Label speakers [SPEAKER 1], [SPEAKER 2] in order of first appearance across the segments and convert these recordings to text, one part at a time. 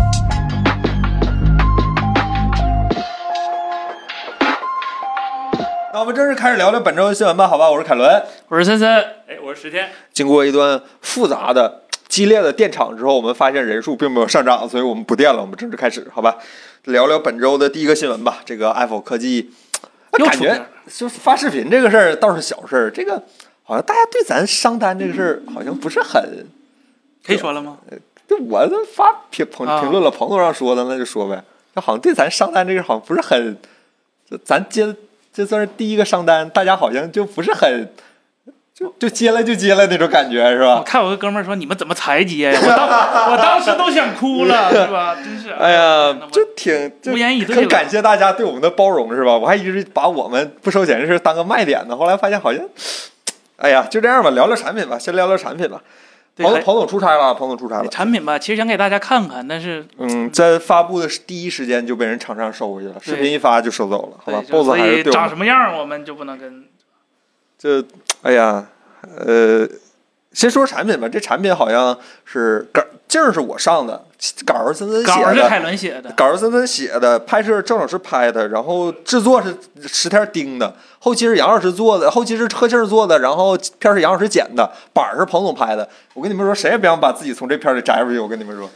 [SPEAKER 1] 那我们正式开始聊聊本周的新闻吧，好吧？我是凯伦。
[SPEAKER 2] 我是森森，
[SPEAKER 3] 哎，我是十天，
[SPEAKER 1] 经过一段复杂的、激烈的电场之后，我们发现人数并没有上涨，所以我们不电了。我们正式开始，好吧？聊聊本周的第一个新闻吧。这个 Apple 科技，啊
[SPEAKER 2] 又
[SPEAKER 1] 感
[SPEAKER 2] 出名
[SPEAKER 1] 觉
[SPEAKER 2] 了
[SPEAKER 1] 就发视频这个事儿倒是小事儿，这个好像大家对咱商单这个事儿好像不是很。
[SPEAKER 3] 可以说了吗？
[SPEAKER 1] 就我都发评评
[SPEAKER 2] 啊
[SPEAKER 1] 评论了，朋友让说的那就说呗。就好像对咱商单这个好像不是很，就咱接这算是第一个商单，大家好像就不是很，就就接了就接了那种感觉是
[SPEAKER 2] 我
[SPEAKER 1] 吧？
[SPEAKER 2] 看我个哥们儿说你们怎么才接呀？我 当我当时都想哭了，是吧？真是，
[SPEAKER 1] 哎呀
[SPEAKER 2] 那，我
[SPEAKER 1] 就挺就
[SPEAKER 2] 无言以对了
[SPEAKER 1] 很感谢大家对我们的包容是吧？我还一直把我们不收钱这事当个卖点呢，后来发现好像，哎呀，就这样吧，聊聊产品吧，先聊聊产品吧。
[SPEAKER 2] 对
[SPEAKER 1] 彭
[SPEAKER 2] 还
[SPEAKER 1] 彭总出差了，彭总出差了。
[SPEAKER 2] 产品吧，其实想给大家看看，但是
[SPEAKER 1] 嗯，在发布的第一时间就被人厂商收回去了，视
[SPEAKER 2] 对
[SPEAKER 1] 频一发就收走了，好吧
[SPEAKER 2] 对，就
[SPEAKER 1] ？BOSS
[SPEAKER 2] 所
[SPEAKER 1] 还是
[SPEAKER 2] 以
[SPEAKER 1] 对我
[SPEAKER 2] 长
[SPEAKER 1] 们
[SPEAKER 2] 什么样儿我们就不能跟
[SPEAKER 1] 这，哎呀，呃，先说产品吧，这产品好像是稿劲儿是我上的，稿儿森森
[SPEAKER 2] 稿
[SPEAKER 1] 写
[SPEAKER 2] 儿是
[SPEAKER 1] 的，
[SPEAKER 2] 凯伦写的，
[SPEAKER 1] 稿儿森森写的，拍摄郑老师拍的，然后制作是石天盯的，后期是杨老师做的，后期是贺庆儿做的，然后片儿是杨老师剪的，板儿是彭总拍的。我跟你们说，谁也别想把自己从这片儿里摘出去，我跟你们说。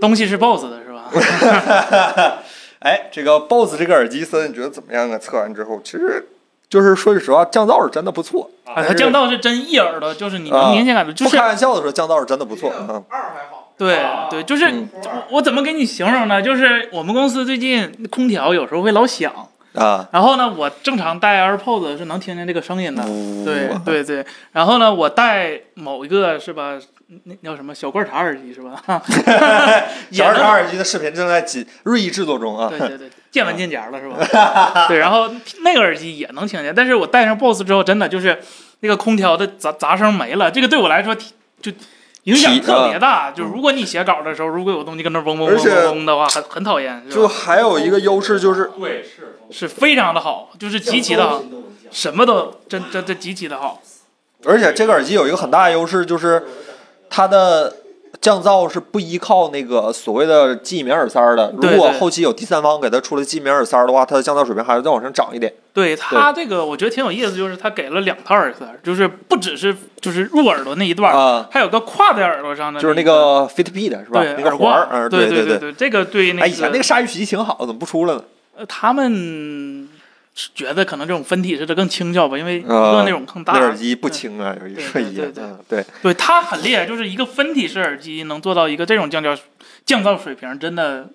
[SPEAKER 2] 东西是 BOSS 的是吧？
[SPEAKER 1] 嗯 哎，这个 BOSS 这个耳机森，你觉得怎么样啊？测完之后，其实就是说句实话，降噪是真的不错。
[SPEAKER 2] 啊，它降噪是真一耳朵，就是你
[SPEAKER 1] 啊
[SPEAKER 2] 能明显感觉，就
[SPEAKER 1] 不
[SPEAKER 2] 是
[SPEAKER 1] 开玩笑的说，降噪是真的不
[SPEAKER 3] 哎
[SPEAKER 1] 错啊。嗯
[SPEAKER 3] 二还好，
[SPEAKER 2] 对
[SPEAKER 3] 啊
[SPEAKER 2] 对，就是
[SPEAKER 1] 嗯
[SPEAKER 2] 我我怎么给你形容呢？就是我们公司最近空调有时候会老响，
[SPEAKER 1] 啊，
[SPEAKER 2] 然后呢，我正常戴 AirPods 是能听见这个声音的，
[SPEAKER 1] 呜
[SPEAKER 2] 对对对，然后呢，我戴某一个是吧？那那叫什么小罐茶耳机是 吧？也
[SPEAKER 1] 小二
[SPEAKER 2] 能
[SPEAKER 1] 十二耳机的视频正在紧锐意制作中啊。
[SPEAKER 2] 对对对，见闻见夹了是吧？对，然后那个耳机也能听见，但是我戴上 BOSS 之后，真的就是那个空调的杂杂声没了，这个对我来说挺就影响
[SPEAKER 1] 体
[SPEAKER 2] 特别大。就是如果你写稿的时候，如果有东西跟那嗡嗡嗡
[SPEAKER 1] 啊而且
[SPEAKER 2] 嗡嗡的话，很很讨厌，是
[SPEAKER 1] 就
[SPEAKER 2] 吧？
[SPEAKER 1] 还有一个优势就是，
[SPEAKER 3] 对是，
[SPEAKER 2] 是非常的好，就是极其的好，什么都真真真极其的好。
[SPEAKER 1] 而且这个耳机有一个很大的优势就是，它的降噪是不依靠那个所谓的记忆棉耳塞儿的。
[SPEAKER 2] 对
[SPEAKER 1] 如果
[SPEAKER 2] 对
[SPEAKER 1] 后期有第三方给它出了记忆棉耳塞儿的话，它的降噪水平还会再往上涨一点。
[SPEAKER 2] 对它这个，我觉得挺有意思，就是它给了两套耳塞，就是不只是就是入耳朵那一段儿，
[SPEAKER 1] 啊
[SPEAKER 2] 还有个挎在耳朵上的，
[SPEAKER 1] 就是那个 Fitbit 的是吧？
[SPEAKER 2] 对
[SPEAKER 1] 那个
[SPEAKER 2] 耳
[SPEAKER 1] 环
[SPEAKER 2] 挂
[SPEAKER 1] 儿，嗯，
[SPEAKER 2] 对
[SPEAKER 1] 对
[SPEAKER 2] 对。对，这个对那
[SPEAKER 1] 哎，以前那个鲨鱼皮挺好，怎么不出了呢？
[SPEAKER 2] 呃，他们是觉得可能这种分体式的更轻巧吧，因为一
[SPEAKER 1] 啊
[SPEAKER 2] 个那种更大。嗯
[SPEAKER 1] 那耳机不轻啊，有一说
[SPEAKER 2] 对
[SPEAKER 1] 一啊
[SPEAKER 2] 对，对
[SPEAKER 1] 嗯，对，
[SPEAKER 2] 对它很厉害，就是一个分体式耳机能做到一个这种降噪降噪水平，真的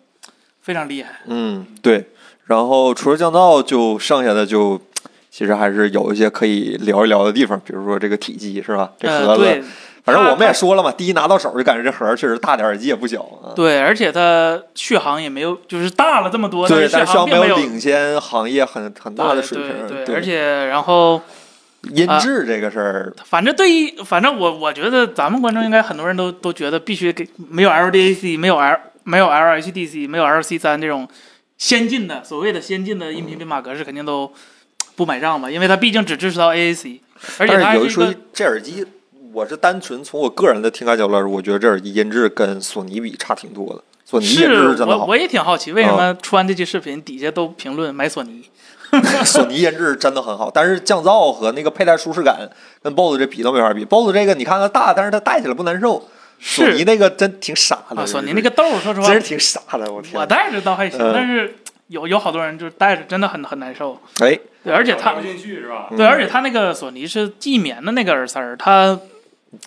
[SPEAKER 2] 非常厉害。
[SPEAKER 1] 嗯，对。然后除了降噪，就剩下的就其实还是有一些可以聊一聊的地方，比如说这个体积是吧？这
[SPEAKER 2] 呃，
[SPEAKER 1] 盒子，啊
[SPEAKER 2] 对
[SPEAKER 1] 反正
[SPEAKER 2] 它
[SPEAKER 1] 我们也说了嘛，第一拿到手就感觉这盒儿确实大点儿，耳机也不小啊。
[SPEAKER 2] 对，而且它续航也没有，就是大了这么多，
[SPEAKER 1] 对，
[SPEAKER 2] 但
[SPEAKER 1] 但
[SPEAKER 2] 是
[SPEAKER 1] 是
[SPEAKER 2] 续航并
[SPEAKER 1] 没
[SPEAKER 2] 有
[SPEAKER 1] 有领先行业很很大的水
[SPEAKER 2] 对
[SPEAKER 1] 平，
[SPEAKER 2] 对，而且然后
[SPEAKER 1] 音
[SPEAKER 2] 啊
[SPEAKER 1] 质这个事儿，
[SPEAKER 2] 反正对于反正我我觉得咱们观众应该很多人都都觉得必须给没有 LDAC 没有 L 没有 LHDC 没有 LC 三这种先进的所谓的先进的音频编码格式肯定都不买账吧，因为它毕竟只支持到 AAC，而且它
[SPEAKER 1] 但
[SPEAKER 2] 还
[SPEAKER 1] 是有一
[SPEAKER 2] 是一
[SPEAKER 1] 说
[SPEAKER 2] 个
[SPEAKER 1] 一，这耳机我是单纯从我个人的听感角度来说，我觉得这耳机音质跟索尼比差挺多的。索尼音质
[SPEAKER 2] 是
[SPEAKER 1] 是真的
[SPEAKER 2] 我
[SPEAKER 1] 好，嗯
[SPEAKER 2] 我也挺好奇为什么穿这期视频底下都评论买索尼，
[SPEAKER 1] 索尼音质真的很好，但是降噪和那个佩戴舒适感跟 BOSS 这比都没法比。BOSS 这个你看它大，但是它戴起来不难受。索尼
[SPEAKER 2] 是
[SPEAKER 1] 那个真挺傻的，
[SPEAKER 2] 啊，索尼那个豆儿说实话
[SPEAKER 1] 真是挺傻的，我
[SPEAKER 2] 我
[SPEAKER 1] 天！
[SPEAKER 2] 戴着倒还行，
[SPEAKER 1] 嗯
[SPEAKER 2] 但是有有好多人就是戴着真的很很难受，
[SPEAKER 1] 哎，
[SPEAKER 2] 对，而且它
[SPEAKER 3] 不进去是吧？
[SPEAKER 2] 对，
[SPEAKER 1] 嗯
[SPEAKER 2] 而且它那个索尼是记忆棉的那个耳塞儿，它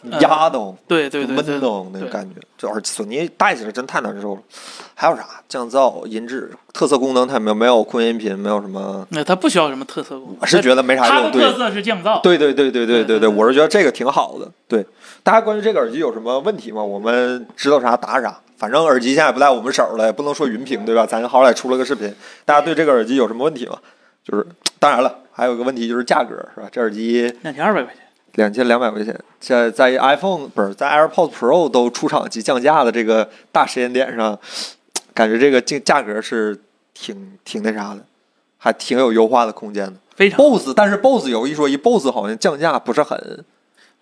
[SPEAKER 2] 嗯
[SPEAKER 1] 压咚，
[SPEAKER 2] 对对对
[SPEAKER 1] 闷
[SPEAKER 2] 对，
[SPEAKER 1] 咚那个
[SPEAKER 2] 对
[SPEAKER 1] 感觉，这耳索尼戴起来真太难受了。还有啥降噪、音质、特色功能？它也没有没有扩音频，没有什么，
[SPEAKER 2] 那它不需要什么特色功能，
[SPEAKER 1] 我是觉得没啥
[SPEAKER 2] 呃它
[SPEAKER 1] 用。
[SPEAKER 2] 的
[SPEAKER 1] 对，
[SPEAKER 2] 特色是降噪，
[SPEAKER 1] 对对对对对
[SPEAKER 2] 对
[SPEAKER 1] 对
[SPEAKER 2] 对
[SPEAKER 1] 对，
[SPEAKER 2] 对
[SPEAKER 1] 我是觉得这个挺好的。对，大家关于这个耳机有什么问题吗？我们知道啥答啥。反正耳机现在也不在我们手了，也不能说云屏，对吧？咱好歹出了个视频，大家对这个耳机有什么问题吗？就是当然了，还有一个问题就是价格，是吧？这耳机
[SPEAKER 2] 两千二百块钱，
[SPEAKER 1] 两千两百块钱，在在 iPhone 不是在 AirPods Pro 都出厂及降价的这个大时间点上，感觉这个竞价格是挺挺那啥的，还挺有优化的空间的。
[SPEAKER 2] 非常
[SPEAKER 1] BOSS，但是 BOSS 有一说一，BOSS 好像降价不是很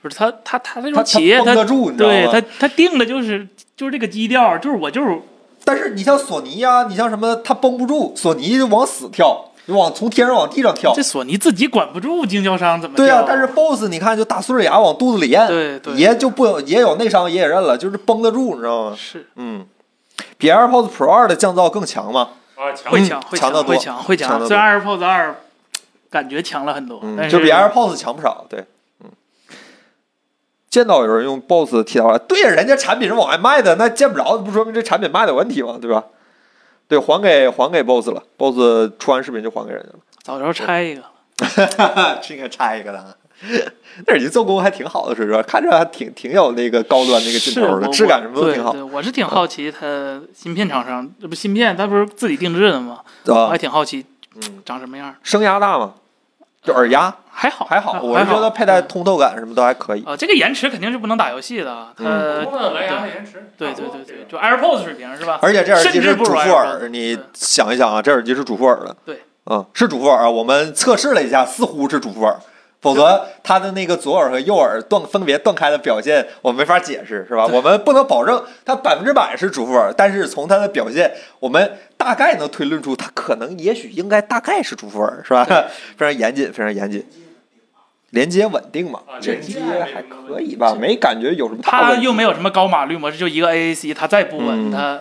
[SPEAKER 2] 不是它它它这
[SPEAKER 1] 他
[SPEAKER 2] 种企业
[SPEAKER 1] 绷得
[SPEAKER 2] 它
[SPEAKER 1] 住，你知道
[SPEAKER 2] 对
[SPEAKER 1] 吗？
[SPEAKER 2] 它它定的就是就是这个基调，就是我就是
[SPEAKER 1] 但是你像索尼呀、你像什么，他绷不住，索尼就往死跳。你往从天上往地上跳
[SPEAKER 2] 这。索尼自己管不住经销商怎么啊
[SPEAKER 1] 对呀、
[SPEAKER 2] 呀，
[SPEAKER 1] 但是 BOSS 你看就大碎牙往肚子里咽，
[SPEAKER 2] 对对
[SPEAKER 1] 爷就不也有内伤，爷也认了，就是绷得住，你知道吗？
[SPEAKER 2] 是
[SPEAKER 1] 嗯，比 AirPods Pro 二的降噪更强嘛？
[SPEAKER 3] 啊，强
[SPEAKER 2] 会强
[SPEAKER 1] 嗯
[SPEAKER 2] 会
[SPEAKER 1] 强得
[SPEAKER 2] 会
[SPEAKER 1] 多
[SPEAKER 2] 强会
[SPEAKER 1] 强得
[SPEAKER 2] 强，
[SPEAKER 1] 多
[SPEAKER 2] 虽然 AirPods 二感觉强了很多，但
[SPEAKER 1] 嗯，
[SPEAKER 2] 是
[SPEAKER 1] 就比 AirPods 强不少。对，嗯，见到有人用 BOSS 替代话，对呀，人家产品是往外卖的，那见不着不说明这产品卖的有问题吗？对吧？对，还给还给 BOSS 了，BOSS 出完视频就还给人家
[SPEAKER 2] 早知道拆一个，
[SPEAKER 1] 了，是应该拆一个的。 那耳机做工还挺好的，是不是？看着还挺挺有那个高端那个劲
[SPEAKER 2] 是
[SPEAKER 1] 头的，
[SPEAKER 2] 我
[SPEAKER 1] 质感什么都
[SPEAKER 2] 对
[SPEAKER 1] 挺好
[SPEAKER 2] 对，我是挺好奇它芯片厂商，呃这不芯片它不是自己定制的吗？我
[SPEAKER 1] 啊
[SPEAKER 2] 还。挺好奇
[SPEAKER 1] 嗯，
[SPEAKER 2] 长什么样，
[SPEAKER 1] 声压大吗？就耳压
[SPEAKER 2] 还好
[SPEAKER 1] 还好，我是觉得佩戴
[SPEAKER 2] 嗯
[SPEAKER 1] 通透感什么都还可以。
[SPEAKER 2] 啊，这个延迟肯定是不能打游戏的，它
[SPEAKER 1] 嗯
[SPEAKER 3] 普通的蓝牙延迟，
[SPEAKER 2] 呃对
[SPEAKER 3] 差
[SPEAKER 2] 对
[SPEAKER 3] 不
[SPEAKER 2] 对对，
[SPEAKER 3] 多这个
[SPEAKER 2] 就 AirPods 水平是吧？
[SPEAKER 1] 而且这耳机
[SPEAKER 2] 甚
[SPEAKER 1] 是
[SPEAKER 2] 至
[SPEAKER 1] 主
[SPEAKER 2] 不如
[SPEAKER 1] 副
[SPEAKER 2] AirPods，
[SPEAKER 1] 耳，你
[SPEAKER 2] 对
[SPEAKER 1] 想一想啊，这耳机是主副耳的。
[SPEAKER 2] 对，
[SPEAKER 1] 嗯，是主副耳啊，我们测试了一下，似乎是主副耳，否则它的那个左耳和右耳断分别断开的表现，我没法解释，是吧？
[SPEAKER 2] 对
[SPEAKER 1] 我们不能保证它百分之百是主副耳，但是从它的表现，我们大概能推论出它可能、也许、应该、大概是主副耳，是吧？ 非常严谨，非常严谨。连接稳定嘛
[SPEAKER 3] 啊，
[SPEAKER 1] 这
[SPEAKER 3] 连接
[SPEAKER 1] 接
[SPEAKER 3] 还
[SPEAKER 1] 还
[SPEAKER 3] 没什么
[SPEAKER 1] 可以吧，没感觉有什么大
[SPEAKER 2] 它
[SPEAKER 1] 问题。
[SPEAKER 2] 又没有什么高码率模式，就一个 AAC，它再不
[SPEAKER 1] 嗯
[SPEAKER 2] 稳它。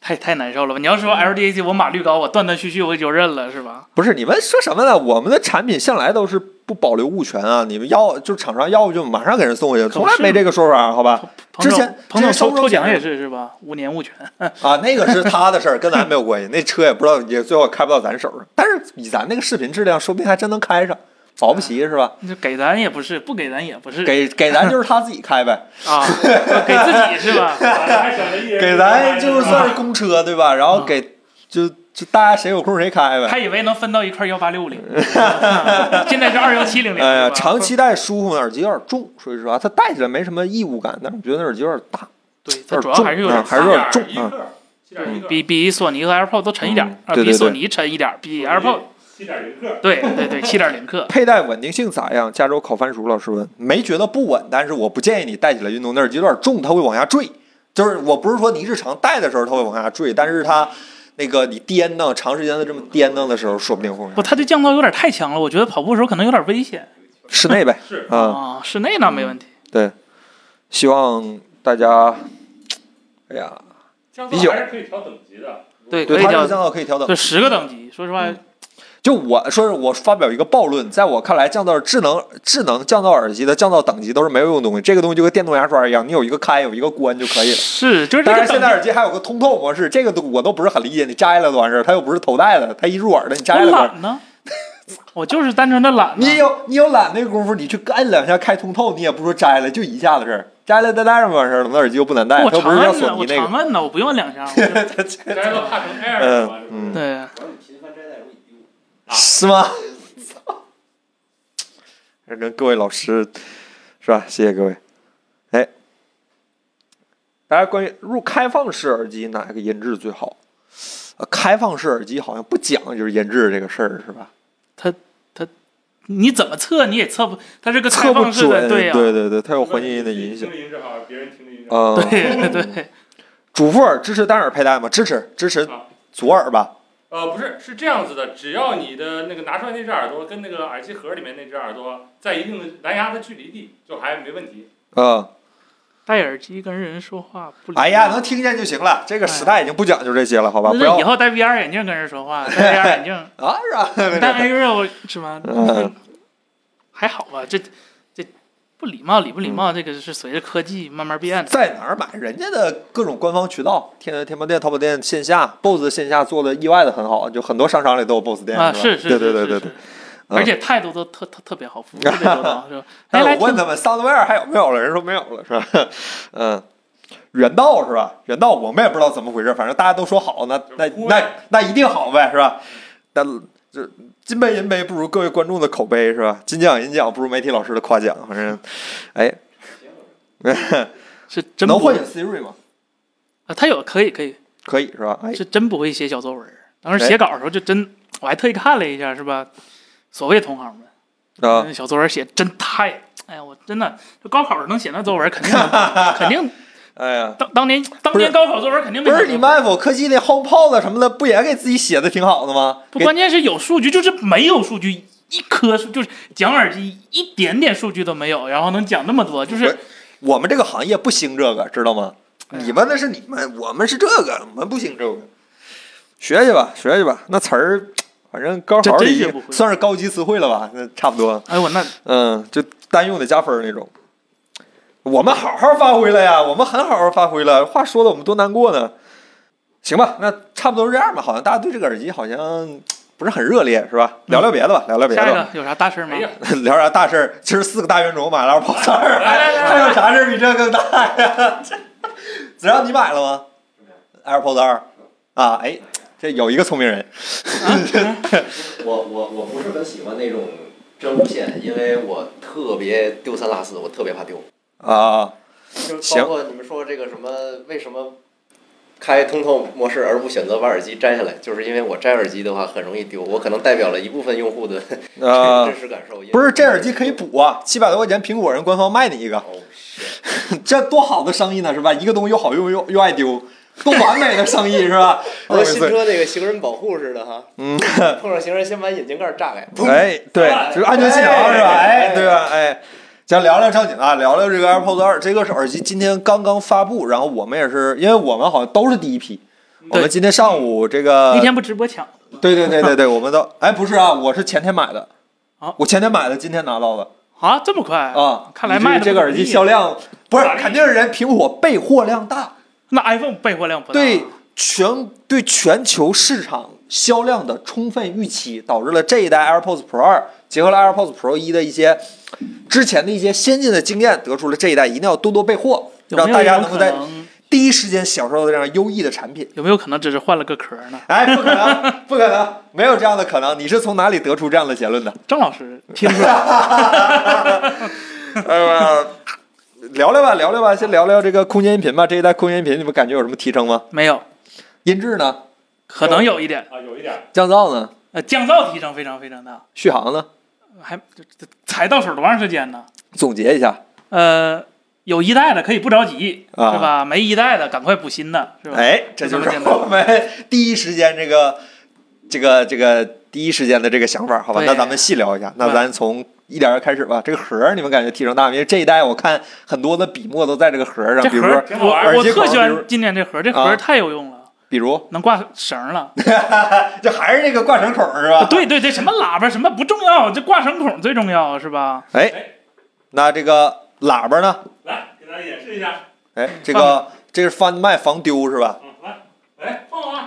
[SPEAKER 2] 太太难受了吧？你要说 LDAC，我码率高，我断断续续我就认了，是吧？
[SPEAKER 1] 不是你们说什么呢？我们的产品向来都是不保留物权啊！你们要就是厂商要不就马上给人送回去，
[SPEAKER 2] 可
[SPEAKER 1] 从
[SPEAKER 2] 不
[SPEAKER 1] 来
[SPEAKER 2] 是
[SPEAKER 1] 没这个说法，好 吧？
[SPEAKER 2] 彭总
[SPEAKER 1] 之前
[SPEAKER 2] 彭总
[SPEAKER 1] 之前
[SPEAKER 2] 抽
[SPEAKER 1] 收
[SPEAKER 2] 抽奖
[SPEAKER 1] 钱
[SPEAKER 2] 也是是吧？五年物权，
[SPEAKER 1] 啊，那个是他的事儿，跟咱没有关系。那车也不知道，也最后也开不到咱手上。但是以咱那个视频质量，说不定还真能开上，保不齐是吧？
[SPEAKER 2] 就给咱也不是，不给咱也不是
[SPEAKER 1] 给给咱就是他自己开呗，
[SPEAKER 2] 啊，给自己是吧？
[SPEAKER 3] 还省了一人
[SPEAKER 1] 给咱就算是公车对吧？然后给就就大家谁有空谁开呗。
[SPEAKER 2] 还以为能分到一块幺八六 零，现在是二幺七零零。
[SPEAKER 1] 哎呀，
[SPEAKER 2] 是吧
[SPEAKER 1] 长期戴舒服，耳机有点重，说实话，它戴起来没什么异物感，但是我觉得那耳机有点大，
[SPEAKER 2] 对，它
[SPEAKER 1] 有点
[SPEAKER 2] 主要
[SPEAKER 1] 重
[SPEAKER 2] 还是有
[SPEAKER 1] 啊
[SPEAKER 2] 点
[SPEAKER 1] 还是有点重
[SPEAKER 3] 7.1
[SPEAKER 1] 啊。
[SPEAKER 3] 克，七点一克，
[SPEAKER 2] 嗯比比索尼和 AirPods 都沉一点儿
[SPEAKER 1] 嗯，
[SPEAKER 2] 啊
[SPEAKER 1] 对对
[SPEAKER 2] 比
[SPEAKER 1] 对
[SPEAKER 2] 索尼沉一点儿，比 AirPods
[SPEAKER 3] 七嗯点零克，
[SPEAKER 2] 对对对七点零克。
[SPEAKER 1] 佩戴稳定性咋样？加州烤番薯老师问，没觉得不稳，但是我不建议你戴起来运动，那耳机有点重，它会往下坠。就是我不是说你日常戴的时候它会往下坠，但是它那个你颠荡长时间的这么颠荡的时候，说不定会往
[SPEAKER 2] 不，
[SPEAKER 1] 下。
[SPEAKER 2] 它这降噪有点太强了，我觉得跑步的时候可能有点危险
[SPEAKER 1] 室内呗，
[SPEAKER 3] 是
[SPEAKER 1] 啊、
[SPEAKER 2] 啊。室内那没问题，
[SPEAKER 1] 对，希望大家，哎呀，
[SPEAKER 3] 降
[SPEAKER 1] 啤酒
[SPEAKER 3] 噪还是可以调等级的，
[SPEAKER 2] 对
[SPEAKER 1] 对
[SPEAKER 2] 可以
[SPEAKER 1] 它这
[SPEAKER 2] 调
[SPEAKER 1] 个降噪可以调整
[SPEAKER 2] 就。十个等级。说实话，
[SPEAKER 1] 嗯就我说，是我发表一个暴论，在我看来，降噪智能智能降噪耳机的降噪等级都是没有用的东西，这个东西就跟电动牙刷一样，你有一个开有一个关就可以了。
[SPEAKER 2] 是就是 这
[SPEAKER 1] 当
[SPEAKER 2] 个
[SPEAKER 1] 然，现在
[SPEAKER 2] 等级。
[SPEAKER 1] 耳机还有个通透模式，这个都我都不是很理解。你摘了就完事儿，它又不是头戴的，它一入耳的，你摘
[SPEAKER 2] 我
[SPEAKER 1] 了它。
[SPEAKER 2] 懒呢，我就是单纯的懒呢。
[SPEAKER 1] 你有你有懒那个功夫，你去按两下开通透，你也不说摘了，就一下子事儿，摘了再戴上完事儿了。那耳机又不难戴，
[SPEAKER 2] 我
[SPEAKER 1] 它又
[SPEAKER 2] 长
[SPEAKER 1] 哎不是像
[SPEAKER 2] 按呢，
[SPEAKER 1] 索
[SPEAKER 2] 我啊
[SPEAKER 1] 尼那
[SPEAKER 2] 长
[SPEAKER 1] 个。
[SPEAKER 2] 按呢，我不用按两下。我就
[SPEAKER 3] 大家都怕成 Air
[SPEAKER 1] 嗯
[SPEAKER 3] 了嘛，是不是
[SPEAKER 1] 嗯
[SPEAKER 2] 对，
[SPEAKER 4] 主要你频繁摘戴容易丢。
[SPEAKER 1] 是吗？这跟各位老师是吧？谢谢各位。哎，大家关于入开放式耳机哪个音质最好？呃，开放式耳机好像不讲究音质这个事儿，是吧？
[SPEAKER 2] 你怎么测你也测不，它是个
[SPEAKER 1] 测
[SPEAKER 2] 开
[SPEAKER 1] 不
[SPEAKER 2] 放式
[SPEAKER 1] 准，
[SPEAKER 2] 的，对呀，啊
[SPEAKER 1] 对对对，它有环境音的影响
[SPEAKER 3] 听。音质好，别人听的音质好，
[SPEAKER 1] 啊、
[SPEAKER 2] 对对，
[SPEAKER 1] 主副耳支持单耳佩戴吗？支持，支持
[SPEAKER 3] 啊
[SPEAKER 1] 左耳吧。
[SPEAKER 3] 呃，不是，是这样子的，只要你的那个拿出来那只耳朵跟那个耳机盒里面那只耳朵在一定的蓝牙的距离地，就还没问题。
[SPEAKER 1] 嗯，
[SPEAKER 2] 戴耳机跟人说话不理解。
[SPEAKER 1] 哎呀，能听见就行了。这个时代已经不讲究这些了，好吧？不
[SPEAKER 2] 哎那
[SPEAKER 1] 要
[SPEAKER 2] 以后戴 VR 眼镜跟人说话，戴 VR 眼镜，
[SPEAKER 1] 啊，是吧？
[SPEAKER 2] 戴 AR 是吧？
[SPEAKER 1] 嗯
[SPEAKER 2] 还好吧，这这不礼貌，礼不礼貌，这个是随着科技慢慢变
[SPEAKER 1] 嗯
[SPEAKER 2] 的。
[SPEAKER 1] 在哪儿买？人家的各种官方渠道，天天猫店、淘宝店线下，BOSS 线下做的意外的很好，就很多商场里都有 BOSS 店，
[SPEAKER 2] 啊，
[SPEAKER 1] 是吧
[SPEAKER 2] 是是
[SPEAKER 1] 对对
[SPEAKER 2] 是
[SPEAKER 1] 对
[SPEAKER 2] 是
[SPEAKER 1] 对
[SPEAKER 2] 是
[SPEAKER 1] 对。，
[SPEAKER 2] 而且态度都特特特别 好，服务特别周到，是吧？
[SPEAKER 1] 但
[SPEAKER 2] 来
[SPEAKER 1] 是哎
[SPEAKER 2] 来
[SPEAKER 1] 我问
[SPEAKER 2] 听，
[SPEAKER 1] 他们桑德威尔还有没有了，人说没有了，是吧？ 嗯，原道是吧？原道我们也不知道怎么回事，反正大家都说好，那那
[SPEAKER 3] 就是忽
[SPEAKER 1] 那
[SPEAKER 3] 略
[SPEAKER 1] 那一定好呗，是吧？但这金杯银杯不如各位观众的口碑是吧？金奖银奖不如媒体老师的夸奖，反正哎，
[SPEAKER 2] 是真
[SPEAKER 1] 能
[SPEAKER 2] 不
[SPEAKER 1] 唤
[SPEAKER 2] 会
[SPEAKER 1] 醒 Siri 吗？
[SPEAKER 2] 啊，他有可以可以，
[SPEAKER 1] 可以是吧？哎，
[SPEAKER 2] 是真不会写小作文儿。当时写稿的时候就真，我还特意看了一下，是吧？所谓同行们。
[SPEAKER 1] 啊，
[SPEAKER 2] 那 小作文写真太，哎呀，我真的就高考能写那作文，肯定肯定
[SPEAKER 1] 哎呀，
[SPEAKER 2] 当当年当
[SPEAKER 1] 不是
[SPEAKER 2] 年高考作文肯定没
[SPEAKER 1] 不是
[SPEAKER 2] 考
[SPEAKER 1] 你
[SPEAKER 2] 过
[SPEAKER 1] 们 Apple 科技的 HomePod 什么的，不也给自己写的挺好的吗？
[SPEAKER 2] 不，
[SPEAKER 1] 给
[SPEAKER 2] 关键是有数据，就是没有数据，一颗数就是讲耳机一点点数据都没有，然后能讲那么多，就是
[SPEAKER 1] 我们这个行业不兴这个，知道吗？
[SPEAKER 2] 哎呀
[SPEAKER 1] 你们那是你们，我们是这个，我们不兴这个。学去吧，学去吧，那词儿，反正高考
[SPEAKER 2] 这真
[SPEAKER 1] 里
[SPEAKER 2] 学不会
[SPEAKER 1] 算是高级词汇了吧？那差不多，
[SPEAKER 2] 哎呦我那
[SPEAKER 1] 嗯，就单用的加分儿那种。我们好好发挥了呀，我们很好好发挥了。话说的我们多难过呢。行吧，那差不多是这样吧。好像大家对这个耳机好像不是很热烈，是吧？聊
[SPEAKER 2] 嗯
[SPEAKER 1] 聊别的吧，聊聊别的
[SPEAKER 2] 下一
[SPEAKER 1] 吧。
[SPEAKER 2] 个有啥大事儿吗
[SPEAKER 3] 哎？呀，
[SPEAKER 1] 聊啥大事儿？其实四个大冤种买了跑三儿，
[SPEAKER 3] 来来来
[SPEAKER 1] 还有啥事儿比这更大呀？子让你买了吗？AirPods 二啊，哎，这有一个聪明人，
[SPEAKER 4] 我我我不是很喜欢那种真无线，因为我特别丢三落四，我特别怕丢。
[SPEAKER 1] 啊，
[SPEAKER 4] 就
[SPEAKER 1] 行
[SPEAKER 4] 包括你们说这个什么，为什么开通透模式而不选择把耳机摘下来，就是因为我摘耳机的话很容易丢，我可能代表了一部分用户的
[SPEAKER 1] 呃
[SPEAKER 4] 真，实感受。因为
[SPEAKER 1] 不是这耳机可以补啊，七百多块钱苹果人官方卖你一个，
[SPEAKER 4] 哦，是
[SPEAKER 1] 这多好的生意呢是吧？一个东西又好用又又爱丢，多完美的生意是吧？
[SPEAKER 4] 和新车那个行人保护似的哈，
[SPEAKER 1] 嗯，
[SPEAKER 4] 碰上行人先把眼镜盖炸开，砰
[SPEAKER 1] 哎，对，就是安全气囊是吧？哎，对吧？哎，咱聊聊正经啊，聊聊这个 AirPods 二，这个是耳机今天刚刚发布，然后我们也是，因为我们好像都是第一批。我们今天上午这个
[SPEAKER 2] 那，天不直播抢
[SPEAKER 1] 对对对对对，我们都哎不是啊，我是前天买的
[SPEAKER 2] 啊，
[SPEAKER 1] 我前天买的，今天拿到的
[SPEAKER 2] 啊？这么快？
[SPEAKER 1] 啊。
[SPEAKER 2] 看来
[SPEAKER 1] 你这
[SPEAKER 2] 卖得
[SPEAKER 1] 这个
[SPEAKER 2] 不
[SPEAKER 1] 耳机
[SPEAKER 2] 容易
[SPEAKER 1] 销量不是
[SPEAKER 3] 哪，里
[SPEAKER 1] 肯定是人苹果备货量大，
[SPEAKER 2] 那 iPhone 备货量不大。
[SPEAKER 1] 对全对全球市场销量的充分预期，导致了这一代 AirPods Pro 二结合了 AirPods Pro 一的一些之前的一些先进的经验，得出了这一代一定要多多备货，
[SPEAKER 2] 有没有
[SPEAKER 1] 让大家
[SPEAKER 2] 一
[SPEAKER 1] 能
[SPEAKER 2] 种
[SPEAKER 1] 够
[SPEAKER 2] 可
[SPEAKER 1] 在第一时间享受到这样优异的产品。
[SPEAKER 2] 有没有可能只是换了个壳呢？
[SPEAKER 1] 哎，不可能，不可能，没有这样的可能。你是从哪里得出这样的结论的？
[SPEAKER 2] 郑老师听 出来了，
[SPEAKER 1] 呃， 聊聊吧，聊聊吧，先聊聊这个空间音频吧。这一代空间音频，你们感觉有什么提升吗？
[SPEAKER 2] 没有，
[SPEAKER 1] 音质呢？
[SPEAKER 2] 可
[SPEAKER 1] 嗯
[SPEAKER 2] 能有一点。
[SPEAKER 3] 啊，有一点儿，
[SPEAKER 1] 降噪呢？
[SPEAKER 2] 呃，降噪提升非常非常大，
[SPEAKER 1] 续航呢？
[SPEAKER 2] 还这这才到手多长时间呢？
[SPEAKER 1] 总结一下，
[SPEAKER 2] 呃，有一代的可以不着急，
[SPEAKER 1] 啊
[SPEAKER 2] 是吧？没一代的赶快补新的，是吧？
[SPEAKER 1] 哎，这就是我们第一时间这个这个这个第一时间的这个想法，好吧？
[SPEAKER 2] 对
[SPEAKER 1] 那咱们细聊一下，那
[SPEAKER 2] 对
[SPEAKER 1] 咱从一点儿开始吧。这个盒儿你们感觉提升大吗？因为这一代我看很多的笔墨都在这个盒儿上，
[SPEAKER 2] 这
[SPEAKER 1] 比
[SPEAKER 2] 盒
[SPEAKER 1] 如说
[SPEAKER 2] 儿
[SPEAKER 3] 挺好
[SPEAKER 2] 我
[SPEAKER 3] 玩
[SPEAKER 1] 耳
[SPEAKER 2] 我
[SPEAKER 1] 机口
[SPEAKER 2] 特喜
[SPEAKER 1] 比如
[SPEAKER 2] 欢今年这盒儿，这盒
[SPEAKER 1] 啊
[SPEAKER 2] 儿太有用了，
[SPEAKER 1] 比如
[SPEAKER 2] 能挂绳儿了。
[SPEAKER 1] 这还是那个挂绳孔是吧？
[SPEAKER 2] 对对对，什么喇叭什么不重要，这挂绳孔最重要，是吧？
[SPEAKER 1] 哎，那这个喇叭呢？
[SPEAKER 3] 来给大家演示一下，
[SPEAKER 1] 哎，这个这是翻麦防丢是吧？
[SPEAKER 3] 嗯，来，来放了啊，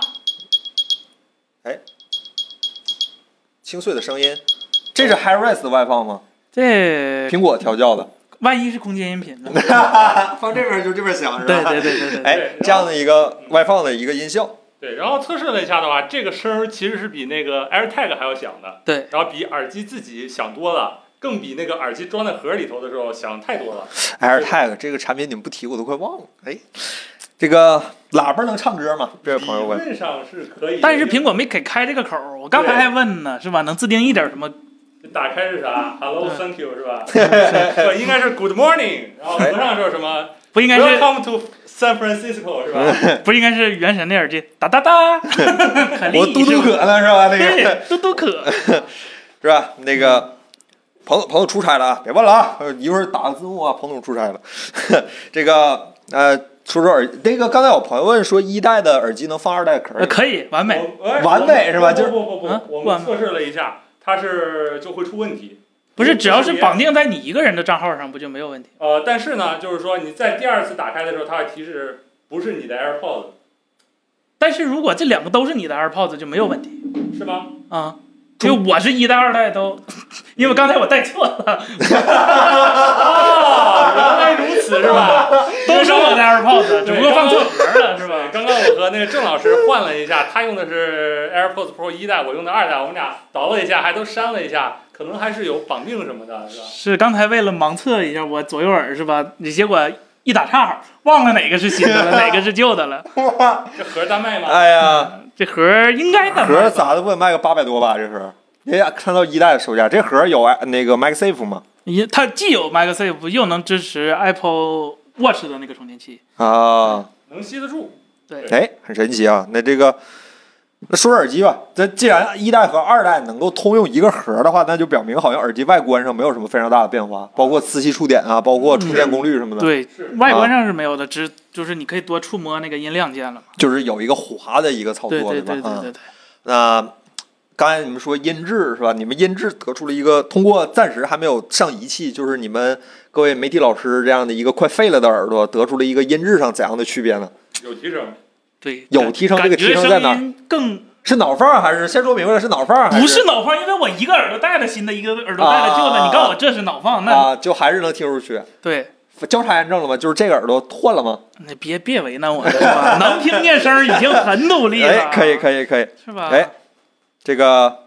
[SPEAKER 1] 清脆的声音，这是 HiRes 的外放吗？
[SPEAKER 2] 这
[SPEAKER 1] 苹果调教的，
[SPEAKER 2] 万一是空间音频 呢？
[SPEAKER 1] 放这边就这边响是
[SPEAKER 2] 对对对对对，
[SPEAKER 1] 哎，这样的一个外放的一个音效，
[SPEAKER 3] 对，然后测试了一下的话，这个声儿其实是比那个 AirTag 还要响的，
[SPEAKER 2] 对，
[SPEAKER 3] 然后比耳机自己响多了，更比那个耳机装在盒里头的时候响太多了。
[SPEAKER 1] AirTag 这个产品你们不提我都快忘了。哎，这个喇叭能唱歌吗？这位朋友
[SPEAKER 3] 理
[SPEAKER 1] 问。
[SPEAKER 3] 论上是可以的，
[SPEAKER 2] 但是苹果没给开这个口儿，我刚才还问呢，是吧？能自定义点什么？
[SPEAKER 3] 打开是啥？Hello,
[SPEAKER 2] 嗯
[SPEAKER 3] thank you 是吧？对，应该是 Good morning，然后合上是什么
[SPEAKER 2] 不哎应该是
[SPEAKER 3] ？Welcome to San Francisco 是吧？
[SPEAKER 2] 不应该是原神的耳机？哒 哒哒，肯定
[SPEAKER 1] 我嘟嘟
[SPEAKER 2] 是吧
[SPEAKER 1] 可呢是 吧？那个
[SPEAKER 2] 对，嘟嘟 可，
[SPEAKER 1] 是吧？那个彭总，彭总出差了啊，别问了啊，呃一会儿打个字幕啊。彭总出差了， 这个呃，说说耳，那个刚才有朋友问说一代的耳机能放二代壳
[SPEAKER 2] 呃
[SPEAKER 1] 儿，
[SPEAKER 2] 可以， 完美。
[SPEAKER 3] 我哎
[SPEAKER 1] 完美
[SPEAKER 3] 我
[SPEAKER 1] 是吧
[SPEAKER 3] 不
[SPEAKER 1] 就是
[SPEAKER 3] 不不不
[SPEAKER 2] 啊
[SPEAKER 3] 不，我
[SPEAKER 2] 不完
[SPEAKER 3] 们
[SPEAKER 2] 美
[SPEAKER 3] 测试了一下，它是就会出问题。
[SPEAKER 2] 不是，只要是
[SPEAKER 3] 别
[SPEAKER 2] 绑定在你一个人的账号上，不就没有问题？
[SPEAKER 3] 呃，但是呢，就是说你在第二次打开的时候，它会提示不是你的 AirPods，
[SPEAKER 2] 但是如果这两个都是你的 AirPods 就没有问题
[SPEAKER 3] 是吗？
[SPEAKER 2] 啊，因为我是一代、二代都， 因为刚才我带错了，
[SPEAKER 3] 哦，原来如此是吧？
[SPEAKER 2] 都是我的 AirPods，只不过放错盒了，是
[SPEAKER 3] 是
[SPEAKER 2] 吧
[SPEAKER 3] 吧？？刚刚我和那个郑老师换了一下，他用的是 AirPods Pro 一代，我用的二代，我们俩倒了一下，还都删了一下，可能还是有绑定什么的，是吧？
[SPEAKER 2] 是刚才为了盲测一下我左右耳是吧？你结果一打岔，忘了哪个是 新的了，哪个是旧的了。
[SPEAKER 3] 这盒单卖吗？
[SPEAKER 1] 哎呀，
[SPEAKER 2] 这盒儿应该能
[SPEAKER 1] 盒
[SPEAKER 2] 卖
[SPEAKER 1] 儿
[SPEAKER 2] 吧
[SPEAKER 1] 咋的不得卖个八百多吧？这盒儿，哎呀，看到一代的售价，这盒儿有哎那个 MagSafe 吗？
[SPEAKER 2] 你它既有 MagSafe 又能支持 Apple Watch 的那个充电器。
[SPEAKER 1] 啊，
[SPEAKER 3] 能吸得住。
[SPEAKER 2] 对，
[SPEAKER 1] 哎，很神奇啊！那这个，那说说耳机吧。这既然一代和二代能够通用一个盒儿的话，那就表明好像耳机外观上没有什么非常大的变化，包括磁吸触点啊，包括充电功率什么的，
[SPEAKER 2] 嗯对，
[SPEAKER 3] 是
[SPEAKER 2] 外观上是没有的，只就是你可以多触摸那个音量键了嘛。
[SPEAKER 1] 就是有一个滑的一个操作，
[SPEAKER 2] 对对
[SPEAKER 1] 吧
[SPEAKER 2] 对对？
[SPEAKER 1] 啊、
[SPEAKER 2] 对对，
[SPEAKER 1] 那刚才你们说音质是吧？你们音质得出了一个通过暂时还没有上仪器，就是你们各位媒体老师这样的一个快废了的耳朵，得出了一个音质上怎样的区别呢？
[SPEAKER 3] 有提升，
[SPEAKER 2] 对
[SPEAKER 1] 有
[SPEAKER 2] 感
[SPEAKER 1] 提升这个
[SPEAKER 2] 感觉
[SPEAKER 1] 提升在哪儿
[SPEAKER 2] 声音更
[SPEAKER 1] 是脑放还是先说明白了是脑放还
[SPEAKER 2] 不
[SPEAKER 1] 是
[SPEAKER 2] 是脑放，因为我一个耳朵戴了新的，一个耳朵戴了旧
[SPEAKER 1] 啊
[SPEAKER 2] 的。你告诉我这是脑放，那
[SPEAKER 1] 啊？就还是能听出去。
[SPEAKER 2] 对，
[SPEAKER 1] 交叉验证了吗？就是这个耳朵换了吗？
[SPEAKER 2] 那别别为难我，是吧？能听见声儿已经很努力
[SPEAKER 1] 哎
[SPEAKER 2] 了，，啊
[SPEAKER 1] 可以
[SPEAKER 2] 以，
[SPEAKER 1] 可以可以，
[SPEAKER 2] 是吧？
[SPEAKER 1] 哎，这个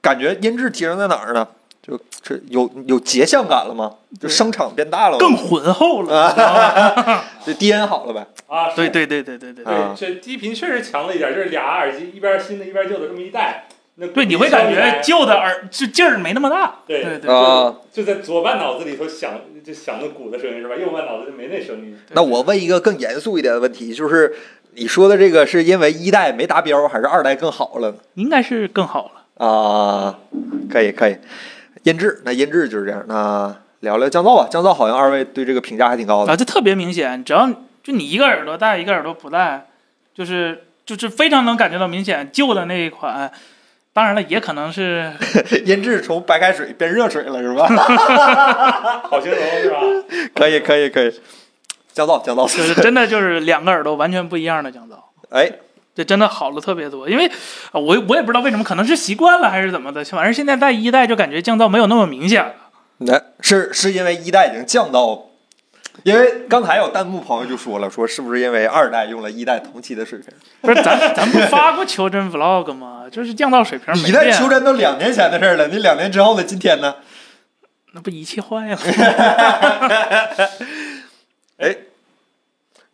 [SPEAKER 1] 感觉音质提升在哪儿呢？就这有有节像感了吗？就
[SPEAKER 2] 对
[SPEAKER 1] 声场变大了吗？
[SPEAKER 2] 更浑厚了。你知道吗
[SPEAKER 1] 啊，这 DN 好了呗？
[SPEAKER 3] 啊，是
[SPEAKER 2] 对对对对对对对，
[SPEAKER 1] 啊
[SPEAKER 3] 对，这低频确实强了一点，就是俩耳机一边新的，一边旧的这么一戴，那
[SPEAKER 2] 对，你会感觉旧的耳就劲儿没那么大。
[SPEAKER 3] 对
[SPEAKER 2] 对对
[SPEAKER 1] 啊，
[SPEAKER 3] 就在左半脑子里头想就想那鼓的声音是吧？右半脑子就没那声音。
[SPEAKER 1] 那我问一个更严肃一点的问题，就是你说的这个是因为一代没达标，还是二代更好了呢？
[SPEAKER 2] 应该是更好了。
[SPEAKER 1] 啊，可以可以，音质那音质就是这样。那聊聊降噪吧，降噪好像二位对这个评价还挺高的
[SPEAKER 2] 啊，这特别明显，只要就你一个耳朵戴，一个耳朵不戴，就是就是非常能感觉到明显。旧的那一款，当然了，也可能是
[SPEAKER 1] 音质从白开水变热水了是吧？
[SPEAKER 3] 好形容是吧？
[SPEAKER 1] 可以可以可以，降噪降
[SPEAKER 2] 就
[SPEAKER 1] 噪，
[SPEAKER 2] 是真的就是两个耳朵完全不一样的降噪，
[SPEAKER 1] 哎
[SPEAKER 2] 这真的好了特别多。因为呃我我也不知道为什么，可能是习惯了还是怎么的，反正现在戴一代就感觉降噪没有那么明显了。
[SPEAKER 1] 那是是因为一代已经降到，因为刚才有弹幕朋友就说了，说是不是因为二代用了一代同期的水平？
[SPEAKER 2] 不是咱咱不发过求真 vlog 吗？就是降噪水平没
[SPEAKER 1] 一代
[SPEAKER 2] 变，
[SPEAKER 1] 修真都两年前的事儿了，你两年之后的今天呢？
[SPEAKER 2] 那不仪器坏了？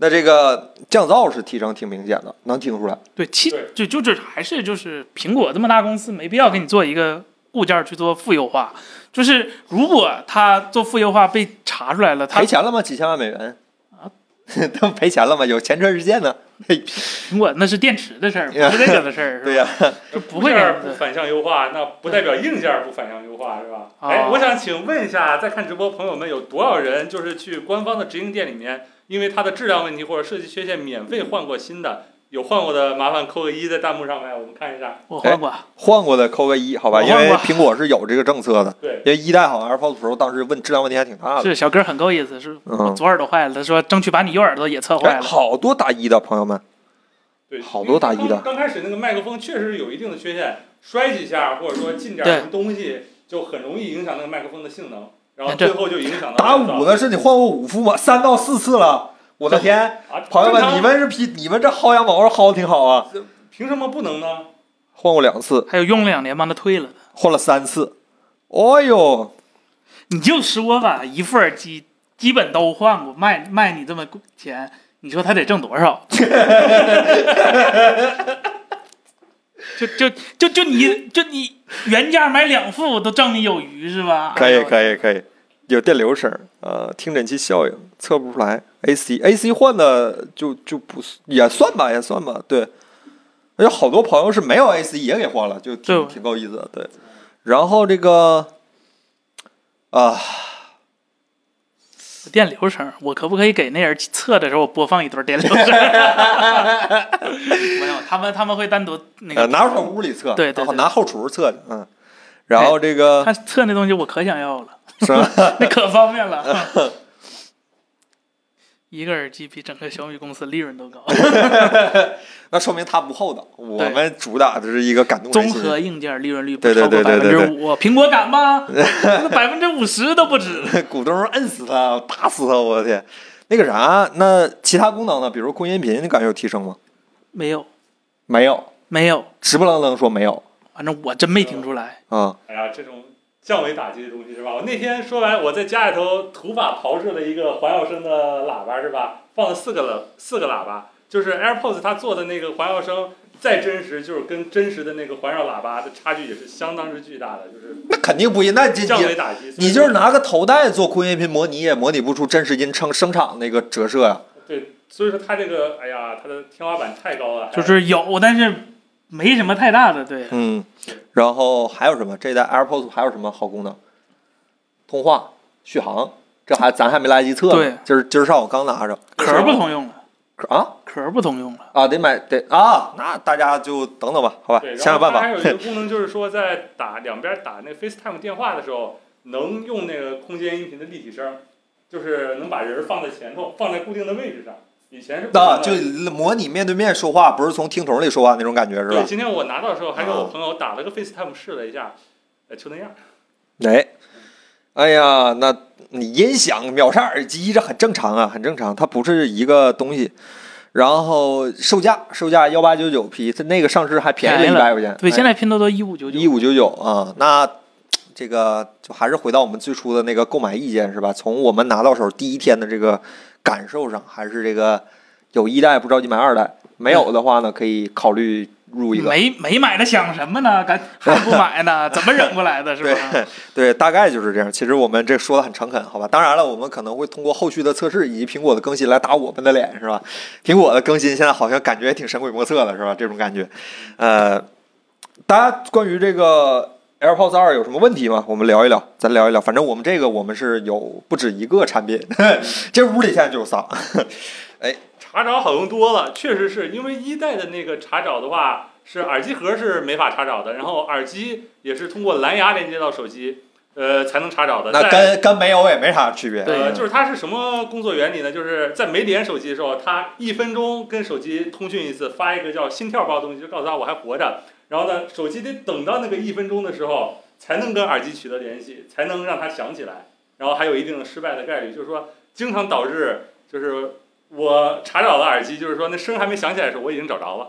[SPEAKER 1] 那这个降噪是提升挺明显的，能听出来。
[SPEAKER 2] 对，其
[SPEAKER 3] 对
[SPEAKER 2] 就就这还是就是苹果这么大公司没必要给你做一个固件去做负优化，就是如果它做负优化被查出来了，它
[SPEAKER 1] 赔钱了吗？几千万美元？啊， 他们赔钱了吗？有前车之鉴呢。
[SPEAKER 2] 苹果那是电池的事儿，不是这个的事儿，是吧
[SPEAKER 1] 对呀、
[SPEAKER 2] 就不
[SPEAKER 3] 不
[SPEAKER 2] 会这样
[SPEAKER 3] 不
[SPEAKER 2] 子。
[SPEAKER 3] 反向优化，那不代表硬件不反向优化是吧？
[SPEAKER 2] 啊
[SPEAKER 3] 哎，我想请问一下，在看直播朋友们，有多少人就是去官方的直营店里面，因为它的质量问题或者设计缺陷，免费换过新的？有换过的，麻烦扣个一在弹幕上来，我们看一下。
[SPEAKER 2] 我
[SPEAKER 1] 哎
[SPEAKER 2] 换过，
[SPEAKER 1] 换过的扣个一，好吧，
[SPEAKER 2] 我
[SPEAKER 1] 因
[SPEAKER 2] 换过
[SPEAKER 1] 为苹果是有这个政策的。
[SPEAKER 3] 对，
[SPEAKER 1] 因为一代好像 AirPods Pro 当时问质量问题还挺大的。
[SPEAKER 2] 是小哥很够意思，是
[SPEAKER 1] 嗯，
[SPEAKER 2] 左耳朵坏了，他说争取把你右耳朵也测坏
[SPEAKER 1] 哎，
[SPEAKER 2] 了。
[SPEAKER 1] 好多打一的朋友们，
[SPEAKER 3] 对，
[SPEAKER 1] 好多打一的
[SPEAKER 3] 因为刚刚开始那个麦克风确实有一定的缺陷，摔几下或者说进点什么东西，就很容易影响那个麦克风的性能，然后
[SPEAKER 2] 这
[SPEAKER 3] 最后就影响到
[SPEAKER 1] 打五
[SPEAKER 3] 呢？
[SPEAKER 1] 呢是你换过五副吗？三到四次了，我的天！
[SPEAKER 3] 啊，
[SPEAKER 1] 朋友
[SPEAKER 3] 正
[SPEAKER 1] 们，
[SPEAKER 3] 常
[SPEAKER 1] 你们是比你们这薅羊毛薅的挺好啊，
[SPEAKER 3] 凭什么不能呢？
[SPEAKER 1] 换过两次，
[SPEAKER 2] 还有用了两年帮他退了的，
[SPEAKER 1] 换了三次，哦呦，
[SPEAKER 2] 你就说吧，一副耳机基本都换过，卖卖你这么钱，你说他得挣多少？ 就就就就你就你原价买两副都挣你有余是吧？哎
[SPEAKER 1] 可以
[SPEAKER 2] 以，
[SPEAKER 1] 可以可以，有电流声，呃，听诊器效应测不出来。A C A C 换的就就不也算吧，也算吧，对。有好多朋友是没有 A C 也给换了，就挺
[SPEAKER 2] 对
[SPEAKER 1] 挺够意思的，对。然后这个啊、
[SPEAKER 2] 电流声，我可不可以给那人测的时候我播放一段电流声？ 没有，他们他们会单独那
[SPEAKER 1] 呃
[SPEAKER 2] 个
[SPEAKER 1] 拿出屋里测，
[SPEAKER 2] 对对对哎
[SPEAKER 1] 拿后厨测的，嗯。然后这个、
[SPEAKER 2] 他测那东西我可想要了，
[SPEAKER 1] 是吧？
[SPEAKER 2] 那可方便 了。一个耳机比整个小米公司利润都高，
[SPEAKER 1] 那说明他不厚道。我
[SPEAKER 2] 对
[SPEAKER 1] 们主打的是一个感动人
[SPEAKER 2] 综
[SPEAKER 1] 心
[SPEAKER 2] 合硬件利润率不
[SPEAKER 1] 对对
[SPEAKER 2] 超过
[SPEAKER 1] 对
[SPEAKER 2] 百
[SPEAKER 1] 对
[SPEAKER 2] 分
[SPEAKER 1] 对
[SPEAKER 2] 之五，苹果敢吗？百分之五十都不止。
[SPEAKER 1] 股东摁死他，打死他！我的天，那个啥，那其他功能呢？比如扩音频，你感觉有提升吗？
[SPEAKER 2] 没有，
[SPEAKER 1] 没有，
[SPEAKER 2] 没有，
[SPEAKER 1] 直不愣登说没有
[SPEAKER 2] 反正我真没听出来。
[SPEAKER 1] 啊、
[SPEAKER 3] 哎呀，这种降维打击的东西是吧？我那天说完，我在家里头土法炮制了一个环绕声的喇叭是吧？放了四个了四个喇叭，就是 AirPods 它做的那个环绕声，再真实，就是跟真实的那个环绕喇叭的差距也是相当之巨大的，就是
[SPEAKER 1] 那肯定不一样。那这
[SPEAKER 3] 降
[SPEAKER 1] 你
[SPEAKER 3] 维打击。
[SPEAKER 1] 你就是拿个头戴做扩音频模拟，也模拟不出真实音称声场那个折射呀、
[SPEAKER 3] 对，所以说它这个，哎呀，它的天花板太高了。
[SPEAKER 2] 就是有，但是没什么太大的，对，
[SPEAKER 1] 嗯，然后还有什么？这代 AirPods 还有什么好功能？通话、续航，这还咱还没来得及测呢。
[SPEAKER 2] 对
[SPEAKER 1] 今儿今儿上午刚拿着。
[SPEAKER 2] 壳儿不通用了，
[SPEAKER 1] 可啊
[SPEAKER 2] 壳儿不通用了，
[SPEAKER 1] 啊，得买得啊，那大家就等等吧，好吧
[SPEAKER 3] 对，，然
[SPEAKER 1] 想想
[SPEAKER 3] 后
[SPEAKER 1] 办
[SPEAKER 3] 它还有一
[SPEAKER 1] 法。
[SPEAKER 3] 个功能，就是说在打两边打那 FaceTime 电话的时候，能用那个空间音频的立体声，就是能把人放在前头，放在固定的位置上。以前是不
[SPEAKER 1] 那
[SPEAKER 3] 能的
[SPEAKER 1] 啊就模拟面对面说话，不是从听筒里说话那种感觉是
[SPEAKER 3] 对，
[SPEAKER 1] 吧？
[SPEAKER 3] 今天我拿到的时候还给我
[SPEAKER 1] 啊
[SPEAKER 3] 朋友打了个 FaceTime 试了一下，呃，就那样。
[SPEAKER 1] 哎，哎呀，那你音响秒杀耳机这很正常啊，很正常，它不是一个东西。然后售价售价幺八九九 P，它那个上市还便宜
[SPEAKER 2] 便
[SPEAKER 1] 一
[SPEAKER 2] 宜了
[SPEAKER 1] 百块钱。哎
[SPEAKER 2] 对，现在拼多多一五九
[SPEAKER 1] 一
[SPEAKER 2] 九，
[SPEAKER 1] 五九九啊，那这个就还是回到我们最初的那个购买意见是吧？从我们拿到手第一天的这个感受上，还是这个有一代不着急买二代，没有的话呢，可以考虑入一个。
[SPEAKER 2] 没没买的想什么呢？赶还不 买呢？怎么忍过来的？是吧？
[SPEAKER 1] 对，大概就是这样。其实我们这说的很诚恳，好吧？当然了，我们可能会通过后续的测试以及苹果的更新来打我们的脸，是吧？苹果的更新现在好像感觉也挺神鬼莫测的，是吧？这种感觉，呃，大家关于这个 AirPods 二有什么问题吗？我们聊一聊，咱聊一聊。反正我们这个我们是有不止一个产品， 这屋里现在就有仨。
[SPEAKER 3] 查找好用多了，确实是因为一代的那个查找的话，是耳机盒是没法查找的，然后耳机也是通过蓝牙连接到手机，呃，才能查找的。
[SPEAKER 1] 那
[SPEAKER 3] 在
[SPEAKER 1] 跟跟没有也没啥区别。啊
[SPEAKER 3] 呃，
[SPEAKER 2] 对
[SPEAKER 3] 就是它是什么工作原理呢？就是在没连手机的时候，它一分钟跟手机通讯一次，发一个叫心跳包的东西，就告诉它我还活着。然后呢，手机得等到那个一分钟的时候，才能跟耳机取得联系，才能让它响起来。然后还有一定的失败的概率，就是说经常导致就是我查找了耳机，就是说那声还没响起来的时候，我已经找着了。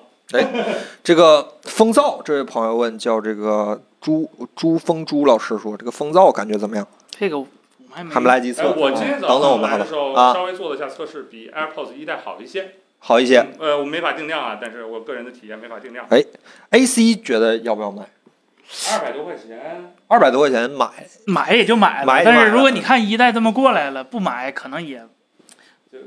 [SPEAKER 1] 这个风噪，这位朋友问叫这个朱朱峰朱老师说，这个风噪感觉怎么样？
[SPEAKER 2] 这个我还没
[SPEAKER 1] 还没来得及
[SPEAKER 3] 哎，
[SPEAKER 1] 测，
[SPEAKER 3] 我今天
[SPEAKER 1] 嗯
[SPEAKER 3] 早
[SPEAKER 1] 等等我
[SPEAKER 3] 上
[SPEAKER 1] 们
[SPEAKER 3] 来
[SPEAKER 1] 好
[SPEAKER 3] 的
[SPEAKER 1] 吧
[SPEAKER 3] 时候
[SPEAKER 1] 啊
[SPEAKER 3] 稍微做了一下测试，比 AirPods 一代好一些。
[SPEAKER 1] 好一些。
[SPEAKER 3] 嗯呃，我没法定量啊，但是我个人的体验没法定量。
[SPEAKER 1] A C 觉得要不要买？
[SPEAKER 3] 二百多块钱，
[SPEAKER 1] 二百多块钱买，
[SPEAKER 2] 买也就买
[SPEAKER 1] 买
[SPEAKER 2] 了，
[SPEAKER 1] 也
[SPEAKER 2] 但
[SPEAKER 1] 买
[SPEAKER 2] 是
[SPEAKER 1] 了
[SPEAKER 2] 如果你看一代这么过来了，不买可能也
[SPEAKER 3] 就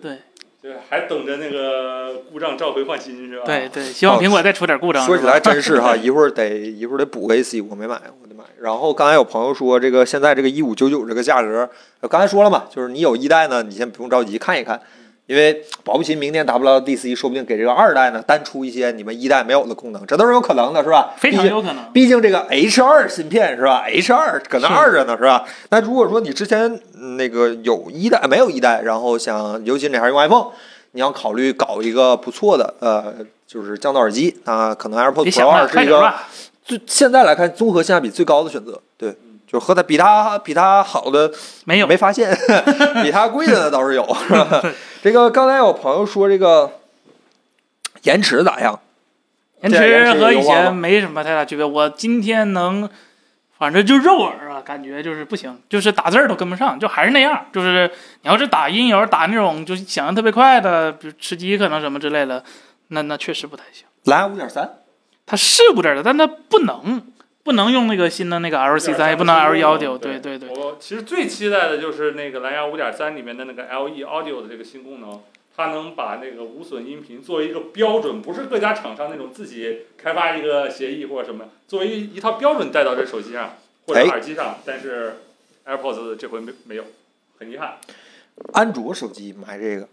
[SPEAKER 3] 是还等着那个故障召回换新是吧？
[SPEAKER 2] 对，对，呃希望苹果再出点故障。
[SPEAKER 1] 说起来
[SPEAKER 2] 是吧
[SPEAKER 1] 真是哈，一 会儿得一会儿得补个 A C，我没买，我得买。然后刚才有朋友说，这个现在这个一五九九这个价格，呃刚才说了嘛，就是你有一代呢，你先不用着急看一看，因为保不齐明年 W D C 说不定给这个二代呢单出一些你们一代没有的功能，这都是有可能的，是吧？
[SPEAKER 2] 非
[SPEAKER 1] 毕
[SPEAKER 2] 常
[SPEAKER 1] 竟
[SPEAKER 2] 有可能。
[SPEAKER 1] 毕竟这个 H 二芯片是吧？H 二搁那
[SPEAKER 2] 是
[SPEAKER 1] 二着呢是吧？那如果说你之前嗯那个有一代没有一代，然后想尤其你还用 iPhone，你要考虑搞一个不错的呃，就是降噪耳机，那可能 AirPods Pro
[SPEAKER 2] 别想
[SPEAKER 1] 二
[SPEAKER 2] 了，
[SPEAKER 1] 啊是
[SPEAKER 2] 快
[SPEAKER 1] 一
[SPEAKER 2] 点
[SPEAKER 1] 个
[SPEAKER 2] 吧。
[SPEAKER 1] 最现在来看综合性价比最高的选择。对，就和它比它比它好的
[SPEAKER 2] 没有，
[SPEAKER 1] 没发 现，比它贵的倒是有。是吧这个刚才有朋友说这个延迟咋样？
[SPEAKER 2] 延
[SPEAKER 1] 这延
[SPEAKER 2] 迟
[SPEAKER 1] 迟
[SPEAKER 2] 和
[SPEAKER 1] 有
[SPEAKER 2] 以
[SPEAKER 1] 望吗
[SPEAKER 2] 前没什么太大区别。我今天能，反正就肉耳啊，感觉就是不行，就是打字儿都跟不上，就还是那样。就是你要是打音游，打那种就是响应特别快的，比如吃鸡可能什么之类的，那那确实不太行。
[SPEAKER 1] 蓝牙五点三。
[SPEAKER 2] 它是不点的，但它不能不能用那个新的那个 LC 三，也不能 L 幺九。对对对，
[SPEAKER 3] 我其实最期待的就是那个蓝牙五点三里面的那个 LE Audio 的这个新功能，它能把那个无损音频作为一个标准，不是各家厂商那种自己开发一个协议或者什么，作为一套标准带到这手机上或者
[SPEAKER 1] 哎
[SPEAKER 3] 耳机上，但是 AirPods 这回没没有，很遗憾。
[SPEAKER 1] 安卓手机买这个，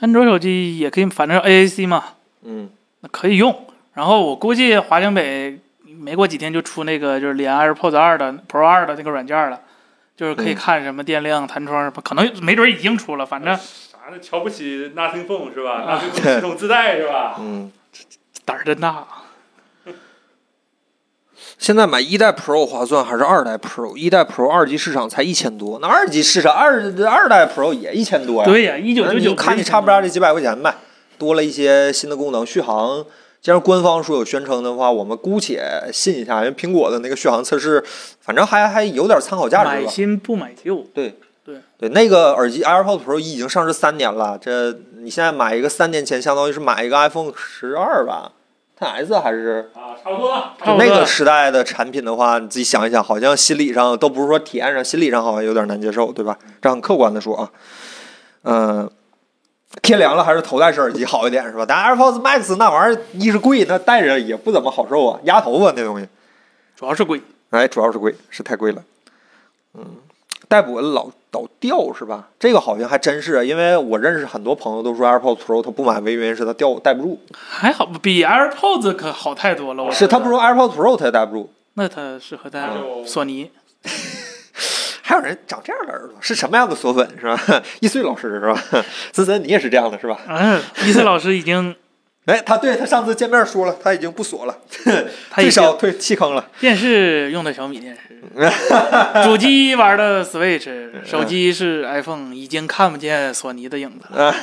[SPEAKER 2] 安卓手机也可以，反正 AAC 嘛，
[SPEAKER 1] 嗯，
[SPEAKER 2] 那可以用。然后我估计华强北没过几天就出那个就是连 AirPods 二的 Pro 二的那个软件了，就是可以
[SPEAKER 1] 嗯
[SPEAKER 2] 看什么电量、弹窗什么，可能没准已经出了。反正
[SPEAKER 3] 啥呢？瞧不起 Nothing Phone 是吧
[SPEAKER 2] 啊
[SPEAKER 3] ？Nothing Phone 系统自带是吧？
[SPEAKER 1] 嗯，
[SPEAKER 2] 胆儿真大，
[SPEAKER 1] 现在买一代 Pro 划算还是二代 Pro？一代 Pro 二级市场才一千多，那二级市场二二代 Pro 也一千多呀。
[SPEAKER 2] 对呀，一九
[SPEAKER 1] 哦那
[SPEAKER 2] 九
[SPEAKER 1] 你
[SPEAKER 2] 九，
[SPEAKER 1] 看你差不差这几百块钱呗，多了一些新的功能，续航。既然官方说有宣称的话，我们姑且信一下，因为苹果的那个续航测试，反正还还有点参考价值
[SPEAKER 2] 买
[SPEAKER 1] 吧。
[SPEAKER 2] 新不买旧，
[SPEAKER 1] 对，那个耳机 AirPods Pro 一已经上市三年了，这你现在买一个三年前，相当于是买一个 iPhone 十二吧， ，10s 还是
[SPEAKER 3] 啊，差不多了，
[SPEAKER 2] 差
[SPEAKER 1] 就
[SPEAKER 2] 不多
[SPEAKER 1] 那个时代的产品的话，你自己想一想，好像心理上都不是说体验上，心理上好像有点难接受，对吧？这很客观的说啊，嗯、天凉了还是头戴式耳机好一点是吧？但 AirPods Max 那玩意儿，一是贵，那戴着也不怎么好受啊，压头发那东西。
[SPEAKER 2] 主要是贵。
[SPEAKER 1] 哎，主要是贵，是太贵了。嗯，戴不稳老老掉是吧？这个好像还真是，因为我认识很多朋友都说 AirPods Pro 他不买为原因是他掉戴不住，
[SPEAKER 2] 还好，比 AirPods 可好太多了。我
[SPEAKER 1] 是他不
[SPEAKER 2] 说，
[SPEAKER 1] 说 AirPods Pro 他也戴不住。
[SPEAKER 2] 那它适合戴
[SPEAKER 3] 那就
[SPEAKER 2] 索尼。
[SPEAKER 1] 还有人长这样的耳朵，是什么样的锁粉是吧？ 易碎老师是吧？ 森森你也是这样的是吧？
[SPEAKER 2] 嗯，伊森老师已经
[SPEAKER 1] 哎，他对他上次见面说了，他已经不锁了，
[SPEAKER 2] 他
[SPEAKER 1] 最
[SPEAKER 2] 已经
[SPEAKER 1] 少退弃坑了。
[SPEAKER 2] 电视用的小米电视，主机玩的
[SPEAKER 1] 嗯
[SPEAKER 2] Switch，手机是 iPhone，已经看不见索尼的影子了。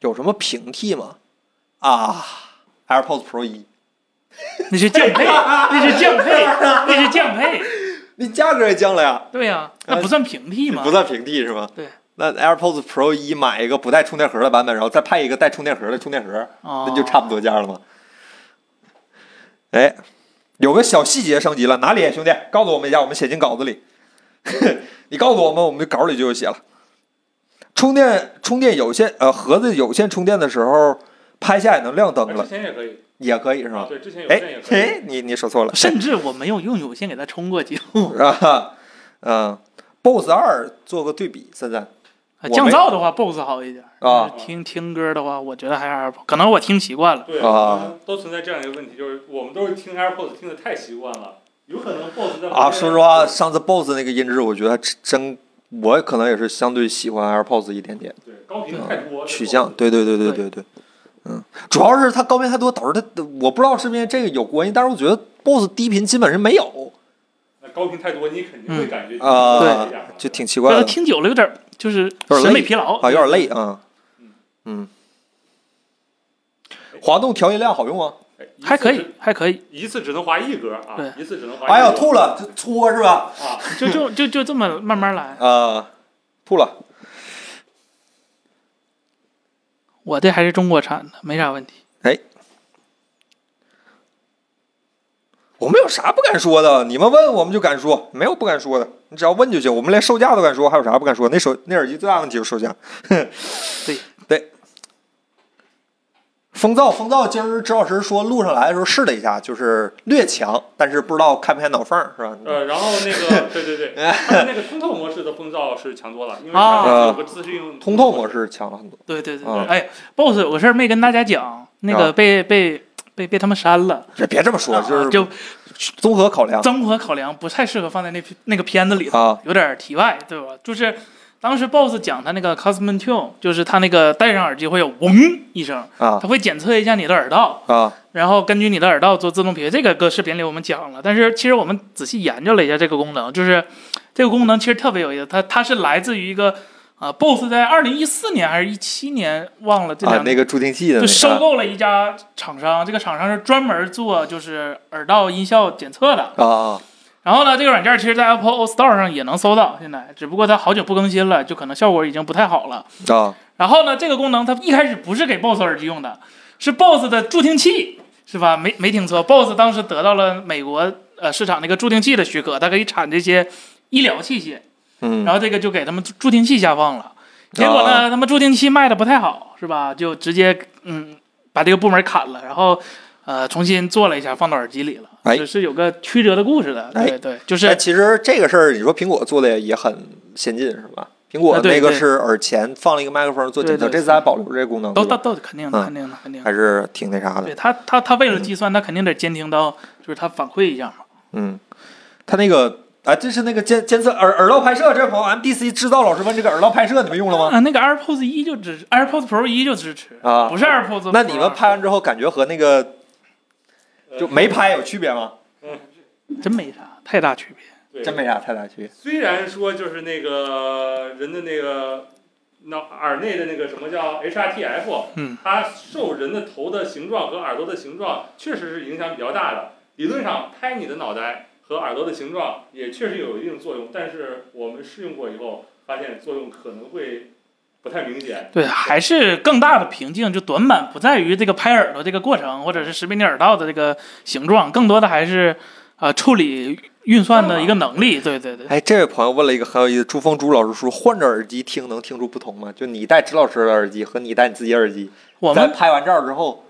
[SPEAKER 1] 有什么平替吗？啊，AirPods Pro 一，
[SPEAKER 2] 那是降 配，那是降配，那是降配。
[SPEAKER 1] 你价格也降了呀？
[SPEAKER 2] 对呀、那不算平替吗
[SPEAKER 1] 呃不？算平替是吗？
[SPEAKER 2] 对。
[SPEAKER 1] 那 AirPods Pro 一买一个不带充电盒的版本，然后再配一个带充电盒的充电盒，
[SPEAKER 2] 哦
[SPEAKER 1] 那就差不多价了吗？哎，有个小细节升级了，哪里、兄弟？告诉我们一下，我们写进稿子里。 你告诉我们，我们的稿里就有写了。充电充电有线呃盒子有线充电的时候，拍下也能亮灯
[SPEAKER 3] 啊
[SPEAKER 1] 了
[SPEAKER 3] 之，前也可以，
[SPEAKER 1] 也可以是吗？
[SPEAKER 3] 对，之前有
[SPEAKER 1] 哎
[SPEAKER 3] 线也可以。
[SPEAKER 1] 嘿，你你说错了，
[SPEAKER 2] 甚至我没有用有线给它充过几度。
[SPEAKER 1] 啊，嗯，BOSS 二做个对比，森森我没
[SPEAKER 2] 降噪的话，BOSS 好一点。
[SPEAKER 1] 啊
[SPEAKER 2] 就是听听歌的话，我觉得还是 AirPods，可能我听习惯了。
[SPEAKER 3] 对，
[SPEAKER 1] 啊
[SPEAKER 3] 可能都存在这样一个问题，就是我们都是听 AirPods 听的太习惯了，有可能 BOSS 在
[SPEAKER 1] 啊，说实话，上次 BOSS 那个音质，我觉得还真，我可能也是相对喜欢 AirPods 一点点
[SPEAKER 3] 对高频太多了
[SPEAKER 1] 取向。对对对对对对，嗯，主要是它高频太多，导致它我不知道是不是因为这个有关系，但是我觉得 BOSS 低频基本上没有，
[SPEAKER 3] 那高频太多，你肯定会感觉
[SPEAKER 1] 嗯啊
[SPEAKER 3] 自己有点儿
[SPEAKER 1] 就挺奇
[SPEAKER 2] 但
[SPEAKER 1] 怪
[SPEAKER 2] 是
[SPEAKER 1] 的
[SPEAKER 2] 听久了有点儿就是
[SPEAKER 1] 点累
[SPEAKER 2] 审美疲劳
[SPEAKER 1] 啊，有点累啊。嗯，滑动调音量好用啊！
[SPEAKER 3] 哎一次
[SPEAKER 2] 还可
[SPEAKER 3] 只
[SPEAKER 2] 以，还可以，
[SPEAKER 3] 一次只能滑一格啊，
[SPEAKER 2] 对
[SPEAKER 3] 一次只能滑一格。
[SPEAKER 1] 哎呀，吐了，这搓是吧？
[SPEAKER 3] 啊！
[SPEAKER 2] 就就就就这么慢慢来。
[SPEAKER 1] 啊，吐了。
[SPEAKER 2] 我这还是中国产的，没啥问题。
[SPEAKER 1] 哎我们有啥不敢说的？你们问我们就敢说，没有不敢说的，你只要问就行。我们连售价都敢说，还有啥不敢说？那手那耳机最大问题就是售价。
[SPEAKER 2] 对
[SPEAKER 1] 对，风噪风噪，今儿周老师说路上来的时候试了一下，就是略强，但是不知道开不开脑缝儿是吧？
[SPEAKER 3] 呃，然后那 个，对对对，它的那个通透模式的风噪是强多了，因为它
[SPEAKER 1] 啊
[SPEAKER 3] 有个自适应
[SPEAKER 1] 通透模。式强了很多。
[SPEAKER 2] 对对对对，
[SPEAKER 1] 啊
[SPEAKER 2] 哎，boss 有个事儿没跟大家讲，那
[SPEAKER 1] 啊
[SPEAKER 2] 个被、被被被他们删了，啊
[SPEAKER 1] 这别这么说，就是
[SPEAKER 2] 就
[SPEAKER 1] 综合考 量
[SPEAKER 2] 综合考量不太适合放在那那个片子里头，
[SPEAKER 1] 啊
[SPEAKER 2] 有点儿题外，对吧？就是当时 boss 讲他那个 cosmin tune，就是他那个戴上耳机会有嗡一声，
[SPEAKER 1] 啊
[SPEAKER 2] 他会检测一下你的耳道，
[SPEAKER 1] 啊
[SPEAKER 2] 然后根据你的耳道做自动匹配，这个搁视频里我们讲了，但是其实我们仔细研究了一下这个功能，就是这个功能其实特别有意思，它它是来自于一个啊、b o s s 在二零一四年还是一七年忘了这
[SPEAKER 1] 啊
[SPEAKER 2] 两！
[SPEAKER 1] 那个助听器的
[SPEAKER 2] 就
[SPEAKER 1] 那
[SPEAKER 2] 收
[SPEAKER 1] 个
[SPEAKER 2] 购了一家厂商，这个厂商是专门做就是耳道音效检测的。
[SPEAKER 1] 啊啊
[SPEAKER 2] 然后呢，这个软件其实在 Apple o Store 上也能搜到，现在只不过它好久不更新了，就可能效果已经不太好了。
[SPEAKER 1] 啊
[SPEAKER 2] 然后呢，这个功能它一开始不是给 BOSS 耳机用的，是 BOSS 的助听器，是吧？没没听错，BOSS 当时得到了美国呃市场那个助听器的许可，它可以产这些医疗器械，
[SPEAKER 1] 嗯啊
[SPEAKER 2] 然后这个就给他们助助听器下放了。结果
[SPEAKER 1] 哦
[SPEAKER 2] 呢，他们助听器卖的不太好，是吧？就直接嗯把这个部门砍了，然后呃重新做了一下，放到耳机里了。
[SPEAKER 1] 哎
[SPEAKER 2] 就是有个曲折的故事的，
[SPEAKER 1] 哎
[SPEAKER 2] 对对，就
[SPEAKER 1] 哎
[SPEAKER 2] 是
[SPEAKER 1] 其实这个事儿，你说苹果做的也很先进，是吧？苹果
[SPEAKER 2] 啊对
[SPEAKER 1] 那个
[SPEAKER 2] 对
[SPEAKER 1] 是耳前放了一个麦克风做检测，
[SPEAKER 2] 对对
[SPEAKER 1] 这次还保留这个功能，
[SPEAKER 2] 都
[SPEAKER 1] 对
[SPEAKER 2] 都
[SPEAKER 1] 吧
[SPEAKER 2] 都肯定的，
[SPEAKER 1] 嗯
[SPEAKER 2] 肯定的，肯定的。
[SPEAKER 1] 还是挺那啥
[SPEAKER 2] 对
[SPEAKER 1] 的。
[SPEAKER 2] 他他他为了计算，他肯定得监听到，就是他反馈一下嘛。
[SPEAKER 1] 嗯，它那个啊，这是那个监监测耳耳道拍摄，这位朋友 MDC 制造老师问这个耳道拍摄你们用了吗？
[SPEAKER 2] 啊，那个 AirPods 一就支持，AirPods Pro 一就支持
[SPEAKER 1] 啊
[SPEAKER 2] 不是 AirPods。
[SPEAKER 1] 那你们拍完之后感觉和那个就没拍有区别吗？
[SPEAKER 2] 真没啥太大区别。
[SPEAKER 3] 对
[SPEAKER 1] 真没啥太大区别。
[SPEAKER 3] 虽然说就是那个人的那个脑耳内的那个什么叫 HRTF，
[SPEAKER 2] 嗯，
[SPEAKER 3] 它受人的头的形状和耳朵的形状确实是影响比较大的。理论上拍你的脑袋和耳朵的形状也确实有一定作用，但是我们试用过以后发现作用可能会。不太明显。
[SPEAKER 2] 对，还是更大的瓶颈，就短板不在于这个拍耳朵这个过程，或者是识别你耳道的这个形状，更多的还是呃处理运算的一个能力。对对对，
[SPEAKER 1] 哎，这位朋友问了一个很有意思，朱峰朱老师说，换着耳机听能听出不同吗？就你戴支老师的耳机和你戴你自己耳机，
[SPEAKER 2] 我
[SPEAKER 1] 咱
[SPEAKER 2] 们
[SPEAKER 1] 拍完照之后，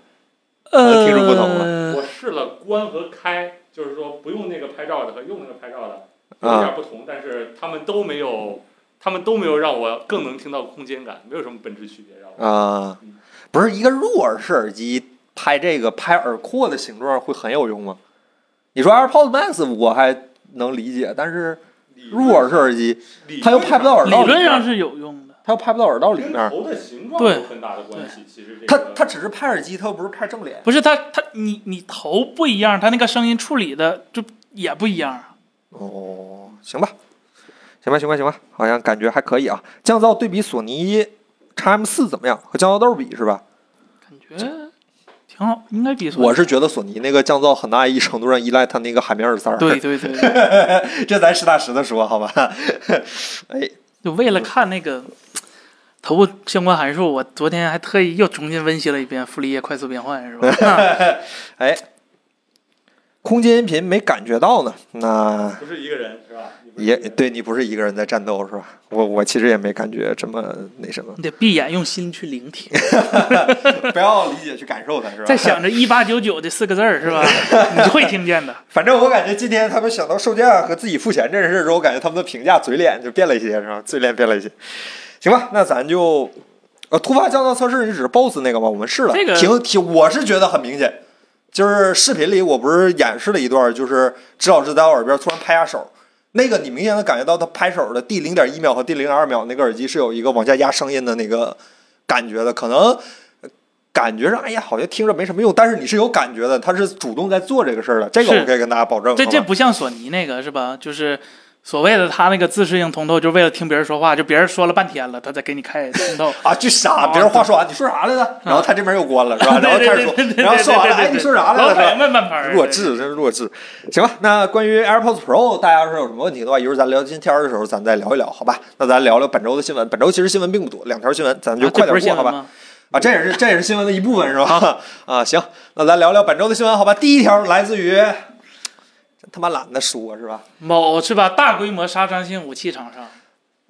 [SPEAKER 2] 呃
[SPEAKER 1] 听众不同
[SPEAKER 3] 我试了关和开，就是说不用那个拍照的和用那个拍照的有
[SPEAKER 1] 啊、
[SPEAKER 3] 点不同，但是他们都没有，他们都没有让我更能听到空间感，没有什么本质区别让我。
[SPEAKER 1] 啊，不是一个入耳式耳机拍这个拍耳廓的形状会很有用吗？你说 AirPods Max 我还能理解，但是
[SPEAKER 3] 理
[SPEAKER 1] 入耳式耳机
[SPEAKER 3] 理
[SPEAKER 1] 它又拍不到耳道
[SPEAKER 2] 理
[SPEAKER 1] 里
[SPEAKER 2] 论
[SPEAKER 1] 面
[SPEAKER 2] 上
[SPEAKER 1] 儿，
[SPEAKER 2] 是有用的。
[SPEAKER 1] 它又拍不到耳道里
[SPEAKER 3] 跟
[SPEAKER 1] 面儿，
[SPEAKER 3] 头的形状
[SPEAKER 2] 对
[SPEAKER 3] 有很大的关系。其实这
[SPEAKER 1] 它
[SPEAKER 3] 个
[SPEAKER 1] 它只是拍耳机，它又不是拍正脸。
[SPEAKER 2] 不是它它你你头不一样，它那个声音处理的就也不一样啊。
[SPEAKER 1] 哦，行吧，行吧，行吧，行吧，好像感觉还可以啊。降噪对比索尼 x M 四怎么样？和降噪豆比是吧？
[SPEAKER 2] 感觉挺好，应该比索尼
[SPEAKER 1] 我是觉得索尼那个降噪很大一程度上依赖它那个海绵耳塞儿。
[SPEAKER 2] 对，对对，
[SPEAKER 1] 这咱实打实的说好吧。哎，
[SPEAKER 2] 就为了看那个头部相关函数，我昨天还特意又重新温习了一遍傅立叶快速变换，是吧？啊
[SPEAKER 1] 哎空间音频没感觉到呢，那
[SPEAKER 3] 不是一个人是吧？你不是
[SPEAKER 1] 也
[SPEAKER 3] 一个人
[SPEAKER 1] 对你不是一个人在战斗是吧？我我其实也没感觉这么那什么，
[SPEAKER 2] 你得闭眼用心去聆听，
[SPEAKER 1] 不要理解去感受它是吧
[SPEAKER 2] 在想着一八九九这四个字 儿，是吧？你就会听见的。
[SPEAKER 1] 反正我感觉今天他们想到售价和自己付钱这件事之后，我感觉他们的评价嘴脸就变了一些，是吧？嘴脸变了一些。行吧，那咱就呃突发降噪测试，你指 BOSS 那个吗？我们试了，
[SPEAKER 2] 这个
[SPEAKER 1] 挺挺，我是觉得很明显。就是视频里我不是演示了一段，就是支老师在我耳边突然拍下手，那个你明显的感觉到他拍手的第零点一秒和第零点二秒那个耳机是有一个往下压声音的那个感觉的，可能呃感觉上哎呀好像听着没什么用，但是你是有感觉的，他是主动在做这个事儿的，这个
[SPEAKER 2] 是
[SPEAKER 1] 我可以跟大家保证。
[SPEAKER 2] 这
[SPEAKER 1] 好
[SPEAKER 2] 这
[SPEAKER 1] 吧
[SPEAKER 2] 不像索尼那个是吧？就是所谓的他那个自适应通透，就是为了听别人说话，就别人说了半天了，他再给你开通透。
[SPEAKER 1] 啊，巨
[SPEAKER 2] 哦
[SPEAKER 1] 傻，别人话说完，你说啥来
[SPEAKER 2] 啊
[SPEAKER 1] 着？然后他这边又关了，是 吧？然后开始说，然后说完了，哎，你说啥来
[SPEAKER 2] 老
[SPEAKER 1] 着？是吧
[SPEAKER 2] 板慢慢拍。
[SPEAKER 1] 弱智，真是弱智。行吧，那关于 AirPods Pro，大家要是有什么问题的话，一会儿咱聊今天的时候，咱再聊一聊，好吧？那咱聊聊本周的新闻。本周其实新闻并不多，两条新闻，咱
[SPEAKER 2] 啊，
[SPEAKER 1] 们就快
[SPEAKER 2] 这不
[SPEAKER 1] 点
[SPEAKER 2] 是
[SPEAKER 1] 过，
[SPEAKER 2] 新
[SPEAKER 1] 好
[SPEAKER 2] 闻
[SPEAKER 1] 吧？
[SPEAKER 2] 吗？
[SPEAKER 1] 啊，这也是这也是新闻的一部分，是吧？ 啊，行，那咱聊聊本周的新闻，好吧？第一条来自于，真他妈懒得说，是吧？
[SPEAKER 2] 某是吧？大规模杀伤性武器厂商，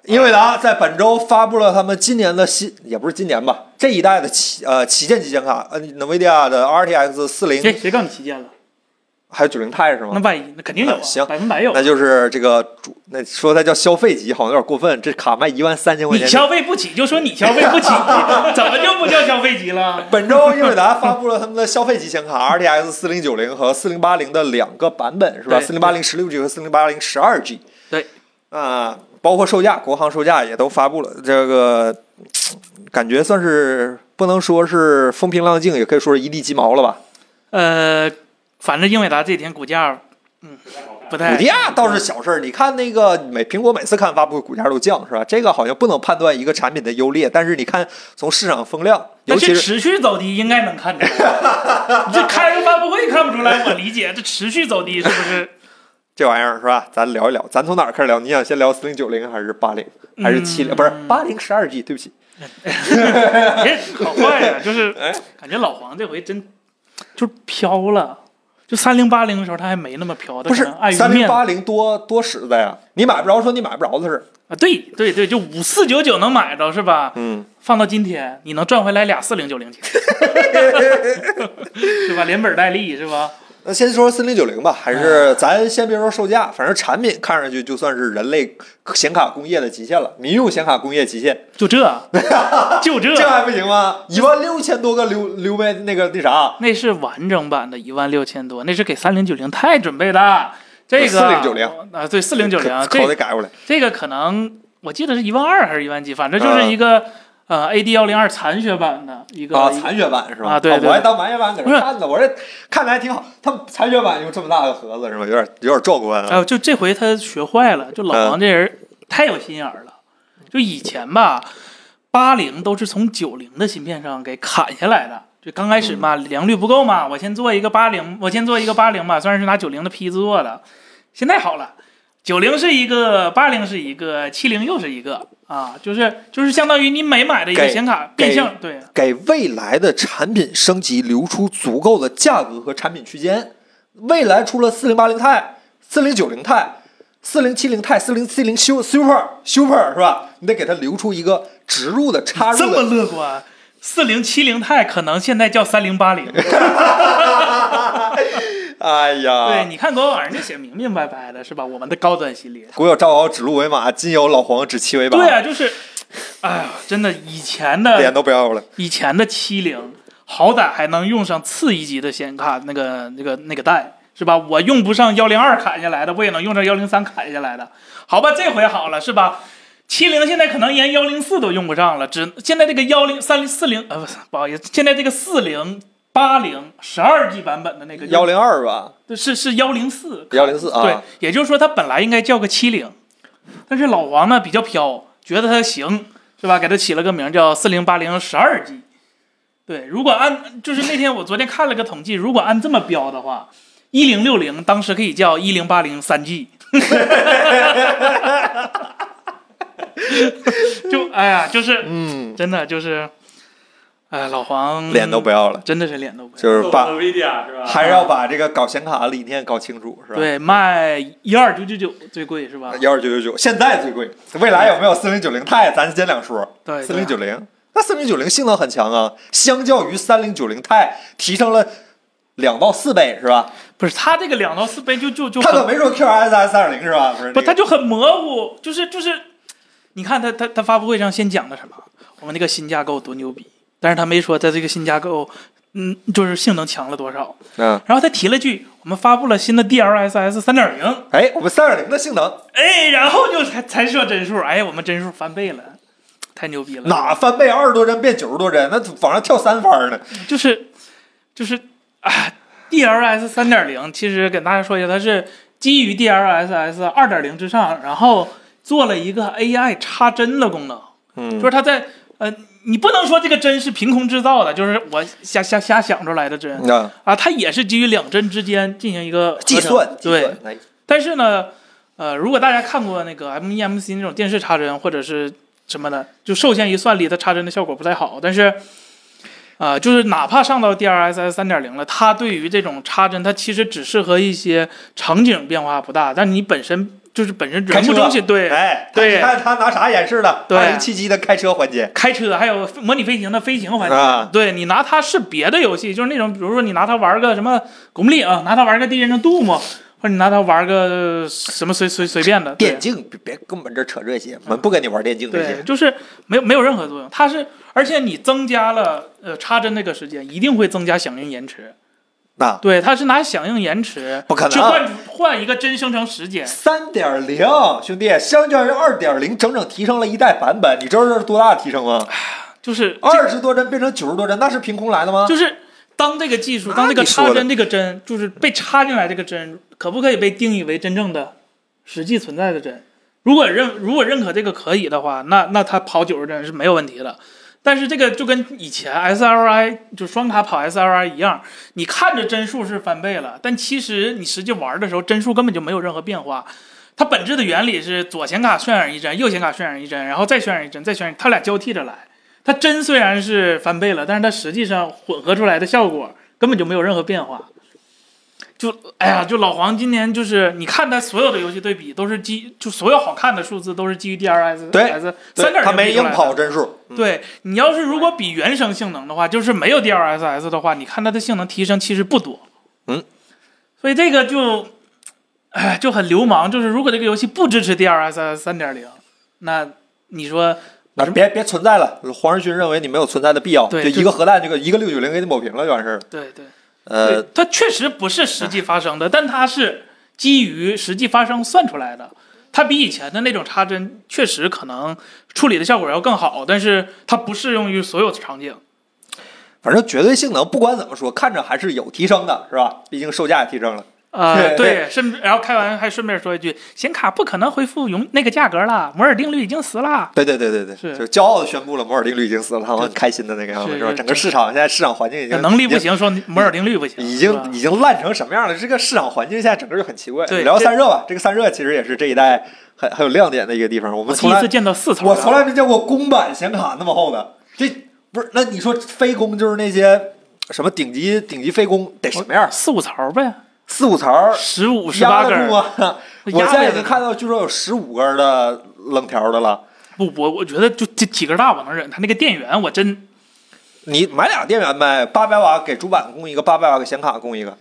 [SPEAKER 1] 英伟达在本周发布了他们今年的新，也不是今年吧，这一代的旗呃旗舰级显卡，呃，NVIDIA 的 RTX 四
[SPEAKER 2] 谁
[SPEAKER 1] 零
[SPEAKER 2] 谁告你旗舰了？
[SPEAKER 1] 还有九零 Ti 是
[SPEAKER 2] 那
[SPEAKER 1] 吗？
[SPEAKER 2] 万一那肯定有啊，
[SPEAKER 1] 嗯行
[SPEAKER 2] 百分百有啊。
[SPEAKER 1] 那就是这个主，那说它叫消费级好像有点过分，这卡卖一万三千块
[SPEAKER 2] 你
[SPEAKER 1] 钱。
[SPEAKER 2] 消费不起就说你消费不起，怎么就不叫消费级了？
[SPEAKER 1] 本周英伟达发布了他们的消费级显卡 RTX 四零九零和四零八零的两个版本，是吧？
[SPEAKER 2] 对
[SPEAKER 1] 四零八零十六 G 和四零八零十二 G。
[SPEAKER 2] 对。
[SPEAKER 1] 啊、包括售价，国行售价也都发布了。这个感觉算是不能说是风平浪静，也可以说是一地鸡毛了吧？
[SPEAKER 2] 呃，反正英伟达这几天股价嗯
[SPEAKER 3] 不太好
[SPEAKER 2] 不太
[SPEAKER 3] 看
[SPEAKER 1] 股价啊倒是小事儿，你看那个每苹果每次看发布会，股价都降，是吧？这个好像不能判断一个产品的优劣，但是你看从市场风量，尤
[SPEAKER 2] 但
[SPEAKER 1] 其
[SPEAKER 2] 是
[SPEAKER 1] 是
[SPEAKER 2] 持续走低应该能看 出来，你这开个发布会看不出来，我理解这持续走低是不是？
[SPEAKER 1] 这玩意儿是吧？咱聊一聊，咱从哪儿开始聊？你想先聊四零九零还是八零
[SPEAKER 2] 嗯
[SPEAKER 1] 还是七零、不是八零十二 G，对不起，
[SPEAKER 2] 哎，好 坏呀、就是
[SPEAKER 1] 哎
[SPEAKER 2] 感觉老黄这回真就飘了。就三零八零的时候，他还没那么飘，
[SPEAKER 1] 不
[SPEAKER 2] 他可
[SPEAKER 1] 是
[SPEAKER 2] 能碍于
[SPEAKER 1] 三零
[SPEAKER 2] 面子
[SPEAKER 1] 八零多多实在啊！你买不着，说你买不着的事。
[SPEAKER 2] 啊，对对对，就五四九九能买着是吧？
[SPEAKER 1] 嗯，
[SPEAKER 2] 放到今天，你能赚回来俩四零 九零钱， 是吧？连本带利是吧？
[SPEAKER 1] 那先说四零九零吧，还
[SPEAKER 2] 哎
[SPEAKER 1] 是咱先别说售价，反正产品看上去就算是人类显卡工业的极限了，民用显卡工业极限。
[SPEAKER 2] 就这，就 这，
[SPEAKER 1] 这还不行吗？一万六千多个流流媒那个那啥，
[SPEAKER 2] 那是完整版的一万六千多，那是给三零九零太准备的。这个
[SPEAKER 1] 4090
[SPEAKER 2] 啊，对四零九零，
[SPEAKER 1] 可我得
[SPEAKER 2] 这
[SPEAKER 1] 改过来。
[SPEAKER 2] 这个可能我记得是一万二还是一万几，反正就是一个、呃 AD 幺零二残血版的一个、
[SPEAKER 1] 嗯啊，残血版是吧？
[SPEAKER 2] 啊对对对
[SPEAKER 1] 我还当满血版搁
[SPEAKER 2] 不是
[SPEAKER 1] 这看呢，我这看着还挺好。他们残血版用这么大的盒子是吧？有点有点壮观
[SPEAKER 2] 哎
[SPEAKER 1] 啊。
[SPEAKER 2] 呦，就这回他学坏了，就老
[SPEAKER 1] 嗯
[SPEAKER 2] 王这人太有心眼儿了。就以前吧，八零都是从九零的芯片上给砍下来的。就刚开始嘛，
[SPEAKER 1] 嗯
[SPEAKER 2] 良率不够嘛，我先做一个八零，我先做一个八零吧，虽然是拿九零的坯子做的。现在好了，九零是一个，八零是一个，七零又是一个啊，就是就是相当于你每买的一个
[SPEAKER 1] 给
[SPEAKER 2] 显卡
[SPEAKER 1] 给
[SPEAKER 2] 变相对
[SPEAKER 1] 给未来的产品升级留出足够的价格和产品区间。未来出了四零八零 i 四零九零 i 四零七零 i 四零七零 Super Super 是吧？你得给它留出一个植入的插
[SPEAKER 2] 这
[SPEAKER 1] 入
[SPEAKER 2] 么
[SPEAKER 1] 的。
[SPEAKER 2] 乐观。四零七零钛可能现在叫三零八零，
[SPEAKER 1] 哎呀，
[SPEAKER 2] 对，你看官网上就写明明白白的，是吧？我们的高端系列，
[SPEAKER 1] 古有赵高指鹿为马，今有老黄指其为马，
[SPEAKER 2] 对啊，就是，哎呀，真的，以前
[SPEAKER 1] 脸
[SPEAKER 2] 的
[SPEAKER 1] 都不要了。
[SPEAKER 2] 以前的七零，好歹还能用上次一级的显卡那个那个那个带，是吧？我用不上幺零二砍下来的，我也能用上幺零三砍下来的，好吧？这回好了，是吧？七零现在可能连幺零四都用不上了，只现在这个幺零三零四零呃不是不好意思，现在这个四零八零十二 G 版本的那个
[SPEAKER 1] 幺零二吧，
[SPEAKER 2] 是是幺零四
[SPEAKER 1] 幺零四
[SPEAKER 2] 对
[SPEAKER 1] 啊，，
[SPEAKER 2] 也就是说它本来应该叫个七零，但是老王呢比较飘，觉得它行是吧？给它起了个名叫四零八零十二 G。对，如果按就是那天我昨天看了个统计，如果按这么标的话，一零六零当时可以叫一零八零三 G。就哎呀，就是
[SPEAKER 1] 嗯，
[SPEAKER 2] 真的就是，哎，老黄
[SPEAKER 1] 脸都不要了，
[SPEAKER 2] 真的是脸都不要。
[SPEAKER 1] 就是把
[SPEAKER 3] NVIDIA 是吧？
[SPEAKER 1] 还是要把这个搞显卡的理念搞清楚，是吧？
[SPEAKER 2] 对，卖一二九九九最贵是吧？
[SPEAKER 1] 幺二九九九，现在最贵，未来有没有四零九零钛，咱先两说。
[SPEAKER 2] 对，啊
[SPEAKER 1] 四零九零，那四零九零性能很强啊，相较于三零九零钛提升了两到四倍，是吧？
[SPEAKER 2] 不是他这个两到四倍就就就
[SPEAKER 1] 他可
[SPEAKER 2] 很
[SPEAKER 1] 没说 QSS 三点零是吧？不是，
[SPEAKER 2] 不，他就很模糊，就是就是，你看他他他发布会上先讲的什么？我们那个新架构多牛逼，但是他没说在这个新架构，嗯，就是性能强了多少。
[SPEAKER 1] 嗯，
[SPEAKER 2] 然后他提了句，我们发布了新的 DLSS 三点零，
[SPEAKER 1] 哎，我们三点零的性能
[SPEAKER 2] 哎，然后就才才说帧数，哎，我们帧数翻倍了，太牛逼了。
[SPEAKER 1] 哪翻倍二十多帧变九十多帧，那往上跳三番呢？
[SPEAKER 2] 就是就是啊，DLSS 三点零，其实给大家说一下，它是基于 DLSS 二点零之上，然后做了一个 AI 插帧的功能，就
[SPEAKER 1] 嗯
[SPEAKER 2] 是它在呃，你不能说这个帧是凭空制造的，就是我瞎瞎瞎想出来的帧
[SPEAKER 1] 啊，
[SPEAKER 2] 啊，它也是基于两帧之间进行一个合
[SPEAKER 1] 计
[SPEAKER 2] 成
[SPEAKER 1] 算，计
[SPEAKER 2] 对
[SPEAKER 1] 算，，哎
[SPEAKER 2] 但是呢，呃，如果大家看过那个 MEMC 那种电视插针或者是什么的，就受限于算力，它插针的效果不太好。但是，呃，就是哪怕上到 DLSS 三点零了，它对于这种插针，它其实只适合一些场景变化不大，但你本身就是本身人
[SPEAKER 1] 开车
[SPEAKER 2] 物
[SPEAKER 1] 啊
[SPEAKER 2] 中心对。
[SPEAKER 1] 哎，
[SPEAKER 2] 对
[SPEAKER 1] 你看他拿啥演示的？
[SPEAKER 2] 对
[SPEAKER 1] 二零七级的开车环节
[SPEAKER 2] 开车啊还有模拟飞行的飞行环节，
[SPEAKER 1] 啊，
[SPEAKER 2] 对你拿它是别的游戏，就是那种比如说你拿它玩个什么《古墓丽影》，拿它玩个《第一人称杜牧》，或者你拿它玩个呃什么随随随便的对
[SPEAKER 1] 电竞别别跟我们这扯这些，我们不跟你玩电竞这
[SPEAKER 2] 对，
[SPEAKER 1] 些。
[SPEAKER 2] 就是没有没有任何作用。它是，而且你增加了呃插针那个时间，一定会增加响应延迟。
[SPEAKER 1] 那
[SPEAKER 2] 对，它是拿响应延迟
[SPEAKER 1] 不可
[SPEAKER 2] 去
[SPEAKER 1] 能，
[SPEAKER 2] 换换一个帧生成时间。
[SPEAKER 1] 三点零兄弟，相较于二点零，整整提升了一代版本。你知道这是多大的提升吗？
[SPEAKER 2] 就是
[SPEAKER 1] 二十多帧变成九十多帧，那是凭空来的吗？
[SPEAKER 2] 就是当这个技术，
[SPEAKER 1] 那
[SPEAKER 2] 当这个
[SPEAKER 1] 你说
[SPEAKER 2] 插
[SPEAKER 1] 的
[SPEAKER 2] 针这个针，就是被插进来这个针，可不可以被定义为真正的实际存在的针？如果认如果认可这个可以的话，那那它跑九十帧是没有问题的。但是这个就跟以前 SLI 就双卡跑 SLI 一样，你看着帧数是翻倍了，但其实你实际玩的时候帧数根本就没有任何变化。它本质的原理是左显卡渲染一帧，右显卡渲染一帧，然后再渲染一帧，再渲染，它俩交替着来。它帧虽然是翻倍了，但是它实际上混合出来的效果根本就没有任何变化。就哎呀，就老黄今年就是你看他所有的游戏对比都是基，就所有好看的数字都是基于 DLSS
[SPEAKER 1] 对
[SPEAKER 2] 三点
[SPEAKER 1] 他没硬跑帧数，嗯
[SPEAKER 2] 对你要是如果比原生性能的话，就是没有 DLSS 的话，你看它的性能提升其实不多。
[SPEAKER 1] 嗯，
[SPEAKER 2] 所以这个就，哎，就很流氓。就是如果这个游戏不支持 DLSS 三点零，那你说
[SPEAKER 1] 那别别存在了。黄仁勋认为你没有存在的必要，就
[SPEAKER 2] 对
[SPEAKER 1] 一个核弹，这个一个六九零给你抹平了就完事儿了。
[SPEAKER 2] 对对，
[SPEAKER 1] 呃
[SPEAKER 2] 对，，它确实不是实际发生的，但它是基于实际发生算出来的。它比以前的那种插针确实可能处理的效果要更好，但是它不适用于所有的场景。
[SPEAKER 1] 反正绝对性能不管怎么说，看着还是有提升的，是吧？毕竟售价也提升了。
[SPEAKER 2] 呃，对，顺便然后开完还顺便说一句，显卡不可能恢复永那个价格了，摩尔定律已经死了。
[SPEAKER 1] 对对对对对，
[SPEAKER 2] 是
[SPEAKER 1] 就骄傲的宣布了摩尔定律已经死了，他们很开心的那个样子
[SPEAKER 2] 是
[SPEAKER 1] 是吧？
[SPEAKER 2] 是
[SPEAKER 1] 整个市场现在市场环境已经
[SPEAKER 2] 能力不
[SPEAKER 1] 已经，
[SPEAKER 2] 行，说摩尔定律不行，
[SPEAKER 1] 已
[SPEAKER 2] 是吧
[SPEAKER 1] 经已经烂成什么样了？这个市场环境现在整个就很奇怪。
[SPEAKER 2] 对
[SPEAKER 1] 聊
[SPEAKER 2] 这
[SPEAKER 1] 散热吧，这个散热其实也是这一代很很有亮点的一个地方。我
[SPEAKER 2] 我
[SPEAKER 1] 们
[SPEAKER 2] 第
[SPEAKER 1] 从
[SPEAKER 2] 一
[SPEAKER 1] 来
[SPEAKER 2] 次见到四层，
[SPEAKER 1] 我从来没见过公版显卡那么厚的，这不是？那你说非公就是那些什么顶级顶级非公得什么样？
[SPEAKER 2] 四五槽呗，
[SPEAKER 1] 四五槽儿
[SPEAKER 2] 十五十
[SPEAKER 1] 压
[SPEAKER 2] 八
[SPEAKER 1] 得
[SPEAKER 2] 根
[SPEAKER 1] 住
[SPEAKER 2] 儿。
[SPEAKER 1] 吗？我现在已经看到，据说有十五根儿的冷条的了。
[SPEAKER 2] 不，我我觉得就这几根大我能忍，它那个电源我真
[SPEAKER 1] 你买俩电源呗，八百瓦给主板供一个，八百瓦给显卡供一个。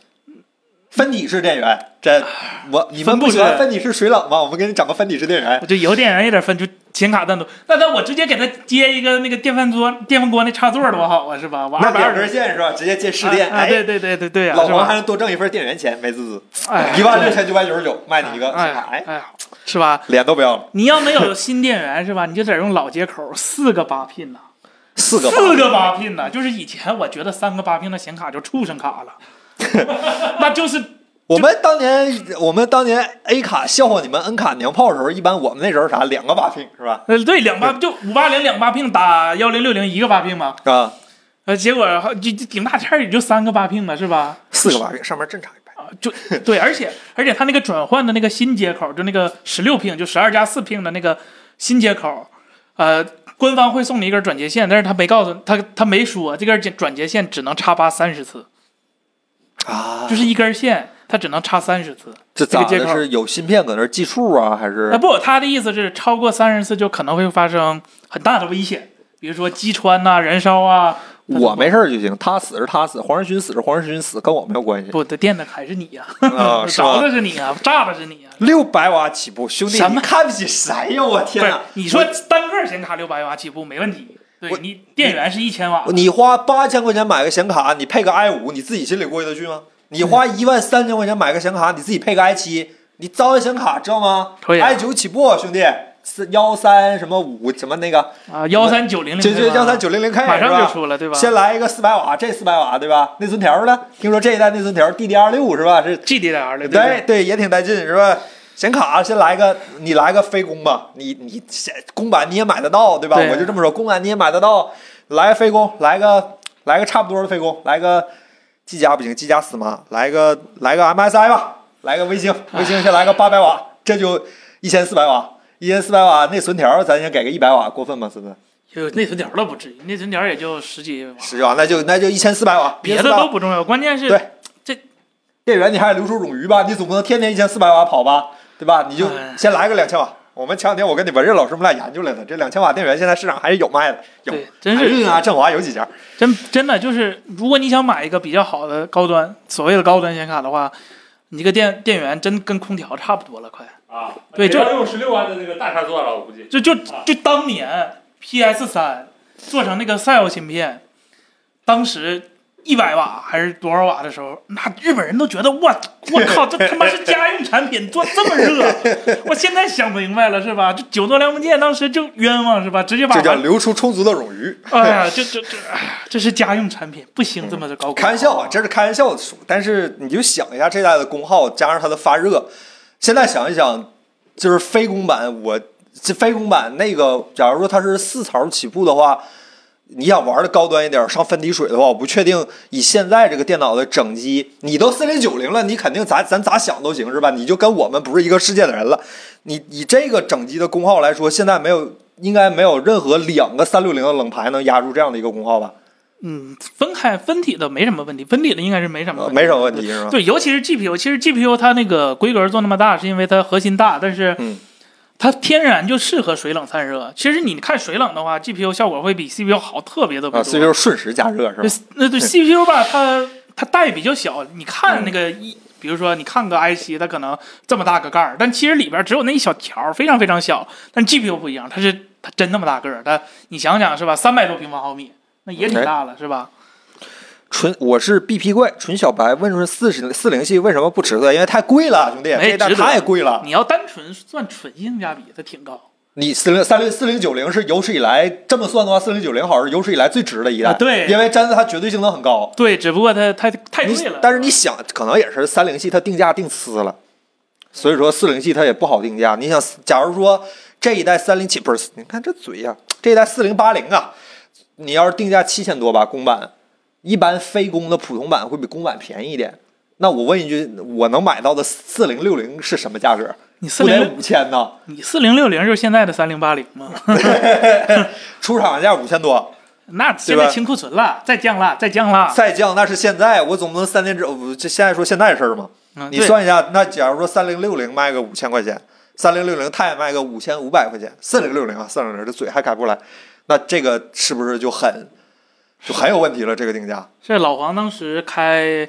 [SPEAKER 1] 分体式电源，这我你们
[SPEAKER 2] 分布
[SPEAKER 1] 不喜欢
[SPEAKER 2] 式
[SPEAKER 1] 分体式水冷吗？我们给你整个分体式电源。
[SPEAKER 2] 我就以后电源也得分，就显卡单独。那那我直接给它接一个那个电饭桌电饭锅那插座儿多好啊，是吧？我
[SPEAKER 1] 那
[SPEAKER 2] 二百
[SPEAKER 1] 两
[SPEAKER 2] 二
[SPEAKER 1] 根
[SPEAKER 2] 十
[SPEAKER 1] 线是吧？直接接市电，
[SPEAKER 2] 啊啊对
[SPEAKER 1] 哎，
[SPEAKER 2] 对对对对啊，
[SPEAKER 1] 老
[SPEAKER 2] 是
[SPEAKER 1] 王还
[SPEAKER 2] 吧？
[SPEAKER 1] 能多挣一份电源钱，没滋滋，
[SPEAKER 2] 哎，
[SPEAKER 1] 一万六千九百九十九卖你一个
[SPEAKER 2] 哎
[SPEAKER 1] 显卡，
[SPEAKER 2] 哎
[SPEAKER 1] 哎，
[SPEAKER 2] 哎，是吧？
[SPEAKER 1] 脸都不要了，
[SPEAKER 2] 你要没有新电源是吧？你就得用老接口，四个八 pin 呐、
[SPEAKER 1] 四个吧，
[SPEAKER 2] 四个八 pin 呐、就是以前我觉得三个八 pin 的显卡就畜生卡 了，那就是
[SPEAKER 1] 我们当年我们当年 A 卡笑话你们 N 卡娘炮的时候，一般我们那时候啥两个八屏是吧？
[SPEAKER 2] 呃对两八就五八零两八 pin 打幺零六零一个八 pin 嘛，
[SPEAKER 1] 啊，
[SPEAKER 2] 呃结果就就顶大天儿也就三个八 pin 了是吧？
[SPEAKER 1] 四个八屏上面正常一排，
[SPEAKER 2] 啊就对，而且而且它那个转换的那个新接口，就那个十六 pin 就十二加四 pin 的那个新接口，呃。官方会送你一根转接线，但是他没告诉他，他没说这根转接线只能插拔三十次。
[SPEAKER 1] 啊
[SPEAKER 2] 就是一根线，它只能插三十次。
[SPEAKER 1] 这
[SPEAKER 2] 这
[SPEAKER 1] 咋
[SPEAKER 2] 个接
[SPEAKER 1] 的？
[SPEAKER 2] 口
[SPEAKER 1] 是有芯片搁那儿计数啊，还
[SPEAKER 2] 啊
[SPEAKER 1] 是
[SPEAKER 2] 不，他的意思是超过三十次就可能会发生很大的危险，比如说击穿呐、燃烧啊。
[SPEAKER 1] 我没事儿就行？他死是他死，黄仁勋死是黄仁勋死，跟我没有关系
[SPEAKER 2] 不，这电的还是你呀、
[SPEAKER 1] 啊，是
[SPEAKER 2] 着
[SPEAKER 1] 吧？
[SPEAKER 2] 的是你呀、炸的是你啊呀、
[SPEAKER 1] 六百瓦起步，兄弟，
[SPEAKER 2] 什么
[SPEAKER 1] 你看不起谁呀？我
[SPEAKER 2] 不
[SPEAKER 1] 天
[SPEAKER 2] 是
[SPEAKER 1] 哪，！
[SPEAKER 2] 你说单个显卡六百瓦起步没问题，对
[SPEAKER 1] 我
[SPEAKER 2] 你电源是一千瓦，
[SPEAKER 1] 你花八千块钱买个显卡，你配个 i 五，你自己心里过意得去吗？你花一万三千块钱买个显卡，你自己配个 i 七，你糟践显卡知道吗、
[SPEAKER 2] 可以啊
[SPEAKER 1] i 九起步，兄弟，四幺三什么五什么那个，
[SPEAKER 2] 啊，幺三九零零，
[SPEAKER 1] 就就幺三九零零 K
[SPEAKER 2] 马
[SPEAKER 1] 是
[SPEAKER 2] 上就
[SPEAKER 1] 吧？
[SPEAKER 2] 出了，对吧
[SPEAKER 1] 先来一个四百瓦，这四百瓦对吧？内存条呢？听说这一代内存条 DDR 六是吧？是，
[SPEAKER 2] ？GDDR 的，
[SPEAKER 1] 对对，也挺带劲是吧？显卡先来个，你来个非公吧，你你先公版你也买得到对吧？
[SPEAKER 2] 对啊
[SPEAKER 1] 我就这么说，公版你也买得到，来个非公，来个来个差不多的非公，来个 G 加不行，G 加死妈，来个来个 MSI 吧，来个微星，微星先来个八百瓦，这就一千四百瓦，一千四百瓦内存条咱先给个一百瓦，过分吗？孙子？
[SPEAKER 2] 有内存条都不至于，内存条也就十几瓦，
[SPEAKER 1] 十瓦，啊那就那就一千四百瓦，
[SPEAKER 2] 别的
[SPEAKER 1] 1400
[SPEAKER 2] 都
[SPEAKER 1] 瓦
[SPEAKER 2] 不重要，关键是
[SPEAKER 1] 对电源你还得留出冗余吧，你总不能天天一千四百瓦跑吧，对吧？你就
[SPEAKER 2] 哎
[SPEAKER 1] 先来个两千瓦。我们前两天我跟你文任老师我们俩研究来的，这两千瓦电源现在市场还是有卖的，有
[SPEAKER 2] 对，真是
[SPEAKER 1] 海运啊、振华有几家，
[SPEAKER 2] 真真的就是，如果你想买一个比较好的高端所谓的高端显卡的话，你这个电电源真跟空调差不多了，快。
[SPEAKER 3] 啊，
[SPEAKER 2] 对
[SPEAKER 3] 只要用十六万的那个大插座了，我 估计。
[SPEAKER 2] 就就就当年 PS 三做成那个赛欧芯片，当时一百瓦还是多少瓦的时候，那日本人都觉得我我靠，这他妈是家用产品，做这么热，我现在想明白了是吧？这九座良木剑当时就冤枉是吧？直接把
[SPEAKER 1] 这叫留出充足的冗余。
[SPEAKER 2] 哎呀，这这这，哎呀这是家用产品，不行，这么高
[SPEAKER 1] 开玩笑啊，这是开玩笑的说，但是你就想一下这代的功耗加上它的发热，现在想一想，就是非公版，我这非公版那个，假如说它是四槽起步的话，你想玩的高端一点，上分体水的话，我不确定以现在这个电脑的整机，你都四零九零了，你肯定咱咱咋想都行是吧？你就跟我们不是一个世界的人了。你以这个整机的功耗来说，现在没有应该没有任何两个三六零的冷盘能压住这样的一个功耗吧？
[SPEAKER 2] 嗯，分开分体的没什么问题，分体的应该是没什么
[SPEAKER 1] 呃
[SPEAKER 2] 问题、
[SPEAKER 1] 没什么问题是吧？
[SPEAKER 2] 对，尤其是 GPU，其实 GPU 它那个规格做那么大，是因为它核心大，但是
[SPEAKER 1] 嗯
[SPEAKER 2] 它天然就适合水冷散热。其实你看水冷的话，GPU 效果会比 CPU 好特别的多。
[SPEAKER 1] 啊，CPU 瞬时加热是吧
[SPEAKER 2] 那？那对 CPU 吧，它它带比较小，你看那个
[SPEAKER 1] 嗯
[SPEAKER 2] 一。比如说，你看个 i 7它可能这么大个盖儿，但其实里边只有那一小条儿，非常非常小。但 GPU 不一样，它是它真那么大个儿，它你想想是吧？三百多平方毫米，那也挺
[SPEAKER 1] 哎
[SPEAKER 2] 大了，是吧？
[SPEAKER 1] 纯我是 BP 怪，纯小白问说四十四零系为什么不值得？因为太贵了，兄弟，
[SPEAKER 2] 没
[SPEAKER 1] 这一代
[SPEAKER 2] 值得
[SPEAKER 1] 太贵了。
[SPEAKER 2] 你要单纯算纯性价比，它挺高。
[SPEAKER 1] 你四零三零四零九零是有史以来这么算的话，四零九零好像是有史以来最值的一代，
[SPEAKER 2] 啊对
[SPEAKER 1] 因为真的它绝对性能很高。
[SPEAKER 2] 对，只不过它它太
[SPEAKER 1] 你
[SPEAKER 2] 哎贵了。
[SPEAKER 1] 但是你想，可能也是三零系它定价定呲了，所以说四零系它也不好定价。你想，假如说这一代三零七不是，你看这嘴呀、这一代四零八零啊，你要是定价七千多吧，公版，一般非公的普通版会比公版便宜一点。那我问一句，我能买到的四零六零是什么价格？
[SPEAKER 2] 你四
[SPEAKER 1] 不得
[SPEAKER 2] 零
[SPEAKER 1] 五千呢？
[SPEAKER 2] 你四零六零就是现在的三零八零 吗？
[SPEAKER 1] 出厂价五千多，
[SPEAKER 2] 那
[SPEAKER 1] 对
[SPEAKER 2] 现在
[SPEAKER 1] 吧
[SPEAKER 2] 清库存了，再降了，再降了。
[SPEAKER 1] 再降那是现在，我总不能三年之后，呃这现在说现在的事儿吗？
[SPEAKER 2] 嗯，
[SPEAKER 1] 你
[SPEAKER 2] 对
[SPEAKER 1] 算一下，那假如说三零六零卖个五千块钱，三零六零钛卖个五千五百块钱，四零六零啊，四零零这嘴还改不过来，那这个是不是就很就很有问题了？这个定价，
[SPEAKER 2] 是老黄当时开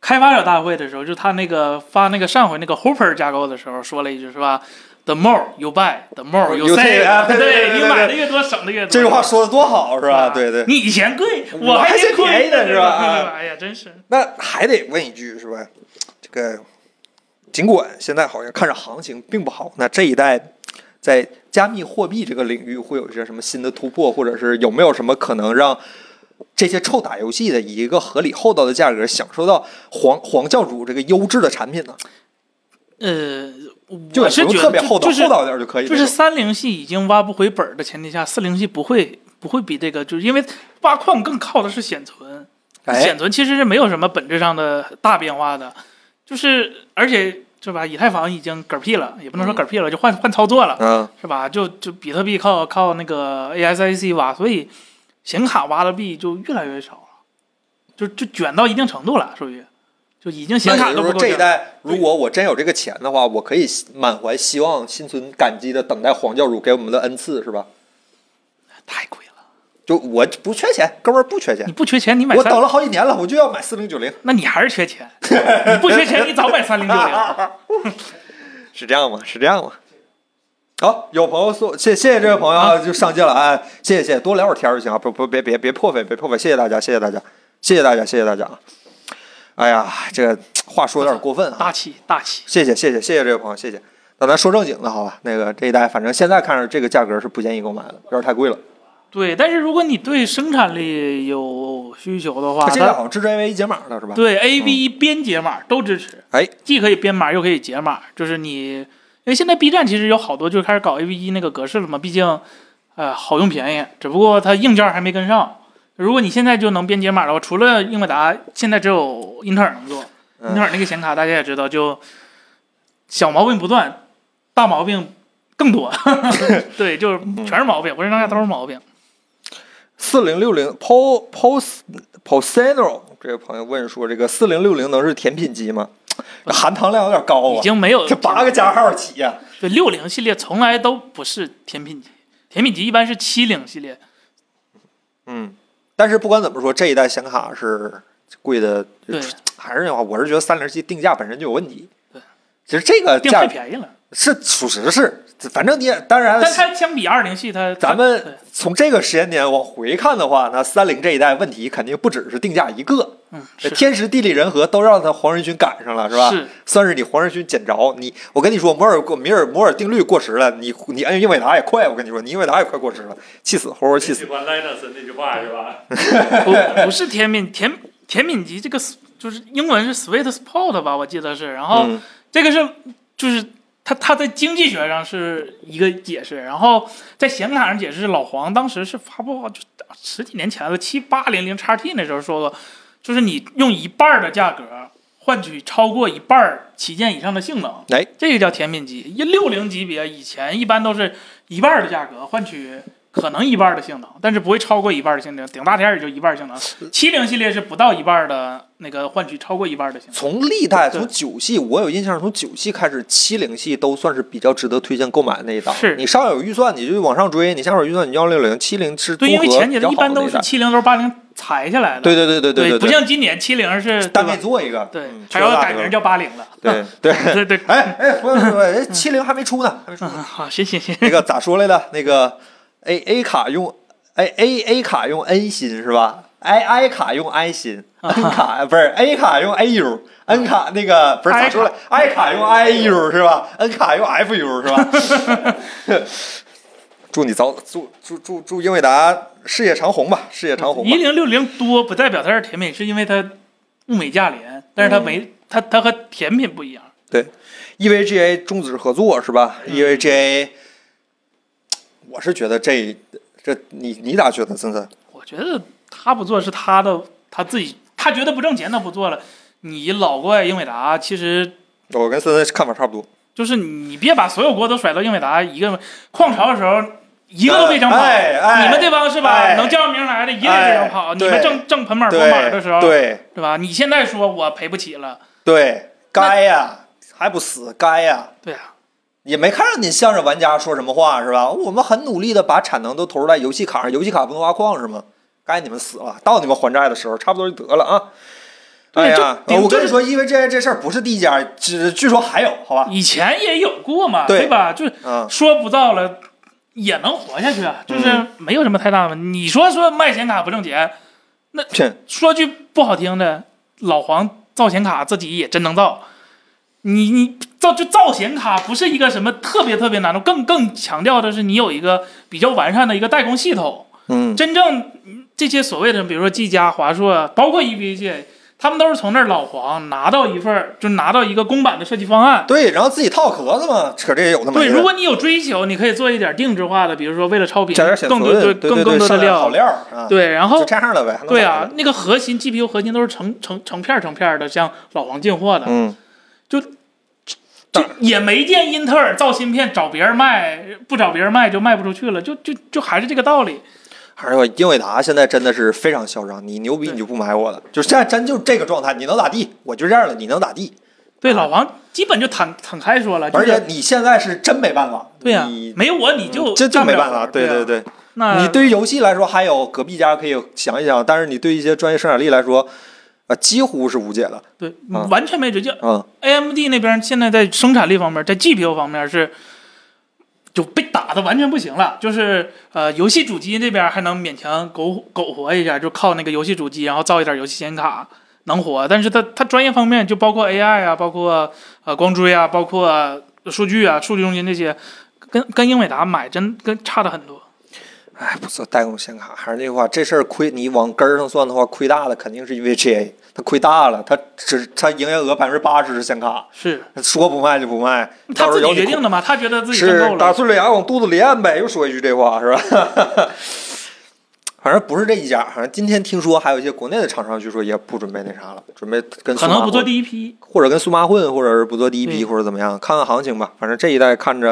[SPEAKER 2] 开发者大会的时候，就他那个发那个上回那个 Hopper 架构的时候，说了一句是吧？The more you buy, the more
[SPEAKER 1] You
[SPEAKER 2] save
[SPEAKER 1] save，啊。对对对
[SPEAKER 2] 对，
[SPEAKER 1] 对
[SPEAKER 2] 你买的越多，省的越多。
[SPEAKER 1] 这句话说的多好是
[SPEAKER 2] 是
[SPEAKER 1] 吧？对对，
[SPEAKER 2] 你以前贵，
[SPEAKER 1] 我还
[SPEAKER 2] 还
[SPEAKER 1] 嫌
[SPEAKER 2] 亏
[SPEAKER 1] 便宜呢
[SPEAKER 2] 对
[SPEAKER 1] 是吧
[SPEAKER 2] 对对
[SPEAKER 1] 啊
[SPEAKER 2] 对哎呀，真是
[SPEAKER 1] 那还得问一句是吧？这个尽管现在好像看着行情并不好，那这一代在加密货币这个领域会有一些什么新的突破，或者是有没有什么可能让这些臭打游戏的以一个合理厚道的价格享受到黄黄教主这个优质的产品呢？
[SPEAKER 2] 呃，
[SPEAKER 1] 就
[SPEAKER 2] 我
[SPEAKER 1] 也
[SPEAKER 2] 是
[SPEAKER 1] 不用
[SPEAKER 2] 觉得
[SPEAKER 1] 特别厚道，
[SPEAKER 2] 就是
[SPEAKER 1] 厚道一点就可以。
[SPEAKER 2] 就是三零系已经挖不回本儿的前提下，四零系不会不会比这个，就是因为挖矿更靠的是显存，
[SPEAKER 1] 哎
[SPEAKER 2] 显，存其实是没有什么本质上的大变化的，就是而且是吧，以太坊已经嗝屁了，也不能说嗝屁了，就换换操作了，
[SPEAKER 1] 嗯，
[SPEAKER 2] 是吧？就就比特币靠靠那个 ASIC 挖，所以显卡挖的币就越来越少了，就就卷到一定程度了，属于就已经
[SPEAKER 1] 那
[SPEAKER 2] 显卡
[SPEAKER 1] 也就
[SPEAKER 2] 都
[SPEAKER 1] 是
[SPEAKER 2] 不
[SPEAKER 1] 说，
[SPEAKER 2] 够
[SPEAKER 1] 这一
[SPEAKER 2] 卷了。
[SPEAKER 1] 代如果我真有这个钱的话，我可以满怀希望、心存感激的等待黄教主给我们的恩赐，是吧？
[SPEAKER 2] 太贵了，
[SPEAKER 1] 就我不缺钱，哥们儿不缺钱
[SPEAKER 2] 你，不缺钱，你买
[SPEAKER 1] 我
[SPEAKER 2] 三
[SPEAKER 1] 等了好几年了，我就要买四零九零，
[SPEAKER 2] 那你还是缺钱，你不缺钱，你早买三零九零。
[SPEAKER 1] 是这样吗？是这样吗？好，有朋友送，谢谢谢这位朋友啊，就上进了啊，谢谢谢谢，多聊会儿天儿就行啊，不不别别别破费，别破费，谢谢大家，谢谢大家，谢谢大家，谢谢大家啊！哎呀，这个话说有点过分啊，
[SPEAKER 2] 大气大气，
[SPEAKER 1] 谢谢谢谢谢谢这位朋友，谢谢。那咱说正经的好吧，那个这一代反正现在看着这个价格是不建议购买的，有点太贵了。
[SPEAKER 2] 对。但是如果你对生产力有需求的话，
[SPEAKER 1] 这代
[SPEAKER 2] 它
[SPEAKER 1] 好像支持 AV 一解码了是吧？嗯
[SPEAKER 2] 对 A V 编解码都支持，
[SPEAKER 1] 哎，
[SPEAKER 2] 既可以编码又可以解码，就是你，因为现在 B 站其实有好多就开始搞 A V 一那个格式了嘛，毕竟，呃，好用便宜，只不过它硬件还没跟上。如果你现在就能编解码的话，除了英伟达，现在只有英特尔能做。英特
[SPEAKER 1] 嗯，
[SPEAKER 2] 尔那个显卡大家也知道，就小毛病不断，大毛病更多。 对，就是全是毛病，浑身上下都是毛病。
[SPEAKER 1] 四零六零 Pol Pos Posano 这位朋友问说，这个四零六零能是甜品机吗？这含糖量有点高
[SPEAKER 2] 已
[SPEAKER 1] 啊，
[SPEAKER 2] 经没有
[SPEAKER 1] 这八个加号起呀、
[SPEAKER 2] 对六零系列从来都不是甜品级，甜品级一般是七零系列。
[SPEAKER 1] 嗯，但是不管怎么说，这一代显卡是贵的，
[SPEAKER 2] 对，
[SPEAKER 1] 还是那句话，我是觉得三零七定价本身就有问题。
[SPEAKER 2] 对，
[SPEAKER 1] 其实这个
[SPEAKER 2] 定
[SPEAKER 1] 价
[SPEAKER 2] 太便宜了。
[SPEAKER 1] 是属实是，反正你也当然，
[SPEAKER 2] 但它相比二零系它，它
[SPEAKER 1] 咱们
[SPEAKER 2] 对
[SPEAKER 1] 从这个时间点往回看的话，那三菱这一代问题肯定不只是定价一个，
[SPEAKER 2] 嗯
[SPEAKER 1] 这
[SPEAKER 2] 是
[SPEAKER 1] 天时地利人和都让他黄仁勋赶上了，是吧？
[SPEAKER 2] 是
[SPEAKER 1] 算是你黄仁勋捡着你。我跟你说，摩尔过米尔摩尔定律过时了，你你摁英伟达也快，我跟你说，你英伟达也快过时了，气死，活活气
[SPEAKER 3] 喜
[SPEAKER 1] 死。
[SPEAKER 3] 欢 Linux 那句话是吧？
[SPEAKER 2] 不不是甜品甜甜品级这个 s- 就是英文是 sweet spot 吧，我记得是，然后。
[SPEAKER 1] 嗯，
[SPEAKER 2] 这个是就是他他在经济学上是一个解释，然后在显卡上解释，老黄当时是发布就十几年前了，七八零零 x T 那时候说过，就是你用一半儿的价格换取超过一半儿旗舰以上的性能，
[SPEAKER 1] 哎，
[SPEAKER 2] 这个叫甜品级。一六零级别以前一般都是一半儿的价格换取。可能一半儿的性能，但是不会超过一半儿的性能，顶大天儿也就一半儿性能。七零系列是不到一半儿的那个换取超过一半儿的性能。
[SPEAKER 1] 从历代
[SPEAKER 2] 对
[SPEAKER 1] 从九系，我有印象，从九系开始，七零系都算是比较值得推荐购买的那一档。
[SPEAKER 2] 是
[SPEAKER 1] 你上有预算你就往上追，你下有预算你幺六零，七零是
[SPEAKER 2] 对，
[SPEAKER 1] 综
[SPEAKER 2] 因为
[SPEAKER 1] 合
[SPEAKER 2] 前
[SPEAKER 1] 比
[SPEAKER 2] 几年
[SPEAKER 1] 较
[SPEAKER 2] 一
[SPEAKER 1] 好的
[SPEAKER 2] 般
[SPEAKER 1] 那
[SPEAKER 2] 都
[SPEAKER 1] 一
[SPEAKER 2] 是
[SPEAKER 1] 代。
[SPEAKER 2] 七零都是八零裁下来的，
[SPEAKER 1] 对对对对对
[SPEAKER 2] 不像今年七零是
[SPEAKER 1] 单
[SPEAKER 2] 对
[SPEAKER 1] 位
[SPEAKER 2] 吧
[SPEAKER 1] 做一个，
[SPEAKER 2] 对
[SPEAKER 1] 嗯，
[SPEAKER 2] 还要
[SPEAKER 1] 说大
[SPEAKER 2] 改
[SPEAKER 1] 哥
[SPEAKER 2] 名叫八零了。
[SPEAKER 1] 对 对，
[SPEAKER 2] 对对，
[SPEAKER 1] 哎哎，不不不，哎七零还没出呢，还没出
[SPEAKER 2] 嗯，
[SPEAKER 1] 呢。
[SPEAKER 2] 好，行行行，
[SPEAKER 1] 那个咋说来着？那个 A A 卡用哎 A A 卡用 N 芯是吧？I I 卡用 I 芯，N 卡不是 A 卡用 A U，N 卡那个不是咋说来 i 卡用 I U 是吧？N 卡用 F U 是吧？ 祝你早祝祝祝祝英伟达事业长虹吧，事业长虹吧
[SPEAKER 2] 一。零六零多不代表它是甜品，是因为它物美价廉，但是它没、
[SPEAKER 1] 嗯
[SPEAKER 2] 它它和甜品不一样。
[SPEAKER 1] ，E EVGA 终止合作是吧？E
[SPEAKER 2] 嗯
[SPEAKER 1] ？EVGA，我是觉得这这你你咋觉得，森森？
[SPEAKER 2] 我觉得他不做是他的他自己，他觉得不挣钱，他不做了。你老怪英伟达，其实
[SPEAKER 1] 我跟森森看法差不多。
[SPEAKER 2] 就是你别把所有锅都甩到英伟达一个矿潮的时候，一个都别想跑。
[SPEAKER 1] 哎哎
[SPEAKER 2] 你们这帮是吧，
[SPEAKER 1] 哎
[SPEAKER 2] 能叫上名来的，一个也别想跑。
[SPEAKER 1] 哎
[SPEAKER 2] 你们
[SPEAKER 1] 对
[SPEAKER 2] 挣挣盆满钵满的时候，
[SPEAKER 1] 对对
[SPEAKER 2] 对吧？你现在说我赔不起了，
[SPEAKER 1] 对，该呀、还不死，该呀、
[SPEAKER 2] 对啊，
[SPEAKER 1] 也没看着你向着玩家说什么话是吧？我们很努力的把产能都投入在游戏卡上，游戏卡不能挖矿是吗？该你们死了，到你们还债的时候，差不多就得了啊！
[SPEAKER 2] 对
[SPEAKER 1] 哎呀，
[SPEAKER 2] 就
[SPEAKER 1] 我跟
[SPEAKER 2] 就
[SPEAKER 1] 你
[SPEAKER 2] 是
[SPEAKER 1] 说，因为这这事儿不是第一家，只据说还有，好吧？
[SPEAKER 2] 以前也有过嘛，
[SPEAKER 1] 对
[SPEAKER 2] 吧？就是
[SPEAKER 1] 嗯，
[SPEAKER 2] 说不造了，也能活下去啊，就是
[SPEAKER 1] 嗯
[SPEAKER 2] 没有什么太大问题。你说说卖显卡不挣钱，
[SPEAKER 1] 这
[SPEAKER 2] 说句不好听的，老黄造显卡自己也真能造。你你造就造显卡不是一个什么特别特别难的，更更强调的是你有一个比较完善的一个代工系统。
[SPEAKER 1] 嗯
[SPEAKER 2] 真正嗯这些所谓的，比如说技嘉、华硕，啊包括 EVGA，他们都是从那儿老黄拿到一份儿，就拿到一个公版的设计方案。
[SPEAKER 1] 对，然后自己套壳子嘛，扯这也有那么
[SPEAKER 2] 对，如果你有追求，你可以做一点定制化的，比如说为了超频
[SPEAKER 1] 加点显
[SPEAKER 2] 更多
[SPEAKER 1] 存，对对
[SPEAKER 2] 更更多的
[SPEAKER 1] 上点好
[SPEAKER 2] 料。
[SPEAKER 1] 料儿啊，
[SPEAKER 2] 对，然后
[SPEAKER 1] 就这样了呗。还能
[SPEAKER 2] 对
[SPEAKER 1] 咋
[SPEAKER 2] 啊
[SPEAKER 1] 的，，
[SPEAKER 2] 那个核心 GPU 核心都是成成成片儿成片儿的，像老黄进货的，
[SPEAKER 1] 嗯，
[SPEAKER 2] 就也没见英特尔造芯片找别人卖，不找别人卖就卖不出去了，就就就还是这个道理。
[SPEAKER 1] 还是说英伟达现在真的是非常嚣张，你牛逼
[SPEAKER 2] 对
[SPEAKER 1] 你就不买我了，就现在真就这个状态，你能咋地我就这样了，你能咋地？
[SPEAKER 2] 对，
[SPEAKER 1] 啊
[SPEAKER 2] 老黄基本就坦坦开说啊了，就
[SPEAKER 1] 而且
[SPEAKER 2] 是
[SPEAKER 1] 你现在是真没办法，
[SPEAKER 2] 对呀、
[SPEAKER 1] 你
[SPEAKER 2] 没有我你就
[SPEAKER 1] 这就
[SPEAKER 2] 干不
[SPEAKER 1] 没
[SPEAKER 2] 了
[SPEAKER 1] 办
[SPEAKER 2] 活
[SPEAKER 1] 法，
[SPEAKER 2] 儿
[SPEAKER 1] 对
[SPEAKER 2] 对啊
[SPEAKER 1] 对对。
[SPEAKER 2] 那
[SPEAKER 1] 你对于游戏来说，还有隔壁家可以想一想，但是你对一些专业生产力来说，呃，几乎是无解的
[SPEAKER 2] 对
[SPEAKER 1] 啊
[SPEAKER 2] 完全没辙，就
[SPEAKER 1] 啊。
[SPEAKER 2] AMD 那边现在在生产力方面，在 GPU 方面是就被打的完全不行了，就是呃，游戏主机那边还能勉强苟苟活一下，就靠那个游戏主机，然后造一点游戏显卡能活，但是它它专业方面就包括 AI 啊，包括呃光追啊，包括呃数据啊、数据中心这些，跟跟英伟达买真跟差的很多。
[SPEAKER 1] 哎，不是代工显卡，还是那句话，这事儿亏你往根儿上算的话，亏大的肯定是因为 GA，它亏大了，它只它营业额百分之八十是显卡，
[SPEAKER 2] 是
[SPEAKER 1] 说不卖就不卖，到
[SPEAKER 2] 他
[SPEAKER 1] 时候
[SPEAKER 2] 自
[SPEAKER 1] 有
[SPEAKER 2] 己
[SPEAKER 1] 你
[SPEAKER 2] 决定的嘛？他觉得自己挣够
[SPEAKER 1] 是打
[SPEAKER 2] 了。
[SPEAKER 1] 碎了牙往肚子里咽呗，又说一句这话是吧？ 反正不是这一家，好像今天听说还有一些国内的厂商，据说也不准备那啥了，准备跟
[SPEAKER 2] 可
[SPEAKER 1] 苏麻
[SPEAKER 2] 能不做
[SPEAKER 1] 混
[SPEAKER 2] 第一批，
[SPEAKER 1] 或者跟苏麻混，或者是不做第一批，
[SPEAKER 2] 嗯
[SPEAKER 1] 或者怎么样，看看行情吧。反正这一代看着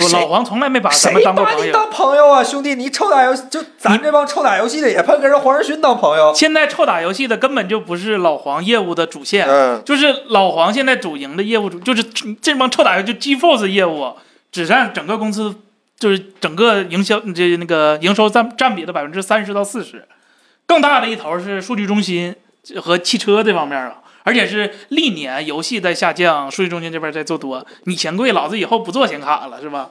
[SPEAKER 2] 我
[SPEAKER 1] 谁
[SPEAKER 2] 老黄从来没把咱
[SPEAKER 1] 谁
[SPEAKER 2] 们当过
[SPEAKER 1] 把
[SPEAKER 2] 朋
[SPEAKER 1] 你
[SPEAKER 2] 友。
[SPEAKER 1] 当朋友啊，兄弟，你臭打游戏就咱这帮臭打游戏的也配跟人黄仁勋当朋 友？
[SPEAKER 2] 现在臭打游戏的根本就不是老黄业务的主线，
[SPEAKER 1] 嗯，
[SPEAKER 2] 就是老黄现在主营的业务主就是这帮臭打游戏就 GForce 业务只占整个公司就是整个营销这那个营收占占比的百分之三十到四十，更大的一头是数据中心和汽车这方面了。而且是历年游戏在下降，数据中心这边在做多。你嫌贵，老子以后不做显卡了，是吧？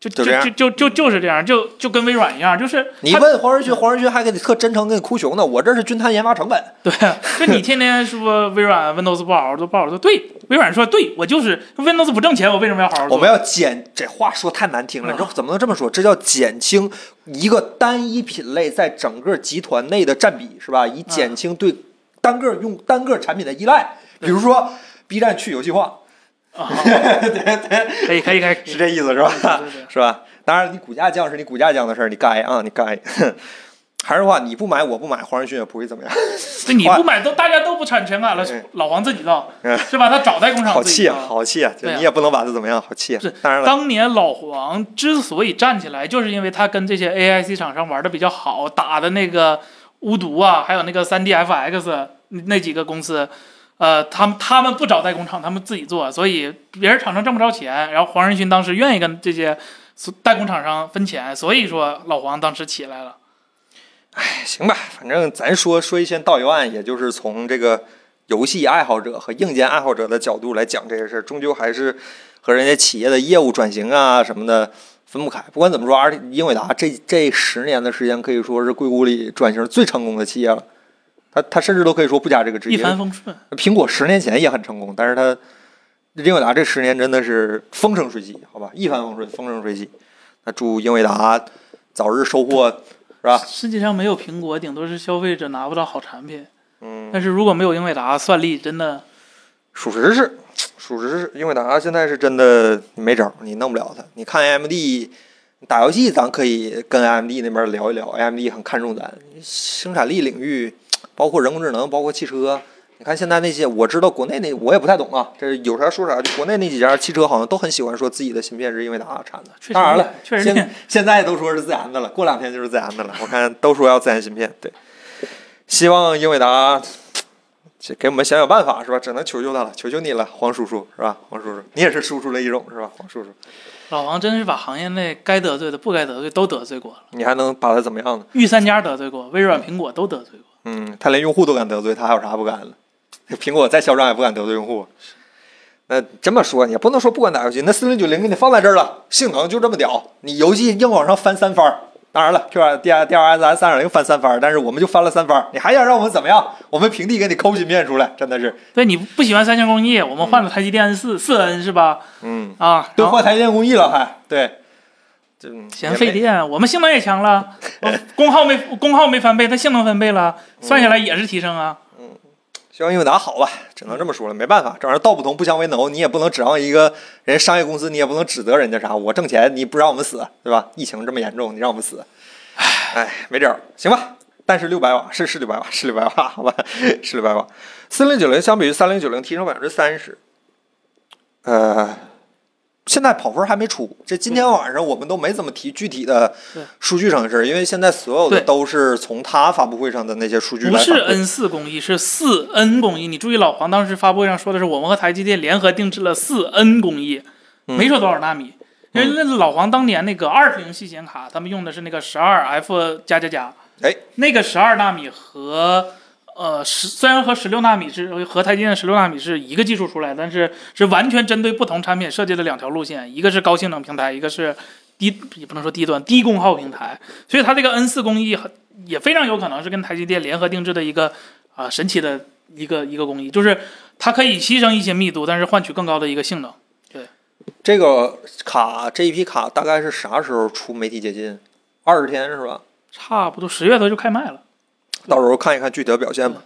[SPEAKER 2] 就
[SPEAKER 1] 就
[SPEAKER 2] 就
[SPEAKER 1] 这样
[SPEAKER 2] 就就就就是这样，就就跟微软一样，就是
[SPEAKER 1] 你
[SPEAKER 2] 他
[SPEAKER 1] 问黄仁勋，黄仁勋还给你特真诚，给你哭穷呢。我这是均摊研发成本，
[SPEAKER 2] 对啊，就你天天说微软 Windows 不好好做，不好好做，对，微软说对我就是 Windows 不挣钱，我为什么要好好做？
[SPEAKER 1] 我们要减，这话说太难听了，
[SPEAKER 2] 啊
[SPEAKER 1] 这怎么能这么说？这叫减轻一个单一品类在整个集团内的占比，是吧？以减轻对单个用单个产品的依赖。比如说，B 站去游戏化，
[SPEAKER 2] 啊， 可以可以可以，
[SPEAKER 1] 是这意思是吧？
[SPEAKER 2] 对对
[SPEAKER 1] 是吧？当然，你股价降是你股价降的事儿，你该啊，你该。 还是话，你不买我不买，黄仁勋也不会怎么样。
[SPEAKER 2] 这你不买都大家都不产全感了
[SPEAKER 1] 嗯，
[SPEAKER 2] 老王自己造
[SPEAKER 1] 嗯
[SPEAKER 2] 是吧？他找代工厂
[SPEAKER 1] 好
[SPEAKER 2] 自己
[SPEAKER 1] 气
[SPEAKER 2] 造
[SPEAKER 1] 啊，。好气啊！就
[SPEAKER 2] 对啊
[SPEAKER 1] 你也不能把他怎么样，好气啊
[SPEAKER 2] 是！
[SPEAKER 1] 当然了，
[SPEAKER 2] 当年老黄之所以站起来，就是因为他跟这些 AIC 厂商玩的比较好，打的那个巫毒啊，还有那个 3DFX 那几个公司，呃，他们他们不找代工厂，他们自己做，所以别人厂商挣不着钱。然后黄仁勋当时愿意跟这些代工厂商分钱，所以说老黄当时起来了。
[SPEAKER 1] 哎行吧，反正咱说说一千道一万，也就是从这个游戏爱好者和硬件爱好者的角度来讲这个事儿，终究还是和人家企业的业务转型啊什么的分不开。不管怎么说，而英伟达这这十年的时间可以说是硅谷里转型最成功的企业了。他他甚至都可以说不加这个职
[SPEAKER 2] 一
[SPEAKER 1] 业，
[SPEAKER 2] 帆风顺，
[SPEAKER 1] 苹果十年前也很成功，但是它英伟达这十年真的是风生水起，好吧，一帆风顺，风生水起。那祝英伟达早日收获，是吧？
[SPEAKER 2] 世界上没有苹果，顶多是消费者拿不到好产品。
[SPEAKER 1] 嗯，
[SPEAKER 2] 但是如果没有英伟达算力，真的
[SPEAKER 1] 属实是，属实是，英伟达啊现在是真的没招儿，你弄不了它。你看 AMD 打游戏，咱可以跟 AMD 那边聊一聊，AMD 很看重咱生产力领域，包括人工智能，包括汽车。你看现在那些，我知道国内那我也不太懂啊，这有啥说啥。就国内那几家汽车好像都很喜欢说自己的芯片是英伟达产的，
[SPEAKER 2] 确实
[SPEAKER 1] 当然了，
[SPEAKER 2] 确实
[SPEAKER 1] 现现在都说是自研的了，过两天就是自研的了。我看都说要自研芯片，对，希望英伟达这给我们想想办法是吧？只能求求他了，求求你了，黄叔叔是吧？黄叔叔，你也是叔叔的一种是吧？黄叔叔，
[SPEAKER 2] 老王真是把行业内该得罪的、不该得罪都得罪过了。
[SPEAKER 1] 你还能把他怎么样呢？
[SPEAKER 2] 御三家得罪过，微软、苹果都得罪过。
[SPEAKER 1] 嗯，他连用户都敢得罪，他还有啥不敢的？苹果再嚣张也不敢得罪用户。那这么说，你也不能说不管打游戏，那四零九零给你放在这儿了，性能就这么屌，你游戏硬往上翻三番儿。当然了，Q 2 D R D R S S 三点零翻三番儿，但是我们就翻了三番儿，你还想让我们怎么样？我们平地给你抠芯片出来，真的是，
[SPEAKER 2] 对，你不喜欢三星工艺，我们换了台积电 N 四四 N 是吧？
[SPEAKER 1] 嗯，
[SPEAKER 2] 啊，
[SPEAKER 1] 都
[SPEAKER 2] 然后
[SPEAKER 1] 换台积电工艺了还，对，这
[SPEAKER 2] 嫌费电，我们性能也 强了，我功耗没功耗没翻倍，但性能翻倍了，算下来也是提升啊。
[SPEAKER 1] 希望英伟达好吧，只能这么说了，没办法，这玩意儿道不同不相为谋，你也不能指望一个人商业公司，你也不能指责人家啥，我挣钱你不让我们死，对吧？疫情这么严重，你让我们死，哎，没招儿，行吧。但是六百瓦是是六百瓦，是六百瓦， 好吧，是六百瓦。四零九零相比于三零九零提升百分之三十，呃，现在跑分还没出，这今天晚上我们都没怎么提具体的
[SPEAKER 2] 嗯对
[SPEAKER 1] 数据上的事儿，因为现在所有的
[SPEAKER 2] 对
[SPEAKER 1] 都是从他发布会上的那些数据来
[SPEAKER 2] 不是
[SPEAKER 1] 反馈
[SPEAKER 2] N 四工艺，是四 N 工艺。你注意，老黄当时发布会上说的是，我们和台积电联合定制了四 N 工艺，
[SPEAKER 1] 嗯
[SPEAKER 2] 没说多少纳米。因为那老黄当年那个二零系显卡，他们用的是那个十二 F 加加加，
[SPEAKER 1] 哎，
[SPEAKER 2] 那个十二纳米和呃十虽然和十六纳米是和台积电十六纳米是一个技术出来，但是是完全针对不同产品设计的两条路线，一个是高性能平台，一个是低也不能说低端低功耗平台，所以它这个 N 四工艺很也非常有可能是跟台积电联合定制的一个啊、神奇的一个一个工艺，就是它可以牺牲一些密度，但是换取更高的一个性能。
[SPEAKER 1] 这个卡这一批卡大概是啥时候出媒体解禁？二十天是吧？
[SPEAKER 2] 差不多十月头就开卖了，
[SPEAKER 1] 到时候看一看具体的表现吧。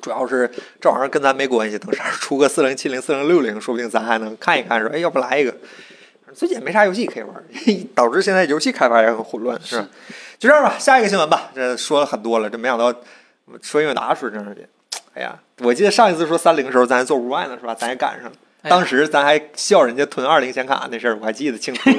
[SPEAKER 1] 主要是这玩意儿跟咱没关系，等啥时候出个四零七零、四零六零，说不定咱还能看一看，说哎，要不来一个。最近也没啥游戏可以 玩，导致现在游戏开发也很混乱，是吧？就这样吧，下一个新闻吧。这说了很多了，这没想到说英伟达说真是的，哎呀，我记得上一次说三零的时候，咱还做屋外呢，是吧？咱也赶上了。
[SPEAKER 2] 哎
[SPEAKER 1] 当时咱还笑人家囤二零显卡那事儿，我还记得清楚。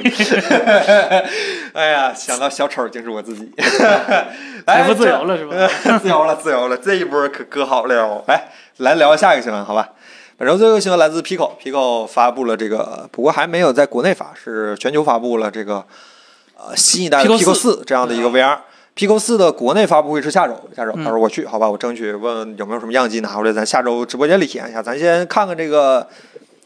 [SPEAKER 1] 哎呀，想到小丑竟是我自己，
[SPEAKER 2] 财
[SPEAKER 1] 哎
[SPEAKER 2] 富自
[SPEAKER 1] 这
[SPEAKER 2] 由了是吧？
[SPEAKER 1] 呃， 自由了，自由了，这一波可可好了。来，来聊下一个新闻，好吧？本周最后一个新闻来自 Pico，Pico 发布了这个，不过还没有在国内发，是全球发布了这个呃新一代的
[SPEAKER 2] Pico 啊
[SPEAKER 1] Pico 四这样的一个 VR。Pico 四的国内发布会是下周，下周
[SPEAKER 2] 嗯
[SPEAKER 1] 到时候我去，好吧，我争取问问有没有什么样机拿回来，咱下周直播间里体验一下。咱先看看这个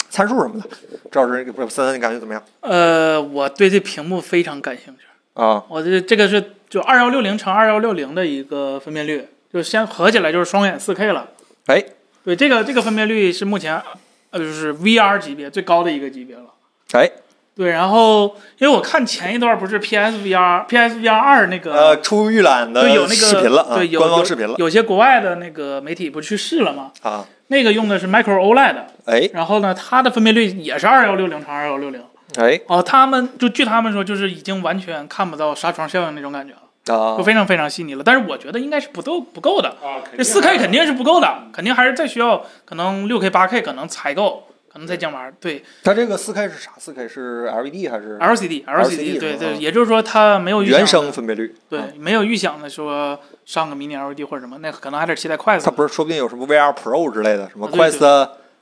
[SPEAKER 1] 参数什么的。赵老师，不是森森，你感觉怎么样？
[SPEAKER 2] 呃，我对这屏幕非常感兴趣。
[SPEAKER 1] 啊，
[SPEAKER 2] 我这这个是就二幺六零乘二幺六零的一个分辨率，就是先合起来就是双眼四 K 了。
[SPEAKER 1] 哎，
[SPEAKER 2] 对，这个这个分辨率是目前呃就是 VR 级别最高的一个级别了。
[SPEAKER 1] 哎，
[SPEAKER 2] 对，然后因为我看前一段不是 PSVR PSVR 二那个
[SPEAKER 1] 呃，出预览的
[SPEAKER 2] 对有那个
[SPEAKER 1] 视频了啊，
[SPEAKER 2] 对有
[SPEAKER 1] 官方
[SPEAKER 2] 有
[SPEAKER 1] 视频了
[SPEAKER 2] 有些国外的那个媒体不去试了吗？
[SPEAKER 1] 啊，
[SPEAKER 2] 那个用的是 Micro OLED，
[SPEAKER 1] 哎，
[SPEAKER 2] 然后呢，它的分辨率也是二幺六零乘二幺六零。
[SPEAKER 1] 哎，
[SPEAKER 2] 哦，他们就据他们说，就是已经完全看不到纱窗效应那种感觉了，
[SPEAKER 1] 啊
[SPEAKER 2] 就，非常非常细腻了。但是我觉得应该是不够不够的，
[SPEAKER 3] 啊，肯
[SPEAKER 2] 这
[SPEAKER 3] 定
[SPEAKER 2] 四 K 肯定是不够的，肯定还是再需要可能六 K 八 K 可能才够，可能才将玩儿。对
[SPEAKER 1] 它这个四 K 是啥？四 K 是 LED 还是
[SPEAKER 2] LCD
[SPEAKER 1] LCD
[SPEAKER 2] 对
[SPEAKER 1] 嗯
[SPEAKER 2] 对，也就是说它没有预想的
[SPEAKER 1] 原生分辨率？
[SPEAKER 2] E 啊对
[SPEAKER 1] 嗯，
[SPEAKER 2] 没有预想的说上个 mini LED E 或者什么，那可能还得期待快
[SPEAKER 1] 它
[SPEAKER 2] 速。
[SPEAKER 1] 不是说不定有什么 VR Pro 之类的，什么
[SPEAKER 2] 啊对
[SPEAKER 1] Quest
[SPEAKER 2] 对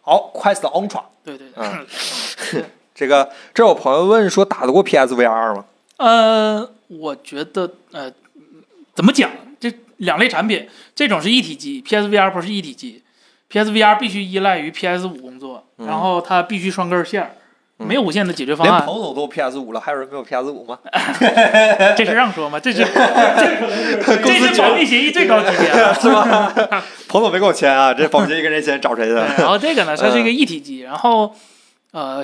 [SPEAKER 1] Ul- Quest Ultra
[SPEAKER 2] 对对， 对
[SPEAKER 1] 嗯这个，这有朋友问说打得过 PSVR 吗？
[SPEAKER 2] 呃，我觉得呃，怎么讲？这两类产品，这种是一体机，PSVR 不是一体机，PSVR 必须依赖于 PS 五工作，
[SPEAKER 1] 嗯
[SPEAKER 2] 然后它必须双根线儿，
[SPEAKER 1] 嗯
[SPEAKER 2] 没有无线的解决方
[SPEAKER 1] 连
[SPEAKER 2] 案。
[SPEAKER 1] 彭总都有 PS 五了，还有人没有 PS 五吗？
[SPEAKER 2] 这是让说吗？这是
[SPEAKER 1] 哎公
[SPEAKER 2] 这
[SPEAKER 1] 司
[SPEAKER 2] 是
[SPEAKER 1] 决
[SPEAKER 2] 保
[SPEAKER 1] 定
[SPEAKER 2] 密协议最高级别了。
[SPEAKER 1] 是吧？彭总没跟我 签啊，这保不齐一个人签找谁
[SPEAKER 2] 对
[SPEAKER 1] 的？
[SPEAKER 2] 然后这个呢，它是一个一体机，然后呃，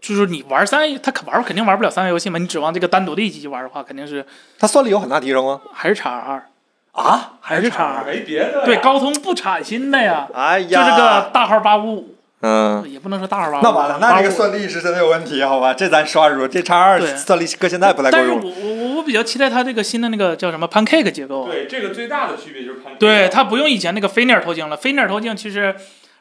[SPEAKER 2] 就是你玩三 A，他可玩肯定玩不了三 A 游戏嘛，你指望这个单独的一机玩的话，肯定是
[SPEAKER 1] 它算力有很大提升吗？
[SPEAKER 2] 还是 x 二，
[SPEAKER 1] 啊？
[SPEAKER 2] 还是 x 二。
[SPEAKER 3] 没别的呀。
[SPEAKER 2] 对，高通不产新的呀，
[SPEAKER 1] 哎
[SPEAKER 2] 就
[SPEAKER 1] 呀，
[SPEAKER 2] 这个大号八五五，
[SPEAKER 1] 嗯，
[SPEAKER 2] 也不能说大号啊八五五。
[SPEAKER 1] 那完了，那这个
[SPEAKER 2] 855
[SPEAKER 1] 算力是真的有问题，啊好吧？这咱实话实说，这叉二
[SPEAKER 2] 对
[SPEAKER 1] 算力搁现在不太够
[SPEAKER 2] 但是
[SPEAKER 1] 用了。
[SPEAKER 2] 我我我比较期待它这个新的那个叫什么 Pancake 结构啊，
[SPEAKER 3] 对，这个最大的区别就是看。
[SPEAKER 2] 对，它不用以前那个菲涅尔透镜了。菲涅尔透镜其实，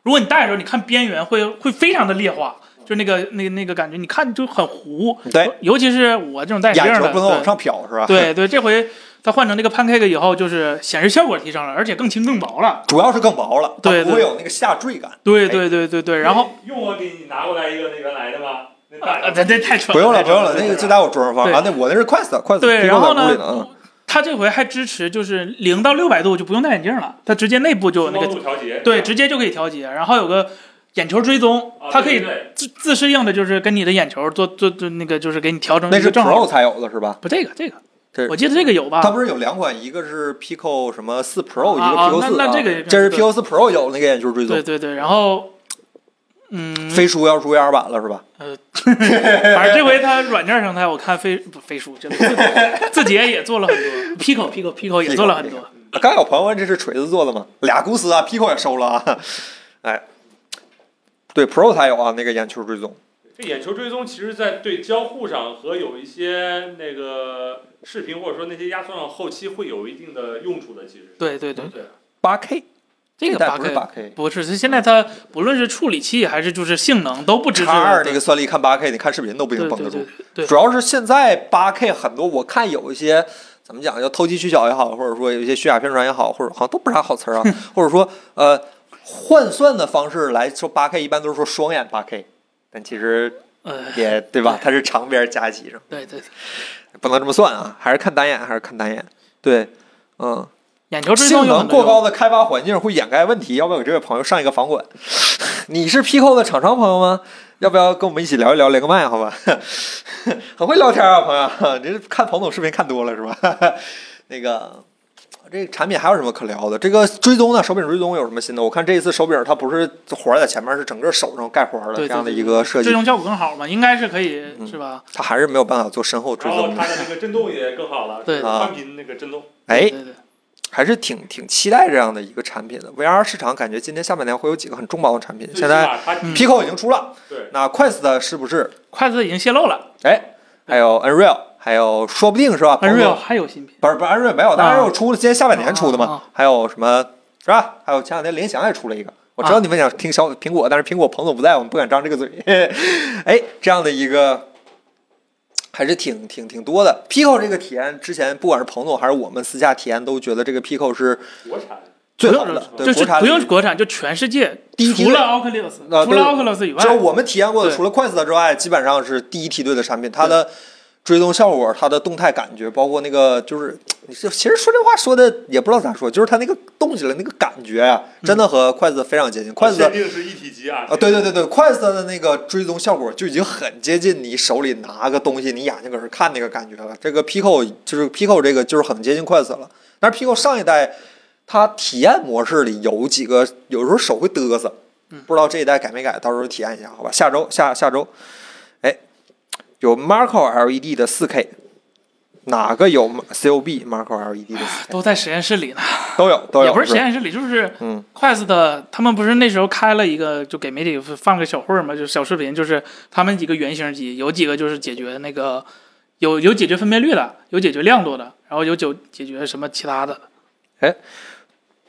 [SPEAKER 2] 如果你戴的时候，你看边缘会会非常的劣化，就那个那那个感觉，你看就很糊。
[SPEAKER 1] 对，
[SPEAKER 2] 尤其是哎我这种戴眼
[SPEAKER 1] 眼
[SPEAKER 2] 镜
[SPEAKER 1] 球
[SPEAKER 2] 的，
[SPEAKER 1] 不能往上瞟是吧？
[SPEAKER 2] 对对对，这回它换成这个 Pancake 以后，就是显示效果提升了，而且更轻更薄了。
[SPEAKER 1] 主要是更薄了，它
[SPEAKER 2] 对
[SPEAKER 1] 不会有那个下坠感。
[SPEAKER 2] 对对对对对，然后
[SPEAKER 3] 用我给你拿过来一个那原来的吗？那大
[SPEAKER 2] 啊，这这太蠢
[SPEAKER 1] 不
[SPEAKER 2] 了，
[SPEAKER 1] 用
[SPEAKER 2] 太
[SPEAKER 1] 了，不
[SPEAKER 2] 蠢
[SPEAKER 1] 用了，那个就在我桌上放
[SPEAKER 2] 对
[SPEAKER 1] 啊。那我那是快死 快死，
[SPEAKER 2] 对，
[SPEAKER 1] 提
[SPEAKER 2] 然
[SPEAKER 1] 供在
[SPEAKER 2] 后
[SPEAKER 1] 屋里呢。嗯
[SPEAKER 2] 呢，它这回还支持就是零到六百度就不用戴眼镜了，它直接内部就有那
[SPEAKER 3] 光
[SPEAKER 2] 个
[SPEAKER 3] 度调节。
[SPEAKER 2] 对，直接就可以调节，然后有个眼球追踪
[SPEAKER 3] 啊，
[SPEAKER 2] 它可以
[SPEAKER 3] 对对
[SPEAKER 2] 自自适应的，就是跟你的眼球做做做那个，就是给你调整
[SPEAKER 1] 那
[SPEAKER 2] 一个
[SPEAKER 1] 是
[SPEAKER 2] 正
[SPEAKER 1] Pro
[SPEAKER 2] 好。
[SPEAKER 1] 才有的是吧？
[SPEAKER 2] 不，这个这个
[SPEAKER 1] 这，
[SPEAKER 2] 我记得这个有吧？
[SPEAKER 1] 它不是有两款，一个是 Pico 什么四 Pro，一
[SPEAKER 2] 啊啊
[SPEAKER 1] 个 Pico 四
[SPEAKER 2] 那那这个也
[SPEAKER 1] 这是
[SPEAKER 2] 对
[SPEAKER 1] Pico 四 Pro 有那个眼球追踪
[SPEAKER 2] 对，对对，然后，嗯，呃
[SPEAKER 1] 飞书要出 AR 版了是吧？
[SPEAKER 2] 反正这回它软件生态，我看飞不飞书，真的字节也做了很多，Pico Pico Pico 也做了很多。
[SPEAKER 1] 啊刚有朋友问这是锤子做的吗？俩公司啊，Pico 也收了啊。哎，对 Pro 才有啊，那个眼球追踪。
[SPEAKER 3] 这眼球追踪其实，在对交互上和有一些那个视频或者说那些压缩上，后期会有一定的用处的。其实
[SPEAKER 2] 对对对，
[SPEAKER 1] 嗯
[SPEAKER 3] 对，
[SPEAKER 1] 八 K，
[SPEAKER 2] 这个
[SPEAKER 1] 代
[SPEAKER 2] 八
[SPEAKER 1] 不是
[SPEAKER 2] K
[SPEAKER 1] 八 K。
[SPEAKER 2] 不是，是现在它不论是处理器还是就是性能都不支持
[SPEAKER 1] 叉二那
[SPEAKER 2] 对
[SPEAKER 1] 个算力看八 K，你看视频都不一定
[SPEAKER 2] 对
[SPEAKER 1] 绷得
[SPEAKER 2] 对
[SPEAKER 1] 住
[SPEAKER 2] 对。对
[SPEAKER 1] 主要是现在八 K 很多，我看有一些怎么讲，叫投机取巧也好，或者说有一些虚假宣传也好，或者好像都不是啥好词儿 啊，或者说呃换算的方式来说八 K，一般都是说双眼八 K，但其实
[SPEAKER 2] 呃，
[SPEAKER 1] 也对吧？
[SPEAKER 2] 对
[SPEAKER 1] 它是长边加几什么，
[SPEAKER 2] 对对，对
[SPEAKER 1] 不能这么算啊，还是看单眼，还是看单眼。对，嗯，
[SPEAKER 2] 眼球追
[SPEAKER 1] 性
[SPEAKER 2] 踪有
[SPEAKER 1] 能
[SPEAKER 2] 很
[SPEAKER 1] 过
[SPEAKER 2] 多
[SPEAKER 1] 高
[SPEAKER 2] 用。
[SPEAKER 1] 的开发环境会掩盖问题，要不要给这位朋友上一个房管？ 你是 Pico 的厂商朋友吗？要不要跟我们一起聊一聊，连个麦？好吧， 很会聊天啊，朋友， 你这看彭总视频看多了是吧？ 那个。这个产品还有什么可聊的？这个追踪呢？手柄追踪有什么新的？我看这一次手柄它不是环儿在前面，是整个手上盖环儿的
[SPEAKER 2] 对对
[SPEAKER 1] 这样的一个设
[SPEAKER 2] 追
[SPEAKER 1] 计，
[SPEAKER 2] 踪效果更好嘛，应该是可以，
[SPEAKER 1] 嗯
[SPEAKER 2] 是吧？
[SPEAKER 1] 它还是没有办法做身后追
[SPEAKER 3] 然后
[SPEAKER 1] 踪的
[SPEAKER 2] 哦
[SPEAKER 3] 它。的那个震动也更好了，
[SPEAKER 2] 对
[SPEAKER 1] 啊
[SPEAKER 3] 就是宽频那个震动。
[SPEAKER 1] 哎，
[SPEAKER 2] 对对
[SPEAKER 1] 还是挺挺期待这样的一个产品的。VR 市场感觉今年下半年会有几个很重磅的产品。
[SPEAKER 3] 最起
[SPEAKER 1] 现在
[SPEAKER 3] 码它
[SPEAKER 2] 嗯
[SPEAKER 1] Pico 已经出了，
[SPEAKER 3] 对
[SPEAKER 1] 那 Quest 是不是？
[SPEAKER 2] 筷子已经泄露了
[SPEAKER 1] 哎，还有 Unreal，还有说不定是吧
[SPEAKER 2] ，Unreal
[SPEAKER 1] 彭总
[SPEAKER 2] 还有新品，
[SPEAKER 1] 不是不是 Unreal 没有，但
[SPEAKER 2] 啊
[SPEAKER 1] Unreal 出了，今年下半年出的
[SPEAKER 2] 啊
[SPEAKER 1] 嘛
[SPEAKER 2] 啊。
[SPEAKER 1] 还有什么是吧？还有前两天联想也出了一个。我知道
[SPEAKER 2] 啊
[SPEAKER 1] 你们想听小苹果，但是苹果彭总不在，我们不敢张这个嘴。 哎，这样的一个还是挺挺挺多的。Pico 这个体验，之前不管是彭总还是我们私下体验，都觉得这个 Pico 是
[SPEAKER 3] 国产
[SPEAKER 1] 最好的，
[SPEAKER 3] 不
[SPEAKER 1] 对
[SPEAKER 2] 就是
[SPEAKER 1] 国产
[SPEAKER 2] 不用
[SPEAKER 1] 里
[SPEAKER 2] 国产，就全世界
[SPEAKER 1] 第一梯
[SPEAKER 2] 除
[SPEAKER 1] 队
[SPEAKER 2] 了 Oculus，
[SPEAKER 1] 啊
[SPEAKER 2] 除了
[SPEAKER 1] 对
[SPEAKER 2] Oculus 以外
[SPEAKER 1] 只，有我们体验过的，
[SPEAKER 2] 对
[SPEAKER 1] 除了快死之外，基本上是第一梯队的产品。它的追踪效果、它的动态感觉，包括那个就是，你这其实说这话说的也不知道咋说，就是它那个动起来那个感觉呀、真的和筷子非常接近。筷子
[SPEAKER 3] 限定是一体机啊
[SPEAKER 1] 啊，对对对对，筷子的那个追踪效果就已经很接近你手里拿个东西，你眼睛搁这看那个感觉了。这个 Pico 就是 Pico 这个就是很接近筷子了，但是 Pico 上一代它体验模式里有几个，有时候手会嘚瑟，
[SPEAKER 2] 嗯
[SPEAKER 1] 不知道这一代改没改，到时候体验一下，好吧？下周下下周，哎，有 Marco LED 的 4K，哪个有 COB Marco LED 的 4K
[SPEAKER 2] 都在实验室里呢，
[SPEAKER 1] 都有都有，
[SPEAKER 2] 哎也不是实
[SPEAKER 1] 吧
[SPEAKER 2] 验室里，就是
[SPEAKER 1] 嗯
[SPEAKER 2] Quest 他们不是那时候开了一个，就给媒体放个小会儿嘛，就是小视频，就是他们几个原型机，有几个就是解决那个有有解决分辨率的，有解决亮度的，然后有解解决什么其他的，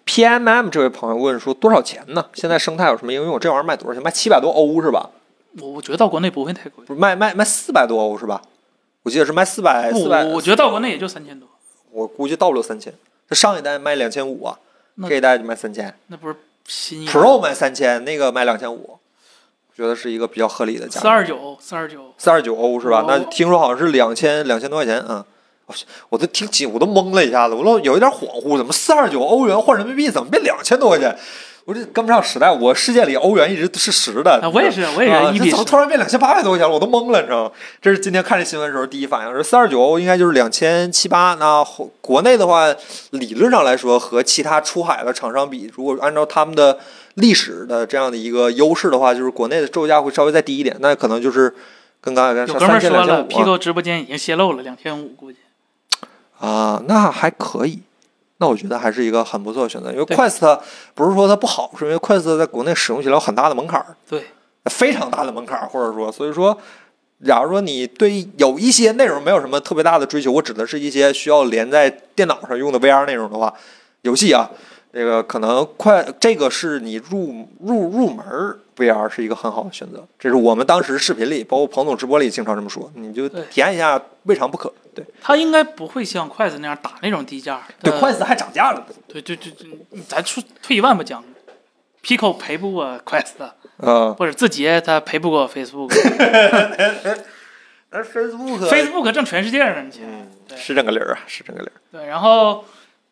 [SPEAKER 1] PMM 这位朋友问说多少钱呢？现在生态有什么应用？这玩意儿卖多少钱？卖七百多欧是吧？
[SPEAKER 2] 我我觉得到国内不会太贵。
[SPEAKER 1] 不是卖卖卖四百多欧是吧？我记得是卖四百
[SPEAKER 2] 不，
[SPEAKER 1] 哎四百，
[SPEAKER 2] 我觉得到国内也就三千多，
[SPEAKER 1] 我估计到不了三千。这上一代卖两千五啊，
[SPEAKER 2] 那
[SPEAKER 1] 这一代就卖三千
[SPEAKER 2] 那不是新一
[SPEAKER 1] ，Pro 卖三千，那个卖两千五，我觉得是一个比较合理的价
[SPEAKER 2] 四
[SPEAKER 1] 格。
[SPEAKER 2] 二九四二九，
[SPEAKER 1] 四二九欧是吧
[SPEAKER 2] 哦？
[SPEAKER 1] 那听说好像是两千两千多块钱啊。我我都听起，我都懵了一下子，我都有一点恍惚，怎么四二九欧元换人民币怎么变两千多块钱？我这跟不上时代，我世界里欧元一直是十的。
[SPEAKER 2] 啊，我也是，我也
[SPEAKER 1] 啊
[SPEAKER 2] 是一
[SPEAKER 1] 这怎
[SPEAKER 2] 比十
[SPEAKER 1] 么。突然变两千八百多块钱了？我都懵了，你知道吗？这是今天看这新闻的时候第一反应，是四二九应该就是两千七八。那后国内的话，理论上来说和其他出海的厂商比，如果按照他们的历史的这样的一个优势的话，就是国内的售价会稍微再低一点，那可能就是跟刚才咱
[SPEAKER 2] 有
[SPEAKER 1] 说
[SPEAKER 2] 哥们
[SPEAKER 1] 三
[SPEAKER 2] 儿
[SPEAKER 1] 千
[SPEAKER 2] 说
[SPEAKER 1] 两千
[SPEAKER 2] 了
[SPEAKER 1] 五啊
[SPEAKER 2] ，Pico 直播间已经泄露了两千五，估计
[SPEAKER 1] 啊，那还可以。那我觉得还是一个很不错的选择，因为
[SPEAKER 2] 对
[SPEAKER 1] Quest 不是说它不好，是因为 Quest 在国内使用起来有很大的门槛儿，
[SPEAKER 2] 对，
[SPEAKER 1] 非常大的门槛儿，或者说，所以说，假如说你对有一些内容没有什么特别大的追求，我指的是一些需要连在电脑上用的 VR 内容的话，游戏啊，这个可能快，这个是你入入入门儿 VR 是一个很好的选择，这是我们当时视频里，包括彭总直播里经常这么说，你就
[SPEAKER 2] 对
[SPEAKER 1] 体验一下，未尝不可。对
[SPEAKER 2] 他应该不会像筷子那样打那种低价。
[SPEAKER 1] 对
[SPEAKER 2] 呃
[SPEAKER 1] ，Quest 还涨价了。
[SPEAKER 2] 对对对对，咱说退一万步讲，Pico 赔不过 Quest，
[SPEAKER 1] 啊，
[SPEAKER 2] 或者字节他赔不过 Facebook。 呃
[SPEAKER 1] 而 Facebook
[SPEAKER 2] Facebook 挣全世界呢，你想
[SPEAKER 1] 嗯
[SPEAKER 2] 对
[SPEAKER 1] 是这个理儿啊，是这个理儿。
[SPEAKER 2] 对，然后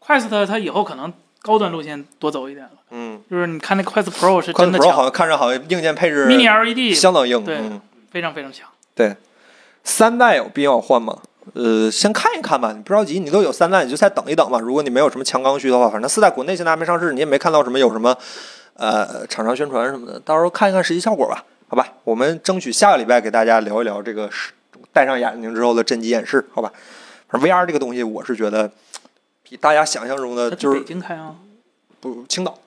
[SPEAKER 2] Quest 它以后可能高端路线多走一点了，
[SPEAKER 1] 嗯
[SPEAKER 2] 就是你看那 Quest Pro 是真
[SPEAKER 1] Quest
[SPEAKER 2] 的
[SPEAKER 1] Pro 好
[SPEAKER 2] 强
[SPEAKER 1] 像看着好像硬件配置
[SPEAKER 2] ，Mini LED
[SPEAKER 1] 相当硬。
[SPEAKER 2] 对
[SPEAKER 1] 嗯，
[SPEAKER 2] 非常非常强。
[SPEAKER 1] 三代有必要换吗？呃，先看一看吧，你不着急，你都有三代，你就再等一等吧。如果你没有什么强刚需的话，反正四代国内现在还没上市，你也没看到什么有什么呃厂商宣传什么的，到时候看一看实际效果吧，好吧？我们争取下个礼拜给大家聊一聊这个是戴上眼镜之后的真机演示，好吧？反正 VR 这个东西，我是觉得比大家想象中的
[SPEAKER 2] 它
[SPEAKER 1] 呃就是
[SPEAKER 2] 北京开啊，
[SPEAKER 1] 不青岛，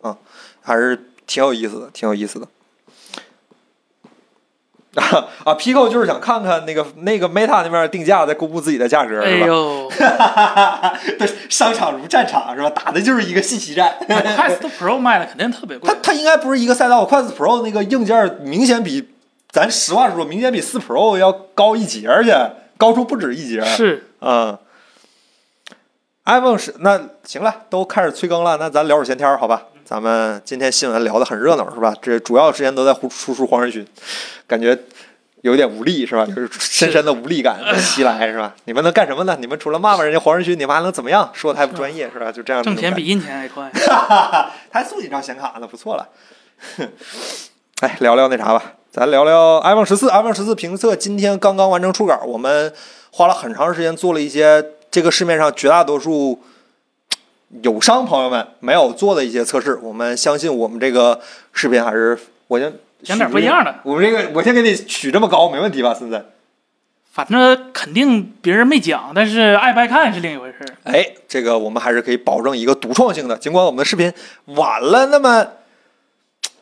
[SPEAKER 1] 啊，还是挺有意思的，挺有意思的。 啊啊，Pico 就是想看看那个那个 Meta 那边定价，再公布自己的价格，
[SPEAKER 2] 哎
[SPEAKER 1] 是吧？
[SPEAKER 2] 呦
[SPEAKER 1] 对，商场如战场是吧？打的就是一个信息战。
[SPEAKER 2] 那，Quest Pro 卖的肯定特别贵
[SPEAKER 1] 它，它应该不是一个赛道，Quest Pro 那个硬件明显比咱实话实说，明显比四 Pro 要高一截儿去，高出不止一截儿。
[SPEAKER 2] 是
[SPEAKER 1] 嗯，iPhone 十那行了，都开始催更了，那咱聊会儿闲天儿好吧？
[SPEAKER 2] 嗯
[SPEAKER 1] 咱们今天新闻聊得很热闹是吧？这主要时间都在呼输出黄仁勋，感觉有点无力是吧？就是深深的无力感
[SPEAKER 2] 哎
[SPEAKER 1] 袭来是吧？你们能干什么呢？你们除了骂骂人家黄仁勋，你们还能怎么样？说的还不专业是吧？就这样
[SPEAKER 2] 啊挣钱比
[SPEAKER 1] 比
[SPEAKER 2] 印钱还快。
[SPEAKER 1] 还送你张显卡呢，不错了。 哎，聊聊那啥吧，咱聊聊 iPhone 十四。iPhone 十四评测今天刚刚完成初稿，我们花了很长时间做了一些这个市面上绝大多数友商朋友们没有做的一些测试。我们相信我们这个视频还是我先
[SPEAKER 2] 讲点不一样的。
[SPEAKER 1] 我们这个我先给你取这么高，没问题吧，森森？
[SPEAKER 2] 反正肯定别人没讲，但是爱不爱看是另一回事儿。
[SPEAKER 1] 哎，这个我们还是可以保证一个独创性的，尽管我们的视频晚了那么，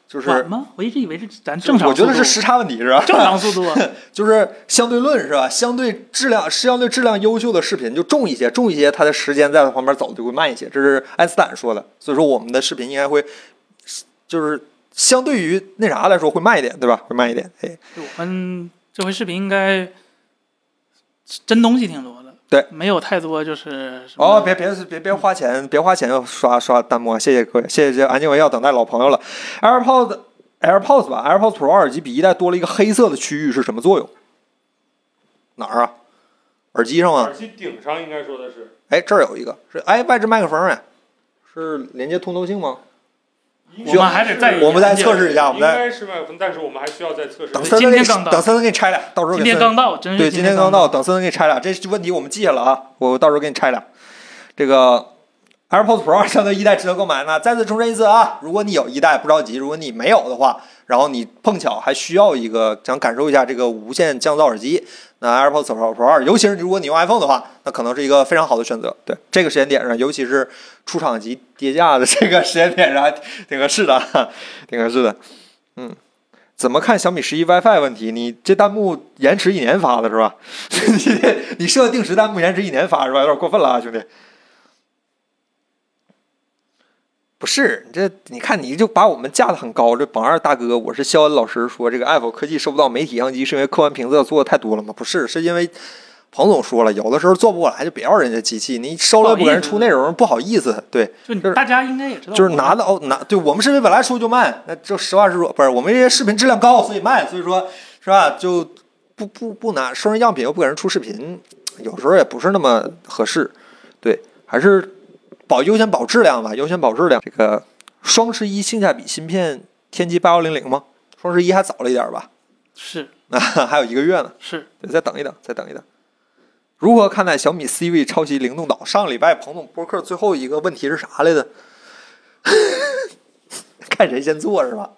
[SPEAKER 1] 就是
[SPEAKER 2] 晚吗？我一直以为是咱正常
[SPEAKER 1] 我
[SPEAKER 2] 速
[SPEAKER 1] 觉
[SPEAKER 2] 度，
[SPEAKER 1] 得是时差问题是吧？
[SPEAKER 2] 正常速度啊。
[SPEAKER 1] 就是相对论是吧？相对质量相对质量优秀的视频就重一些，重一些，它的时间在它旁边走就会慢一些，这是爱因斯坦说的。所以说我们的视频应该会，就是相对于那啥来说会慢一点，对吧？会慢一点。哎，
[SPEAKER 2] 对我们这回视频应该真东西挺多的，
[SPEAKER 1] 对，
[SPEAKER 2] 没有太多就是什么
[SPEAKER 1] 哦，别别别别花钱，别花钱刷刷弹幕啊，谢谢各位，谢谢这安静文要等待老朋友了。AirPods AirPods 吧，AirPods Pro 耳机比一代多了一个黑色的区域是什么作用？哪儿啊？耳机上吗？啊
[SPEAKER 3] 耳机顶上应该说的是，
[SPEAKER 1] 哎，这儿有一个是哎外置麦克风哎，是连接通透性吗？
[SPEAKER 3] 应
[SPEAKER 1] 我们
[SPEAKER 3] 该
[SPEAKER 2] 还得
[SPEAKER 3] 是
[SPEAKER 2] 再
[SPEAKER 1] 我们再测试一下，我
[SPEAKER 3] 应
[SPEAKER 1] 们再
[SPEAKER 3] 该是麦克风，但是我们还需要再测试。
[SPEAKER 1] 等
[SPEAKER 2] 对
[SPEAKER 1] 森森给
[SPEAKER 2] 今天刚到
[SPEAKER 1] 等森森给你拆俩，到时候给
[SPEAKER 2] 今天
[SPEAKER 1] 森森
[SPEAKER 2] 刚到，真是
[SPEAKER 1] 对，今
[SPEAKER 2] 今
[SPEAKER 1] 天刚
[SPEAKER 2] 刚
[SPEAKER 1] 到，。等森森给你拆俩，这问题我们记下了啊，我到时候给你拆俩。这个 AirPods Pro 相对一代值得购买呢，再次重申一次啊，如果你有一代不着急，如果你没有的话，然后你碰巧还需要一个想感受一下这个无线降噪耳机，那 AirPods Pro Pro 二，尤其是如果你用 iPhone 的话，那可能是一个非常好的选择。对这个时间点上，尤其是出厂级跌价的这个时间点上，挺合适的，啊挺合适的。嗯，怎么看小米十一 WiFi 问题？你这弹幕延迟一年发的是吧？ 你你设定时弹幕延迟一年发是吧？有点过分了啊，兄弟。不是，你这你看你就把我们架得很高。这榜二大哥，我是肖恩老师说，这个 Apple 科技收不到媒体样机，是因为客观评测做的太多了吗？不是，是因为彭总说了，有的时候做不过来就别要人家机器，你收了不给人出内容不好意思。对，
[SPEAKER 2] 就你
[SPEAKER 1] 就是
[SPEAKER 2] 大家应该也知道，
[SPEAKER 1] 就是拿到拿，对我们视频本来出就慢，那就实话实说，不是我们这些视频质量高，所以慢，所以说是吧？就不不不拿收人样品，又不给人出视频，有时候也不是那么合适，对，还是保优先保质量吧，优先保质量。这个双十一性价比芯片天玑八幺零零吗？双十一还早了一点吧，
[SPEAKER 2] 是
[SPEAKER 1] 那还有一个月呢。
[SPEAKER 2] 是
[SPEAKER 1] 对，再等一等，再等一等。如何看待小米 C 位抄袭灵动岛？上个礼拜彭总播客最后 一个问题是啥来着？看谁先做是吧？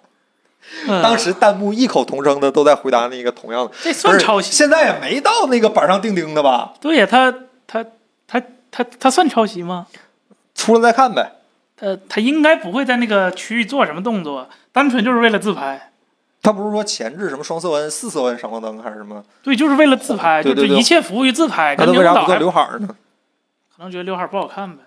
[SPEAKER 2] 嗯
[SPEAKER 1] 当时弹幕异口同声的都在回答那个同样的，
[SPEAKER 2] 呃这
[SPEAKER 1] 不
[SPEAKER 2] 算
[SPEAKER 1] 是
[SPEAKER 2] 抄袭？
[SPEAKER 1] 现在也没到那个板上钉钉的吧？
[SPEAKER 2] 对呀，他他他他他算抄袭吗？
[SPEAKER 1] 出了再看呗。
[SPEAKER 2] 他他应该不会在那个区域做什么动作，单纯就是为了自拍。
[SPEAKER 1] 他不是说前置什么双色温、四色温闪光灯还是什么？
[SPEAKER 2] 对，就是为了自拍，
[SPEAKER 1] 对对
[SPEAKER 2] 就
[SPEAKER 1] 对
[SPEAKER 2] 是一切服务于自拍。
[SPEAKER 1] 那
[SPEAKER 2] 哎跟
[SPEAKER 1] 他
[SPEAKER 2] 牛
[SPEAKER 1] 为啥
[SPEAKER 2] 导
[SPEAKER 1] 不做
[SPEAKER 2] 还
[SPEAKER 1] 刘海儿呢？
[SPEAKER 2] 可能觉得刘海不好看呗。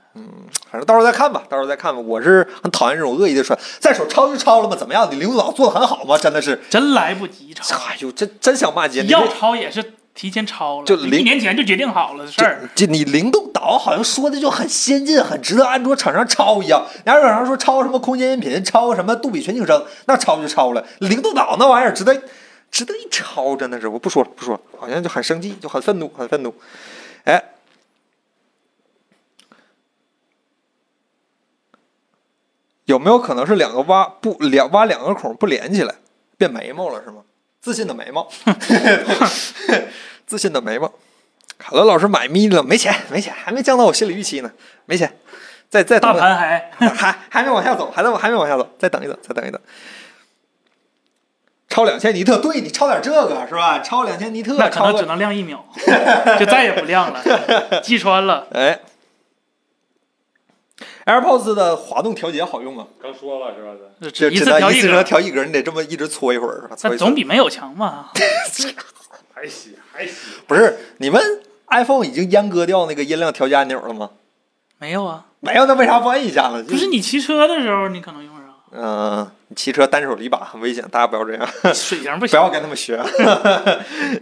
[SPEAKER 1] 反正到时候再看吧，到时候再看吧。我是很讨厌这种恶意的传。再说抄就抄了嘛，怎么样？你领导做的很好嘛，真的是，
[SPEAKER 2] 真来不及抄，
[SPEAKER 1] 哎呦，真真想骂街。你
[SPEAKER 2] 要
[SPEAKER 1] 这
[SPEAKER 2] 抄也是提前抄了，
[SPEAKER 1] 就零
[SPEAKER 2] 一年前就决定好了的事儿。
[SPEAKER 1] 这你灵动岛好像说的就很先进，很值得安卓厂商抄一样。人家厂商说抄什么空间音频，抄什么杜比全景声，那抄就抄了。灵动岛那玩意儿值得值得一抄，真的是。我不说了，不说了，好像就很生气，就很愤怒，很愤怒。哎，有没有可能是两个挖不两挖两个孔不连起来，变眉毛了是吗？自信的眉毛， 自信的眉毛。卡罗老师买咪了，没钱，没钱，还没降到我心理预期呢，没钱，再再等
[SPEAKER 2] 大
[SPEAKER 1] 等
[SPEAKER 2] 盘还
[SPEAKER 1] 还还没往下走，还在还没往下走，再等一等，再等一等。超两千尼特，对你超点这个是吧？超两千尼特，
[SPEAKER 2] 那可
[SPEAKER 1] 超
[SPEAKER 2] 能只
[SPEAKER 1] 个
[SPEAKER 2] 能亮一秒， 就再也不亮了，击穿了。
[SPEAKER 1] 哎，AirPods 的滑动调节好用啊，
[SPEAKER 3] 刚说了是吧？对
[SPEAKER 1] 就
[SPEAKER 2] 呃只一次
[SPEAKER 1] 道
[SPEAKER 2] 调
[SPEAKER 1] 一次
[SPEAKER 2] 格，
[SPEAKER 1] 调一格，你得这么一直搓一会儿是吧？搓
[SPEAKER 2] 那
[SPEAKER 1] 一搓
[SPEAKER 2] 总比没有强嘛。
[SPEAKER 3] 还行还行，
[SPEAKER 1] 不是你们 iPhone 已经阉割掉那个音量调节按钮了吗？
[SPEAKER 2] 没有啊，
[SPEAKER 1] 没有，那为啥不按一下呢？就
[SPEAKER 2] 不是你骑车的时候你可能用 上，
[SPEAKER 1] 嗯、你骑车单手离把很危险，大家不要这样，
[SPEAKER 2] 水平不
[SPEAKER 1] 不
[SPEAKER 2] 行。
[SPEAKER 1] 要跟他们 学。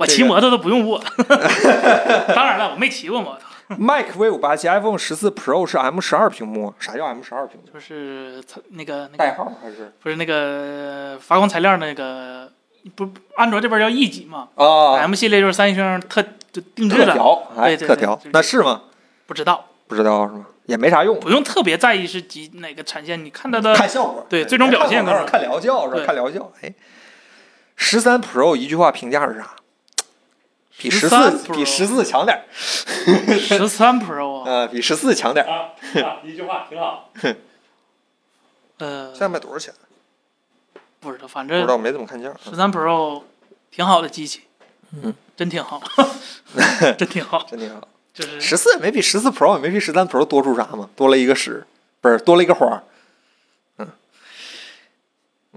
[SPEAKER 2] 我骑摩托都不用 握。当然了，我没骑过摩托，
[SPEAKER 1] Mac V 五八七 iPhone 十四 Pro 是 M 十二屏幕，啥叫 M 十二屏幕？
[SPEAKER 2] 就是它那个那个
[SPEAKER 1] 代号还是
[SPEAKER 2] 不是那个发光材料那个不，安卓这边叫 E 级嘛
[SPEAKER 1] 啊？
[SPEAKER 2] ，M 系列就是三星特就定制
[SPEAKER 1] 特
[SPEAKER 2] 的，
[SPEAKER 1] 调，哎，
[SPEAKER 2] 对对
[SPEAKER 1] 特调
[SPEAKER 2] 对，
[SPEAKER 1] 那是吗？
[SPEAKER 2] 不知道
[SPEAKER 1] 不知道是吗？也没啥用，
[SPEAKER 2] 不用特别在意是几哪个产线，你看 它的
[SPEAKER 1] 看效果。
[SPEAKER 2] 对最终表现
[SPEAKER 1] 看广告
[SPEAKER 2] 更
[SPEAKER 1] 看疗效是吧？
[SPEAKER 2] 对
[SPEAKER 1] 看疗效。哎，十三 Pro 一句话评价是啥？比十四
[SPEAKER 2] 13 Pro
[SPEAKER 1] 比十四强点儿，
[SPEAKER 2] 十三 Pro 啊，
[SPEAKER 1] 呃，比十四强点儿。
[SPEAKER 3] 啊啊，一句话挺好。
[SPEAKER 2] 呃，
[SPEAKER 1] 现在卖多少钱？
[SPEAKER 2] 不知道，反
[SPEAKER 1] 不知
[SPEAKER 2] 正
[SPEAKER 1] 道，没怎么看价。
[SPEAKER 2] 十三 Pro 挺好的机器，
[SPEAKER 1] 嗯，
[SPEAKER 2] 真 挺好，真挺好，
[SPEAKER 1] 真挺好。
[SPEAKER 2] 就是
[SPEAKER 1] 十四也没比十四 Pro 也没比十三 Pro 多出啥嘛，多了一个十，不是多了一个花儿。嗯，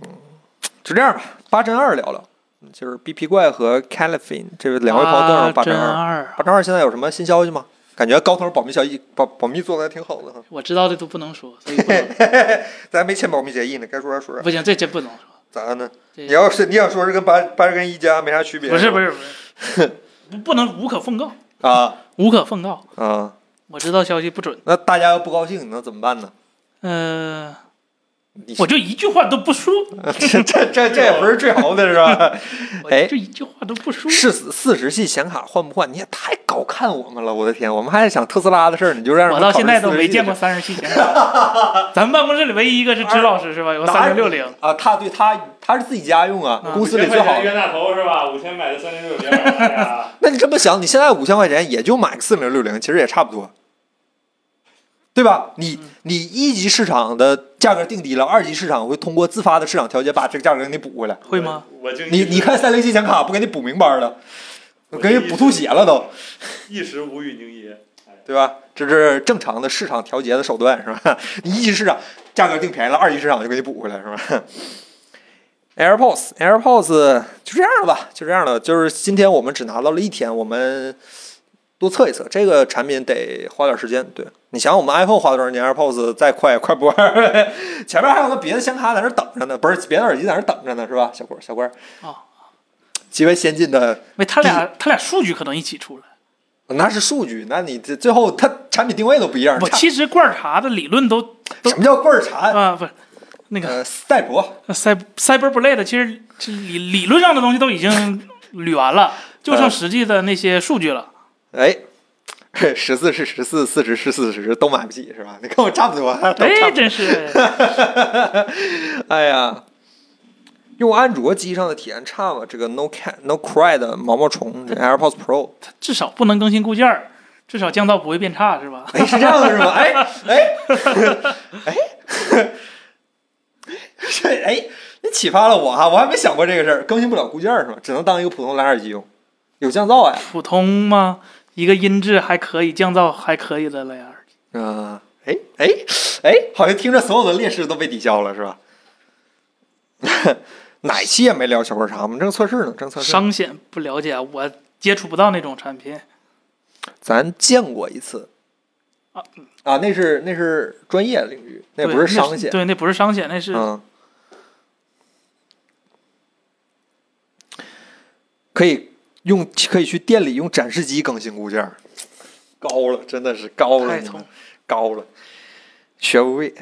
[SPEAKER 1] 嗯，就这样吧。八针二聊聊，嗯就是 BP 怪和 Califin 这位两位朋友都让八针
[SPEAKER 2] 真
[SPEAKER 1] 二。
[SPEAKER 2] 二，
[SPEAKER 1] 八针二现在有什么新消息吗？感觉高通保密小易保保密做的还挺好的哈，
[SPEAKER 2] 我知道的都不能说，所以不能
[SPEAKER 1] 咱还没签保密协议呢，该说啥说啥。
[SPEAKER 2] 不行，这真不 能说，
[SPEAKER 1] 咋呢？
[SPEAKER 2] 这
[SPEAKER 1] 你要是你想说是跟八八跟一加没啥区别，
[SPEAKER 2] 不是不是不是， 不不能无可奉告，
[SPEAKER 1] 啊
[SPEAKER 2] 无可奉告，
[SPEAKER 1] 啊？
[SPEAKER 2] 我知道消息不准，
[SPEAKER 1] 那大家要不高兴，你能怎么办呢？
[SPEAKER 2] 呃，
[SPEAKER 1] 你
[SPEAKER 2] 我就一句话都不说，
[SPEAKER 1] 这这这这也不是最好的是吧？
[SPEAKER 2] 我
[SPEAKER 1] 哎
[SPEAKER 2] 就一句话都不说，
[SPEAKER 1] 是四四十系显卡换不换？你也太高看我们了，我的天！我们还在想特斯拉的事儿，你就让
[SPEAKER 2] 我
[SPEAKER 1] 人
[SPEAKER 2] 到
[SPEAKER 1] 考虑
[SPEAKER 2] 现在都
[SPEAKER 1] 40
[SPEAKER 2] 没见过
[SPEAKER 1] 系
[SPEAKER 2] 三十七 显卡，咱们办公室里唯一一个是支老师是吧？有
[SPEAKER 1] 的
[SPEAKER 2] 个三零六零，
[SPEAKER 1] 啊，他对他他是自己家用啊，
[SPEAKER 2] 嗯
[SPEAKER 1] 公
[SPEAKER 3] 五
[SPEAKER 1] 司
[SPEAKER 3] 千
[SPEAKER 1] 里
[SPEAKER 3] 块
[SPEAKER 1] 最好
[SPEAKER 3] 钱
[SPEAKER 1] 的。
[SPEAKER 3] 冤大头是吧？五千买的三零六零，哎呀，
[SPEAKER 1] 那你这么想，你现在五千块钱也就买个四零六零，其实也差不多，对吧？你
[SPEAKER 2] 嗯
[SPEAKER 1] 你一级市场的价格定低了，二级市场会通过自发的市场调节把这个价格给你补回来。
[SPEAKER 2] 会吗？
[SPEAKER 3] 我？我就
[SPEAKER 1] 你你看三零七显卡不给你补明白了，给你补吐血了都。
[SPEAKER 3] 一时无语凝噎。
[SPEAKER 1] 对吧？这是正常的市场调节的手段，是吧？ 你一级市场价格定便宜了，二级市场就给你补回来，是吧？AirPods AirPods 就这样了吧，就这样了。就是今天我们只拿到了一天，我们多测一测这个产品得花点时间。对你想，想我们 iPhone 花多少年，AirPods 再快也快不完。 前面还有个别的显卡在那儿等着呢，不是别的耳机在那儿等着呢，是吧？小郭小郭，
[SPEAKER 2] 哦，
[SPEAKER 1] 极为先进的
[SPEAKER 2] 没，他俩他俩数据可能一起出来。
[SPEAKER 1] 那是数据，那你这最后它产品定位都不一样。
[SPEAKER 2] 我
[SPEAKER 1] 差
[SPEAKER 2] 其实罐儿茶的理论都都
[SPEAKER 1] 什么叫棍儿馋？
[SPEAKER 2] 啊，不是那个
[SPEAKER 1] 呃，赛博，
[SPEAKER 2] cyber cyber blade，其实这理理论上的东西都已经捋完了，就
[SPEAKER 1] 呃
[SPEAKER 2] 剩实际的那些数据了。
[SPEAKER 1] 哎，十四是十四，四十是四十，都买不起是吧？你跟我差不多，都差
[SPEAKER 2] 哎，
[SPEAKER 1] 不
[SPEAKER 2] 真 是
[SPEAKER 1] 多。哎呀，用安卓机上的体验差吗？这个 No Cat No Cry 的毛毛虫这 AirPods Pro，
[SPEAKER 2] 至少不能更新固件儿，至少降噪不会变差，是吧？
[SPEAKER 1] 哎，是这样的是吗？ 哎哎哎，这哎你启发了我哈，我还没想过这个事儿，更新不了固件儿是吧？只能当一个普通蓝牙耳机用，有降噪呀。
[SPEAKER 2] 普通吗？一个音质还可以，降噪还可以的蓝牙耳机。
[SPEAKER 1] 啊、哎哎哎，好像听着所有的劣势都被抵消了是吧？ 哪期也没聊小破茶，我们正测试呢，正测试。
[SPEAKER 2] 商险不了解，我接触不到那种产品。
[SPEAKER 1] 咱见过一次
[SPEAKER 2] 啊
[SPEAKER 1] 啊，那是那是专业领域，那
[SPEAKER 2] 对
[SPEAKER 1] 不是商险。
[SPEAKER 2] 对，那不是商险，那是
[SPEAKER 1] 嗯，可以用可以去店里用展示机更新固件儿，高了，真的是高了，
[SPEAKER 2] 太
[SPEAKER 1] 你们
[SPEAKER 2] 聪
[SPEAKER 1] 高了，学不会。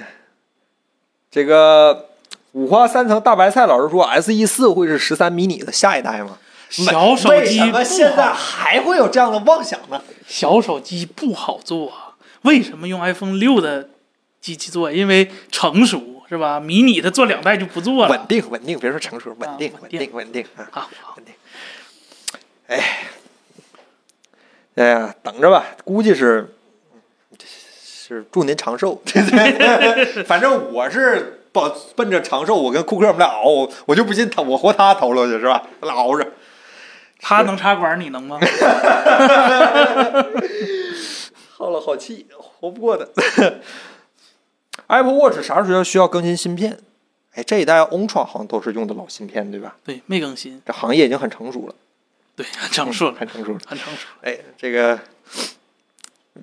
[SPEAKER 1] 这个五花三层大白菜老师说，S E 四会是十三迷你的下一代吗？
[SPEAKER 2] 小手
[SPEAKER 1] 为
[SPEAKER 2] 机
[SPEAKER 1] 什
[SPEAKER 2] 不
[SPEAKER 1] 么
[SPEAKER 2] 好
[SPEAKER 1] 现在还会有这样的妄想呢？
[SPEAKER 2] 小手机不好做啊。为什么用 iPhone 六的机器做？因为成熟是吧？迷你的做两代就不做
[SPEAKER 1] 稳
[SPEAKER 2] 了。
[SPEAKER 1] 定，稳定，别说成熟，稳
[SPEAKER 2] 啊
[SPEAKER 1] 定，稳
[SPEAKER 2] 稳
[SPEAKER 1] 定，
[SPEAKER 2] 定
[SPEAKER 1] 稳定啊。
[SPEAKER 2] 啊，
[SPEAKER 1] 哎呀，等着吧，估计是是祝您长寿。 反正我是奔奔着长寿，我跟库克我们俩熬，我我就不信他我活他头了去是吧？咱俩熬着。
[SPEAKER 2] 他能插管，你能吗？
[SPEAKER 1] 耗了好气，活不过的。Apple Watch 啥时候需要更新芯片？哎，这一代 Ultra 好像都是用的老芯片，对吧？
[SPEAKER 2] 对，没更新，
[SPEAKER 1] 这行业已经很成熟了，
[SPEAKER 2] 对，很成熟了，
[SPEAKER 1] 很成熟了。
[SPEAKER 2] 很成熟了。
[SPEAKER 1] 哎，这个，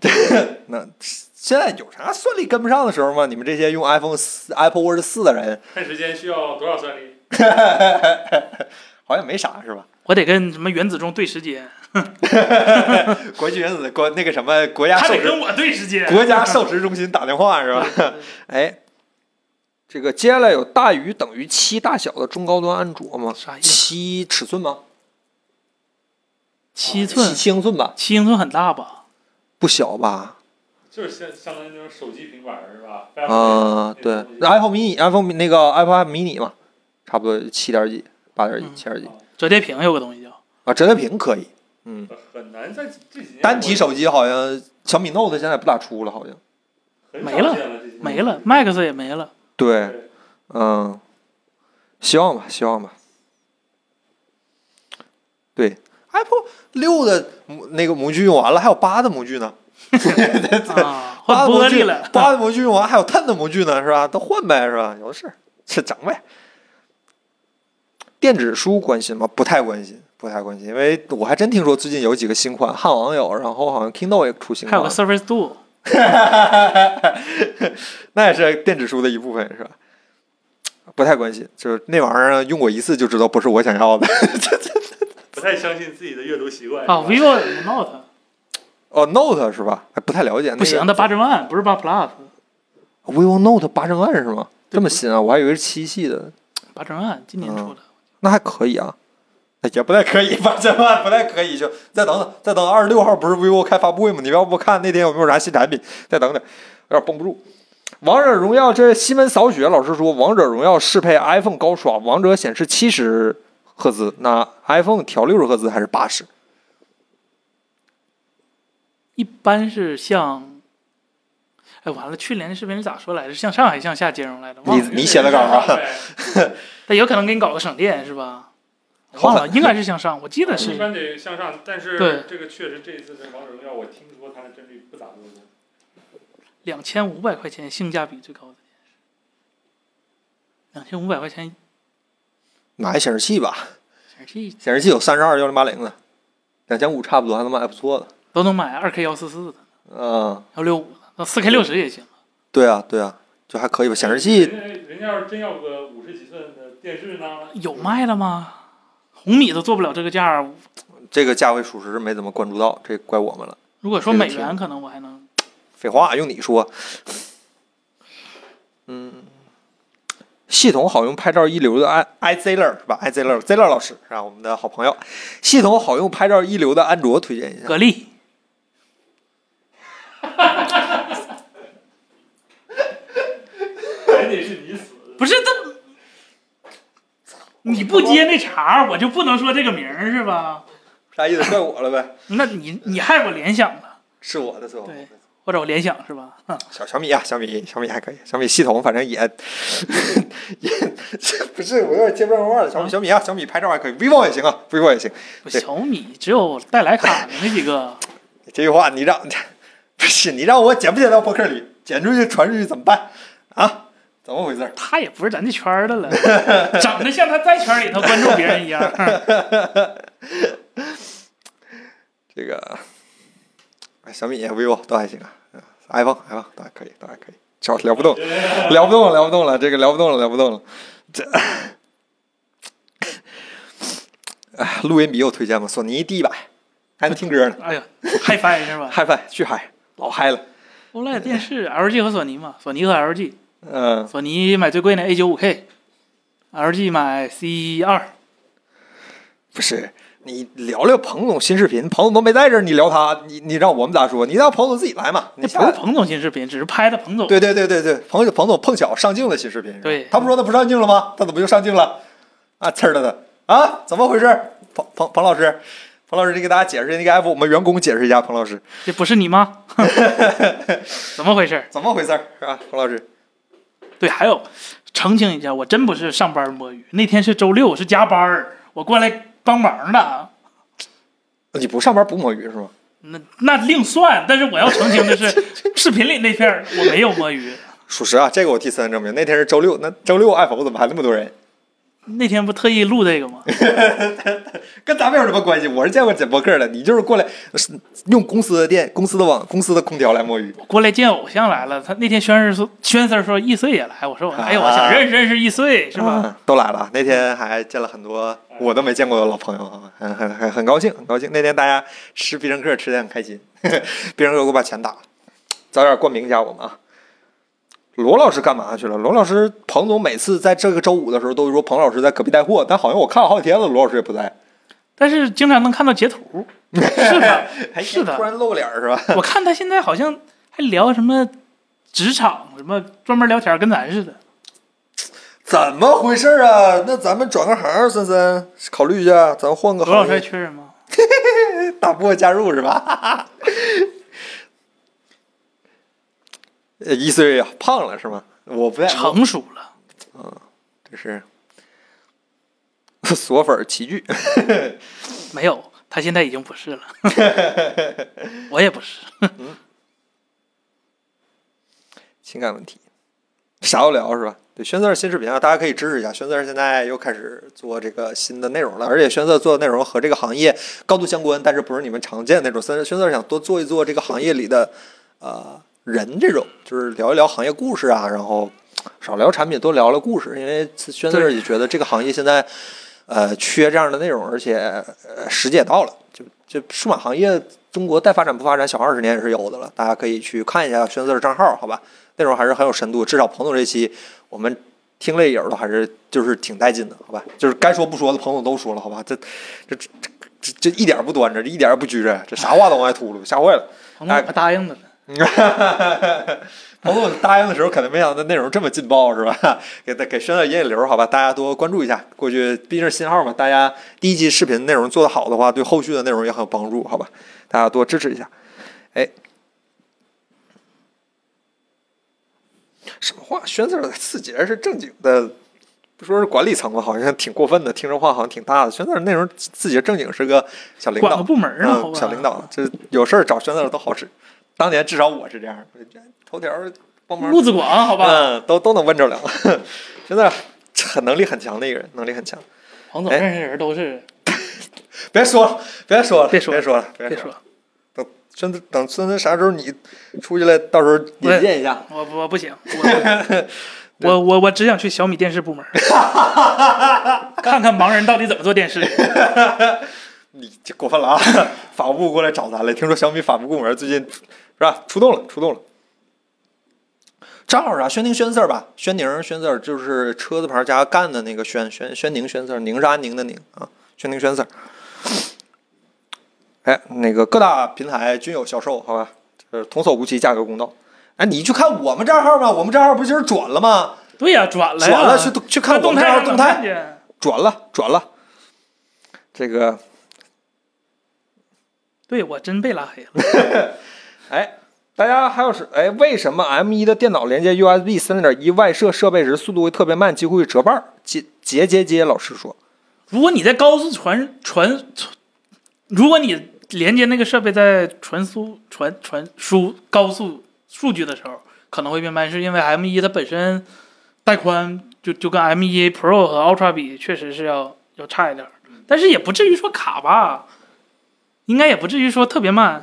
[SPEAKER 1] 那现在有啥算力跟不上的时候吗？你们这些用 iPhone 四、Apple Watch 四的人，
[SPEAKER 3] 看时间需要多少算力？
[SPEAKER 1] 好像没啥是吧？
[SPEAKER 2] 我得跟什么原子钟对时间，
[SPEAKER 1] 国际原子国那个什么国家
[SPEAKER 2] 他
[SPEAKER 1] 授
[SPEAKER 2] 得
[SPEAKER 1] 时
[SPEAKER 2] 跟我对时间。
[SPEAKER 1] 国家授时中心打电话是吧？ 哎，这个接下来有大于等于七大小的中高端安卓吗
[SPEAKER 2] 啥？意思
[SPEAKER 1] 七尺寸吗？
[SPEAKER 2] 七
[SPEAKER 1] 七
[SPEAKER 2] 寸，
[SPEAKER 1] 七英寸吧？
[SPEAKER 2] 七英寸很大吧？
[SPEAKER 1] 不小吧？
[SPEAKER 3] 就是相相当于那种手机平板儿是吧？
[SPEAKER 1] 啊、
[SPEAKER 2] 嗯
[SPEAKER 1] 对
[SPEAKER 3] 那
[SPEAKER 1] ，iPhone mini、iPhone 那个 iPad mini 嘛，差不多七点几、八点几、
[SPEAKER 2] 嗯
[SPEAKER 1] 七点几
[SPEAKER 2] 折叠屏有个东西叫
[SPEAKER 1] 啊，折叠屏可以，嗯。
[SPEAKER 3] 很难在这几年
[SPEAKER 1] 单体手机好像小米 Note 现在不咋出了，好像。
[SPEAKER 3] 很少
[SPEAKER 2] 没了
[SPEAKER 3] 见了这几年
[SPEAKER 2] 没了，Max 也没了。
[SPEAKER 1] 对，
[SPEAKER 3] 对
[SPEAKER 1] 嗯，希望吧，希望吧。对，Apple 六的模那个模具用完了，还有八的模具呢。
[SPEAKER 2] 啊，
[SPEAKER 1] 八
[SPEAKER 2] 换
[SPEAKER 1] 的模
[SPEAKER 2] 玻
[SPEAKER 1] 具
[SPEAKER 2] 璃了。
[SPEAKER 1] 八的模具用完，还有 ten 的模具呢，是吧？都换呗，是吧？有的是，这整呗。电子书关心吗？不太关心，不太关心，因为我还真听说最近有几个新款，汉王有，然后好像 Kindle 也出新
[SPEAKER 2] 还
[SPEAKER 1] 款
[SPEAKER 2] 有个 Surface Duo，
[SPEAKER 1] 那也是电子书的一部分，是吧？不太关心，就是那玩意儿用过一次就知道不是我想要的。
[SPEAKER 3] 不太相信自己的阅读习惯
[SPEAKER 2] 啊
[SPEAKER 3] 是吧
[SPEAKER 2] ，vivo 有个 Note
[SPEAKER 1] 哦，Note 是吧？还不太了解。
[SPEAKER 2] 不行，它八针万不是八 Plus，
[SPEAKER 1] 那个、，vivo Note 八针万是吗？这么新啊，我还以为是七系的，
[SPEAKER 2] 八针万
[SPEAKER 1] 嗯
[SPEAKER 2] 今年出的。
[SPEAKER 1] 那还可以啊。哎也不太可以，八针万不太可以，就再等等，再等二十六号不是 vivo 开发布会吗？你要不看那天有没有啥新产品？再等等，有点绷不住。王者荣耀这西门扫雪老师说，王者荣耀适配 iPhone 高刷，王者显示七十赫兹，那 iPhone 调六十赫兹还是八十？
[SPEAKER 2] 一般是像，哎，完了，去年的视频是咋说来着？向上还是向下兼容来着？忘
[SPEAKER 1] 你
[SPEAKER 2] 了，
[SPEAKER 1] 你写的稿啊？
[SPEAKER 3] 对
[SPEAKER 2] 但有可能给你搞个省电是吧？
[SPEAKER 1] 忘
[SPEAKER 2] 忘
[SPEAKER 1] 了
[SPEAKER 2] 了，应该是向上，我记得
[SPEAKER 3] 一
[SPEAKER 2] 是。
[SPEAKER 3] 般得向上，但
[SPEAKER 2] 对
[SPEAKER 3] 是这个确实这一次这王者荣耀，我听说它的帧率不咋乐观。
[SPEAKER 2] 两千五百块钱性价比最高的两千五百块钱
[SPEAKER 1] 买显示器吧，
[SPEAKER 2] 显示器
[SPEAKER 1] 显示器有三十二幺零八零的，两千五差不多，还能买不错的。
[SPEAKER 2] 都能买二 K 幺四四的，
[SPEAKER 1] 嗯，
[SPEAKER 2] 幺六五的，那四 K 六十也行。
[SPEAKER 1] 对啊，对啊，就还可以吧。显示器
[SPEAKER 3] 人家人家要是真要个五十几寸的电视呢，
[SPEAKER 2] 有卖的吗？红米都做不了这个价儿，
[SPEAKER 1] 这个价位属实没怎么关注到，这怪我们了。
[SPEAKER 2] 如果说
[SPEAKER 1] 这个
[SPEAKER 2] 美
[SPEAKER 1] 挺
[SPEAKER 2] 元，可能我还能。
[SPEAKER 1] 废话，用你说，嗯，系统好用，拍照一流的 i i Zeller 是吧？i Zeller Zeller 老师是吧？我们的好朋友，系统好用，拍照一流的安卓推荐一下。
[SPEAKER 2] 格力，
[SPEAKER 3] 还得是你死。
[SPEAKER 2] 不是这，你不接那茬儿，我就不能说这个名儿是吧？
[SPEAKER 1] 啥意思？怪我了呗？
[SPEAKER 2] 那你你害我联想了，
[SPEAKER 1] 是我的错。
[SPEAKER 2] 对或者我联想是吧？哼
[SPEAKER 1] 小小米啊，小米，小米还可以，小米系统反正也 也这不是我有点接不上话了。小米小米啊，小米拍照还可以，vivo 也行啊，vivo 也行。对
[SPEAKER 2] 小米只有带徕卡的那几 个，
[SPEAKER 1] 这句话你让 不是你让我剪不剪到博客里，剪出去传出去怎么办啊？怎么回事儿？
[SPEAKER 2] 他也不是咱这圈儿的 了，整的像他在圈儿里头关注别人一样。
[SPEAKER 1] 这个哎小米、vivo 都还行啊嗯，iPhone、iPhone 都还可以，都还可以。瞧，聊不动，聊不动了，聊不动了，这个聊不动了，聊不动了。这，哎，录音笔有推荐吗？索尼 D 一百，还能听歌呢，
[SPEAKER 2] 哎呀，嗨翻是吧
[SPEAKER 1] 嗨翻去嗨，老嗨了。
[SPEAKER 2] ？OLED 电视，LG 和索尼嘛，索尼和 LG，
[SPEAKER 1] 嗯，
[SPEAKER 2] 索尼买最贵那 A 9 5 K，LG 买 C 二。
[SPEAKER 1] 不是，你聊聊彭总新视频，彭总都没在这儿，你聊他，你你让我们咋说？你让彭总自己来嘛。你
[SPEAKER 2] 那
[SPEAKER 1] 下
[SPEAKER 2] 不是彭总新视频，只是拍的彭总。
[SPEAKER 1] 对对对对对，彭彭总碰巧上镜了新视频，是吧
[SPEAKER 2] 对
[SPEAKER 1] 他不说他不上镜了吗？他怎么就上镜了？啊，呲儿了他啊，怎么回事？彭彭彭老师，彭老师，你给大家解释一下，你给 F 我们员工解释一下，彭老师
[SPEAKER 2] 这不是你 吗？ 怎么回事？
[SPEAKER 1] 怎么回事儿是吧？彭老师，
[SPEAKER 2] 对，还有澄清一下，我真不是上班摸鱼，那天是周六，我是加班儿，我过来帮忙的。
[SPEAKER 1] 你不上班不摸鱼是吗？
[SPEAKER 2] 那那另算，但是我要澄清的是，视频里那片儿我没有摸鱼。
[SPEAKER 1] 属实啊，这个我替三人证明。那天是周六，那周六爱否怎么还那么多人？
[SPEAKER 2] 那天不特意录这个吗？
[SPEAKER 1] 跟咱们有什么关系？我是见过剪播客的，你就是过来是用公司的电、公司的网、公司的空调来摸鱼。
[SPEAKER 2] 过来见偶像来了，他那天宣誓说宣誓说易碎也来，我说我
[SPEAKER 1] 啊
[SPEAKER 2] 哎呦，我想认识认识易碎是吧？
[SPEAKER 1] 嗯都来了，那天还见了很多我都没见过的老朋友啊，很很很很高兴，很高兴。那天大家吃必胜客吃的很开心， 必胜客给我把钱打了，早点冠名一下我们啊。罗老师干嘛去了？罗老师，彭总每次在这个周五的时候都说彭老师在隔壁带货，但好像我看了好几天了，罗老师也不在。
[SPEAKER 2] 但是经常能看到截图，是吧？
[SPEAKER 1] 哎
[SPEAKER 2] 是的
[SPEAKER 1] 突然露个脸儿是吧？
[SPEAKER 2] 我看他现在好像还聊什么职场什么，专门聊天儿跟咱似的。
[SPEAKER 1] 怎么回事啊？那咱们转个行儿，森森，考虑一下，咱换个
[SPEAKER 2] 罗
[SPEAKER 1] 行
[SPEAKER 2] 老师还
[SPEAKER 1] 业，
[SPEAKER 2] 缺人吗？
[SPEAKER 1] 打破加入是吧？ 呃，一岁啊胖了是吗？我不太
[SPEAKER 2] 成熟了，
[SPEAKER 1] 这是锁粉儿齐聚，
[SPEAKER 2] 没有，他现在已经 不是了，我也不是。
[SPEAKER 1] 情感问题，啥都聊是吧？对，宣色新视频啊，大家可以支持一下。宣色现在又开始做这个新的内容了，而且宣色做的内容和这个行业高度相关，但是不是你们常见的那种。宣宣色想多做一做这个行业里的呃人这种，就是聊一聊行业故事啊，然后少聊产品，多聊聊故事，因为宣色
[SPEAKER 2] 对
[SPEAKER 1] 也觉得这个行业现在呃缺这样的内容，而且呃时机也到了，就就数码行业中国再发展不发展，小二十年也是有的了。大家可以去看一下宣字的账号，好吧？内容还是很有深度，至少彭总这期我们听了一耳朵，还是就是挺带劲的，好吧？就是该说不说的彭总都说了，好吧？这这这这这一点儿不端着，这一点儿也不拘着，这啥话都往外秃噜，吓坏了。
[SPEAKER 2] 彭总可答应的了，
[SPEAKER 1] 彭总答应的时候，可能没想到内容这么劲爆，是吧？ 给他给宣到引引流，好吧，大家多关注一下。过去毕竟是新号嘛，大家第一期视频内容做得好的话，对后续的内容也很有帮助，好吧？大家多支持一下。哎，什么话？宣字儿的四节是正经的，不说是管理层吧，好像挺过分的，听这话好像挺大的。宣字儿内容四节正经是个小领
[SPEAKER 2] 管
[SPEAKER 1] 导
[SPEAKER 2] 个，部门儿呢，好
[SPEAKER 1] 嗯，
[SPEAKER 2] 吧
[SPEAKER 1] 小领导，这有事儿找宣子都好使。当年至少我是这样，头条儿帮忙，
[SPEAKER 2] 路子广，好吧？
[SPEAKER 1] 嗯，都都能问着了。 现在很能力很强的一个人，能力很强。
[SPEAKER 2] 彭总
[SPEAKER 1] 哎
[SPEAKER 2] 认识的人都是，
[SPEAKER 1] 别说了，别说了，
[SPEAKER 2] 别
[SPEAKER 1] 别
[SPEAKER 2] 说了
[SPEAKER 1] 说了，别
[SPEAKER 2] 别
[SPEAKER 1] 说了。
[SPEAKER 2] 说，
[SPEAKER 1] 等孙子，等孙子啥时候你出去了，到时候引荐一下。
[SPEAKER 2] 我我不行， 我我我我只想去小米电视部门儿，看看盲人到底怎么做电视。
[SPEAKER 1] 你这过分了啊！ 法务部过来找咱了，听说小米法务部门最近是吧出动了，出动了。正好啊，宣宁宣字儿吧，宣宁宣字儿就是车字旁加干的那个宣，宣宣宁宣字儿，宁是安宁的宁啊，宣宁宣字儿。哎，那个各大平台均有销售，好吧，呃，童叟无欺，价格公道。哎，你去看我们账号吧，我们账号不今儿转了吗？
[SPEAKER 2] 对呀，转了呀，
[SPEAKER 1] 转了，去去看我
[SPEAKER 2] 动
[SPEAKER 1] 们账
[SPEAKER 2] 态
[SPEAKER 1] 号动
[SPEAKER 2] 上能
[SPEAKER 1] 态
[SPEAKER 2] 看。见
[SPEAKER 1] 转了，转了。这个，
[SPEAKER 2] 对我真被拉黑了。
[SPEAKER 1] 哎，大家还有是哎，为什么 M1 的电脑连接 USB 3.1外设设备时速度会特别慢，几乎会折半儿？节节节节，老师说，
[SPEAKER 2] 如果你在高速传传，如果你连接那个设备在传输传传输高速数据的时候，可能会变慢，是因为 M 1它本身带宽就就跟 M 1 Pro 和 Ultra 比，确实是要要差一点儿，但是也不至于说卡吧，应该也不至于说特别慢。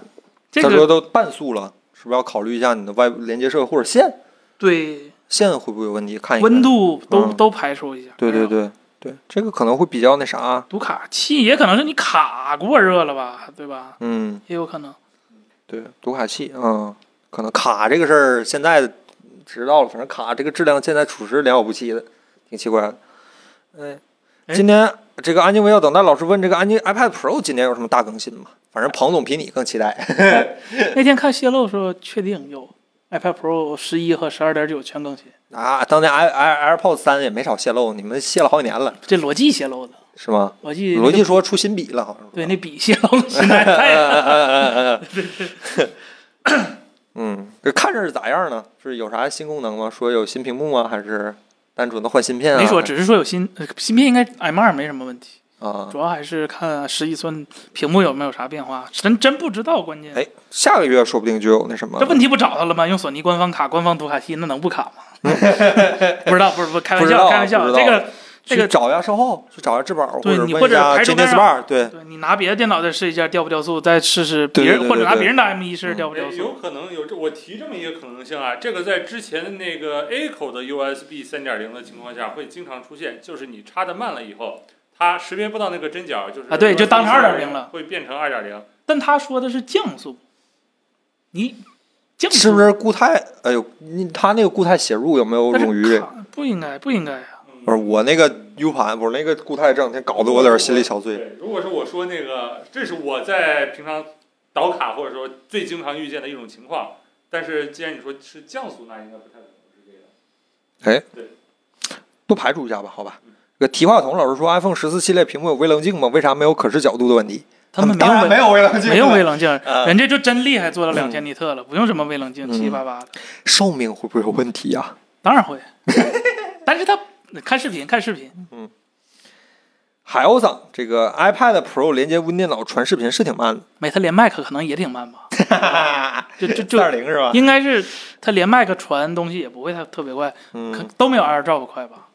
[SPEAKER 2] 这
[SPEAKER 1] 再说
[SPEAKER 2] 个
[SPEAKER 1] 都半速了，是不是要考虑一下你的外部连接设备或者线
[SPEAKER 2] 对
[SPEAKER 1] 线会不会有问题？看一看
[SPEAKER 2] 温。度都、
[SPEAKER 1] 嗯
[SPEAKER 2] 都排除一下。
[SPEAKER 1] 对对对对，这个可能会比较那啥，
[SPEAKER 2] 读卡器也可能是你卡过热了吧，对吧？
[SPEAKER 1] 嗯，
[SPEAKER 2] 也有可能。
[SPEAKER 1] 对，读卡器，嗯，可能卡这个事儿现在知道了，反正卡这个质量现在属实良莠不齐的，挺奇怪的。哎，
[SPEAKER 2] 哎
[SPEAKER 1] 今天这个安静微笑等待老师问这个安静 iPad Pro 今年有什么大更新吗？反正彭总比你更期待。
[SPEAKER 2] 那天看泄露说，确定有 iPad Pro 十一和十二点九全更新，
[SPEAKER 1] 啊，当年 i i AirPods 三也没少泄露，你们泄了好几年了，
[SPEAKER 2] 这逻辑泄露的，
[SPEAKER 1] 是吗？
[SPEAKER 2] 逻辑
[SPEAKER 1] 逻辑说出新笔了，好像是。
[SPEAKER 2] 对那笔泄露了，现 在太呃
[SPEAKER 1] 嗯嗯嗯嗯 嗯，这看着是咋样呢？是有啥新功能吗？说有新屏幕吗？还是单纯的换芯片啊？
[SPEAKER 2] 没说，只是说有新呃芯片应该 M 2没什么问题，
[SPEAKER 1] 啊。
[SPEAKER 2] 主要还是看十一寸屏幕有没有啥变化，真真不知道，关键。
[SPEAKER 1] 哎，下个月说不定就有那什么。
[SPEAKER 2] 这问题不找他了吗？用索尼官方卡、官方读卡器，那能不卡吗？ 不知道，不是不是，开玩
[SPEAKER 1] 不知道
[SPEAKER 2] 笑，开玩笑。
[SPEAKER 1] 不知
[SPEAKER 2] 这
[SPEAKER 1] 道
[SPEAKER 2] 个这
[SPEAKER 1] 去
[SPEAKER 2] 个，
[SPEAKER 1] 找一下售后，去找一下质保，或
[SPEAKER 2] 对
[SPEAKER 1] 者
[SPEAKER 2] 你
[SPEAKER 1] 问
[SPEAKER 2] 或
[SPEAKER 1] 一
[SPEAKER 2] 者
[SPEAKER 1] 下
[SPEAKER 2] 排除
[SPEAKER 1] Genius
[SPEAKER 2] 干扰
[SPEAKER 1] Bar，对，
[SPEAKER 2] 对你拿别的电脑再试一下掉不掉速，再试试
[SPEAKER 1] 对
[SPEAKER 2] 别人
[SPEAKER 1] 对对
[SPEAKER 2] 或者
[SPEAKER 1] 对
[SPEAKER 2] 拿
[SPEAKER 1] 对
[SPEAKER 2] 别人的 M 1试试
[SPEAKER 1] 嗯
[SPEAKER 2] 掉不掉
[SPEAKER 3] 哎
[SPEAKER 2] 速
[SPEAKER 3] 有。可能有这，我提这么一个可能性啊，这个在之前的那个 A 口的 USB 三点零的情况下会经常出现，就是你插的慢了以后，它识别不到那个针脚，就是
[SPEAKER 2] 啊对就当成
[SPEAKER 3] USB
[SPEAKER 2] 2.0了
[SPEAKER 3] 会变成二点零。
[SPEAKER 2] 但他说的是降速，你降速
[SPEAKER 1] 是不是固态？哎呦，你他那个固态写入有没有
[SPEAKER 2] 但是
[SPEAKER 1] 冗余？
[SPEAKER 2] 卡不应该，不应该啊！
[SPEAKER 1] 不是我那个 U 盘，不是那个固态，这两天搞得我有点心力憔悴。
[SPEAKER 3] 对，如果是我说那个，这是我在平常导卡或者说最经常遇见的一种情况。但是既然你说是降速，那应该不太可能是这个。
[SPEAKER 1] 都排除一下吧，好吧。这个提话筒老师说，iPhone 十四系列屏幕有微棱镜吗？为啥没有可视角度的问题？嗯
[SPEAKER 2] 他们没有
[SPEAKER 1] 当然
[SPEAKER 2] 微
[SPEAKER 1] 有微棱
[SPEAKER 2] 没有微棱镜，
[SPEAKER 1] 呃
[SPEAKER 2] 人家就真厉害，做到
[SPEAKER 1] 嗯
[SPEAKER 2] 两千尼特了，不用什么微棱镜，
[SPEAKER 1] 嗯
[SPEAKER 2] 七七八八的，
[SPEAKER 1] 寿命会不会有问题啊？
[SPEAKER 2] 当然 会。但是他看视频，看视频，
[SPEAKER 1] 海鸥嗓这个 iPad Pro 连接 Win 电脑传视频是挺慢的，
[SPEAKER 2] 没他连麦克可能也挺慢 吧，就就就
[SPEAKER 1] 420是吧？
[SPEAKER 2] 应该是他连麦克传东西也不会太特别快，可
[SPEAKER 1] 嗯，
[SPEAKER 2] 都没有 AirDrop 快吧？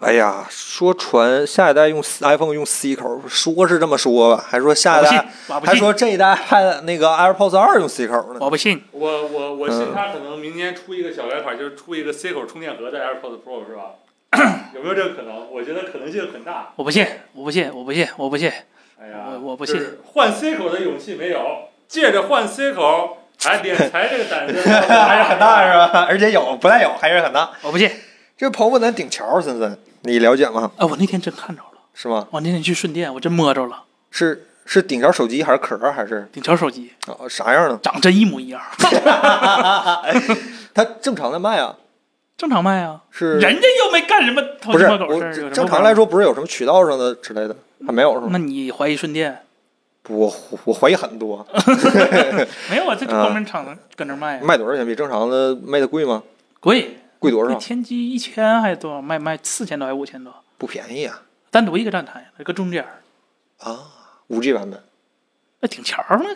[SPEAKER 1] 哎呀，说传下一代用 iPhone 用 C 口，说是这么说吧，还说下一
[SPEAKER 2] 我不信
[SPEAKER 1] 代，
[SPEAKER 2] 我不
[SPEAKER 1] 还
[SPEAKER 2] 信，哦
[SPEAKER 1] 说这一代 iPad 那个 AirPods 二用 C 口呢。
[SPEAKER 2] 我不信，
[SPEAKER 3] 我我我
[SPEAKER 1] 嗯
[SPEAKER 3] 信它可能明年出一个小改款，就是出一个 C 口充电盒的 AirPods Pro 是 吧？有没有这个可能？我觉得可能性很大。
[SPEAKER 2] 我不信，我不信，我不信，我不信。
[SPEAKER 3] 哎呀，
[SPEAKER 2] 我我不信
[SPEAKER 3] 就是换 C 口的勇气没有，借着换 C 口，哎，敛财这个 胆子还是很大吧？
[SPEAKER 1] 吧？ 而且有不但有，还是很大。
[SPEAKER 2] 我不信。
[SPEAKER 1] 这朋友问咱顶桥，森森，你了解吗？
[SPEAKER 2] 哎，我那天真看着了，
[SPEAKER 1] 是吗？
[SPEAKER 2] 我那天去顺电，我真摸着了，
[SPEAKER 1] 是是顶桥手机还是壳儿还是
[SPEAKER 2] 顶桥手机
[SPEAKER 1] 啊、啥样呢？
[SPEAKER 2] 长真一模一样，
[SPEAKER 1] 它正常的卖啊，
[SPEAKER 2] 正常卖啊，
[SPEAKER 1] 是
[SPEAKER 2] 人家又没干什么偷
[SPEAKER 1] 不
[SPEAKER 2] 鸡
[SPEAKER 1] 是
[SPEAKER 2] 摸狗事
[SPEAKER 1] 我
[SPEAKER 2] 儿，有什么
[SPEAKER 1] 正常来说不是有什么渠道上的之类的，还没有是
[SPEAKER 2] 不好，
[SPEAKER 1] 吗？
[SPEAKER 2] 那你怀疑顺电？
[SPEAKER 1] 我我怀疑很 多，
[SPEAKER 2] 没有啊，这就
[SPEAKER 1] 啊
[SPEAKER 2] 光明厂跟那卖啊，
[SPEAKER 1] 卖多少钱比正常的卖的贵吗？
[SPEAKER 2] 贵，
[SPEAKER 1] 贵多
[SPEAKER 2] 那
[SPEAKER 1] 少？
[SPEAKER 2] 天玑一千还多少，卖卖四千多还五千多，
[SPEAKER 1] 不便宜啊
[SPEAKER 2] 单独一个站台，一个中间儿，
[SPEAKER 1] 啊！五 G 版本，
[SPEAKER 2] 那顶桥儿那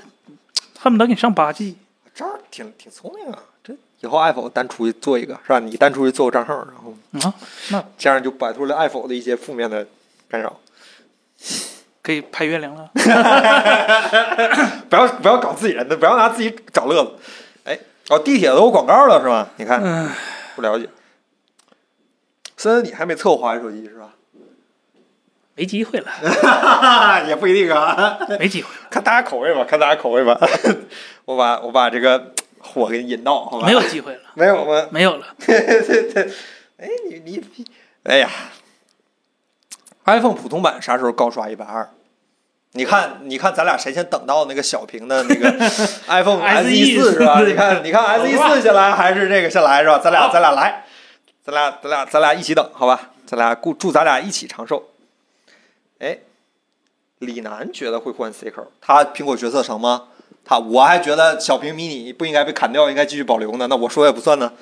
[SPEAKER 2] 恨不得给你上八 G，
[SPEAKER 1] 这儿挺挺聪明啊，这以后 Apple 单出去做一个是吧？你单出去做个账号，然后
[SPEAKER 2] 啊，那
[SPEAKER 1] 这样就摆脱了 Apple 的一些负面的干扰。
[SPEAKER 2] 可以拍月亮了。
[SPEAKER 1] 不要不要搞自己人的，不要拿自己找乐子。哎，哦，地铁都有广告了是吗？你看
[SPEAKER 2] 嗯，
[SPEAKER 1] 不了解。森森，你还没测过华为手机是吧？
[SPEAKER 2] 没机会了，
[SPEAKER 1] 也不一定啊，
[SPEAKER 2] 没机会 了，
[SPEAKER 1] 看大家口味吧，看大家口味吧。 我把我把这个火给你引到，好吧？
[SPEAKER 2] 没有机会了，
[SPEAKER 1] 没有吗？
[SPEAKER 2] 没有了。
[SPEAKER 1] 哎，你你，哎呀，iPhone 普通版啥时候高刷一百二？你看，你看，咱俩谁先等到那个小屏的那 个 iPhone
[SPEAKER 2] SE
[SPEAKER 1] SE E 四是吧？
[SPEAKER 2] 对
[SPEAKER 1] 你看， 你看 SE 四先来还是这个先来是吧？咱俩，
[SPEAKER 3] 好
[SPEAKER 1] 咱俩来，咱俩，咱俩，咱俩一起等，好吧？咱俩祝祝咱俩一起长寿。哎，李楠觉得会换 C 口，他苹果决策成吗？他我还觉得小屏迷你不应该被砍掉，应该继续保留呢。那我说也不算呢。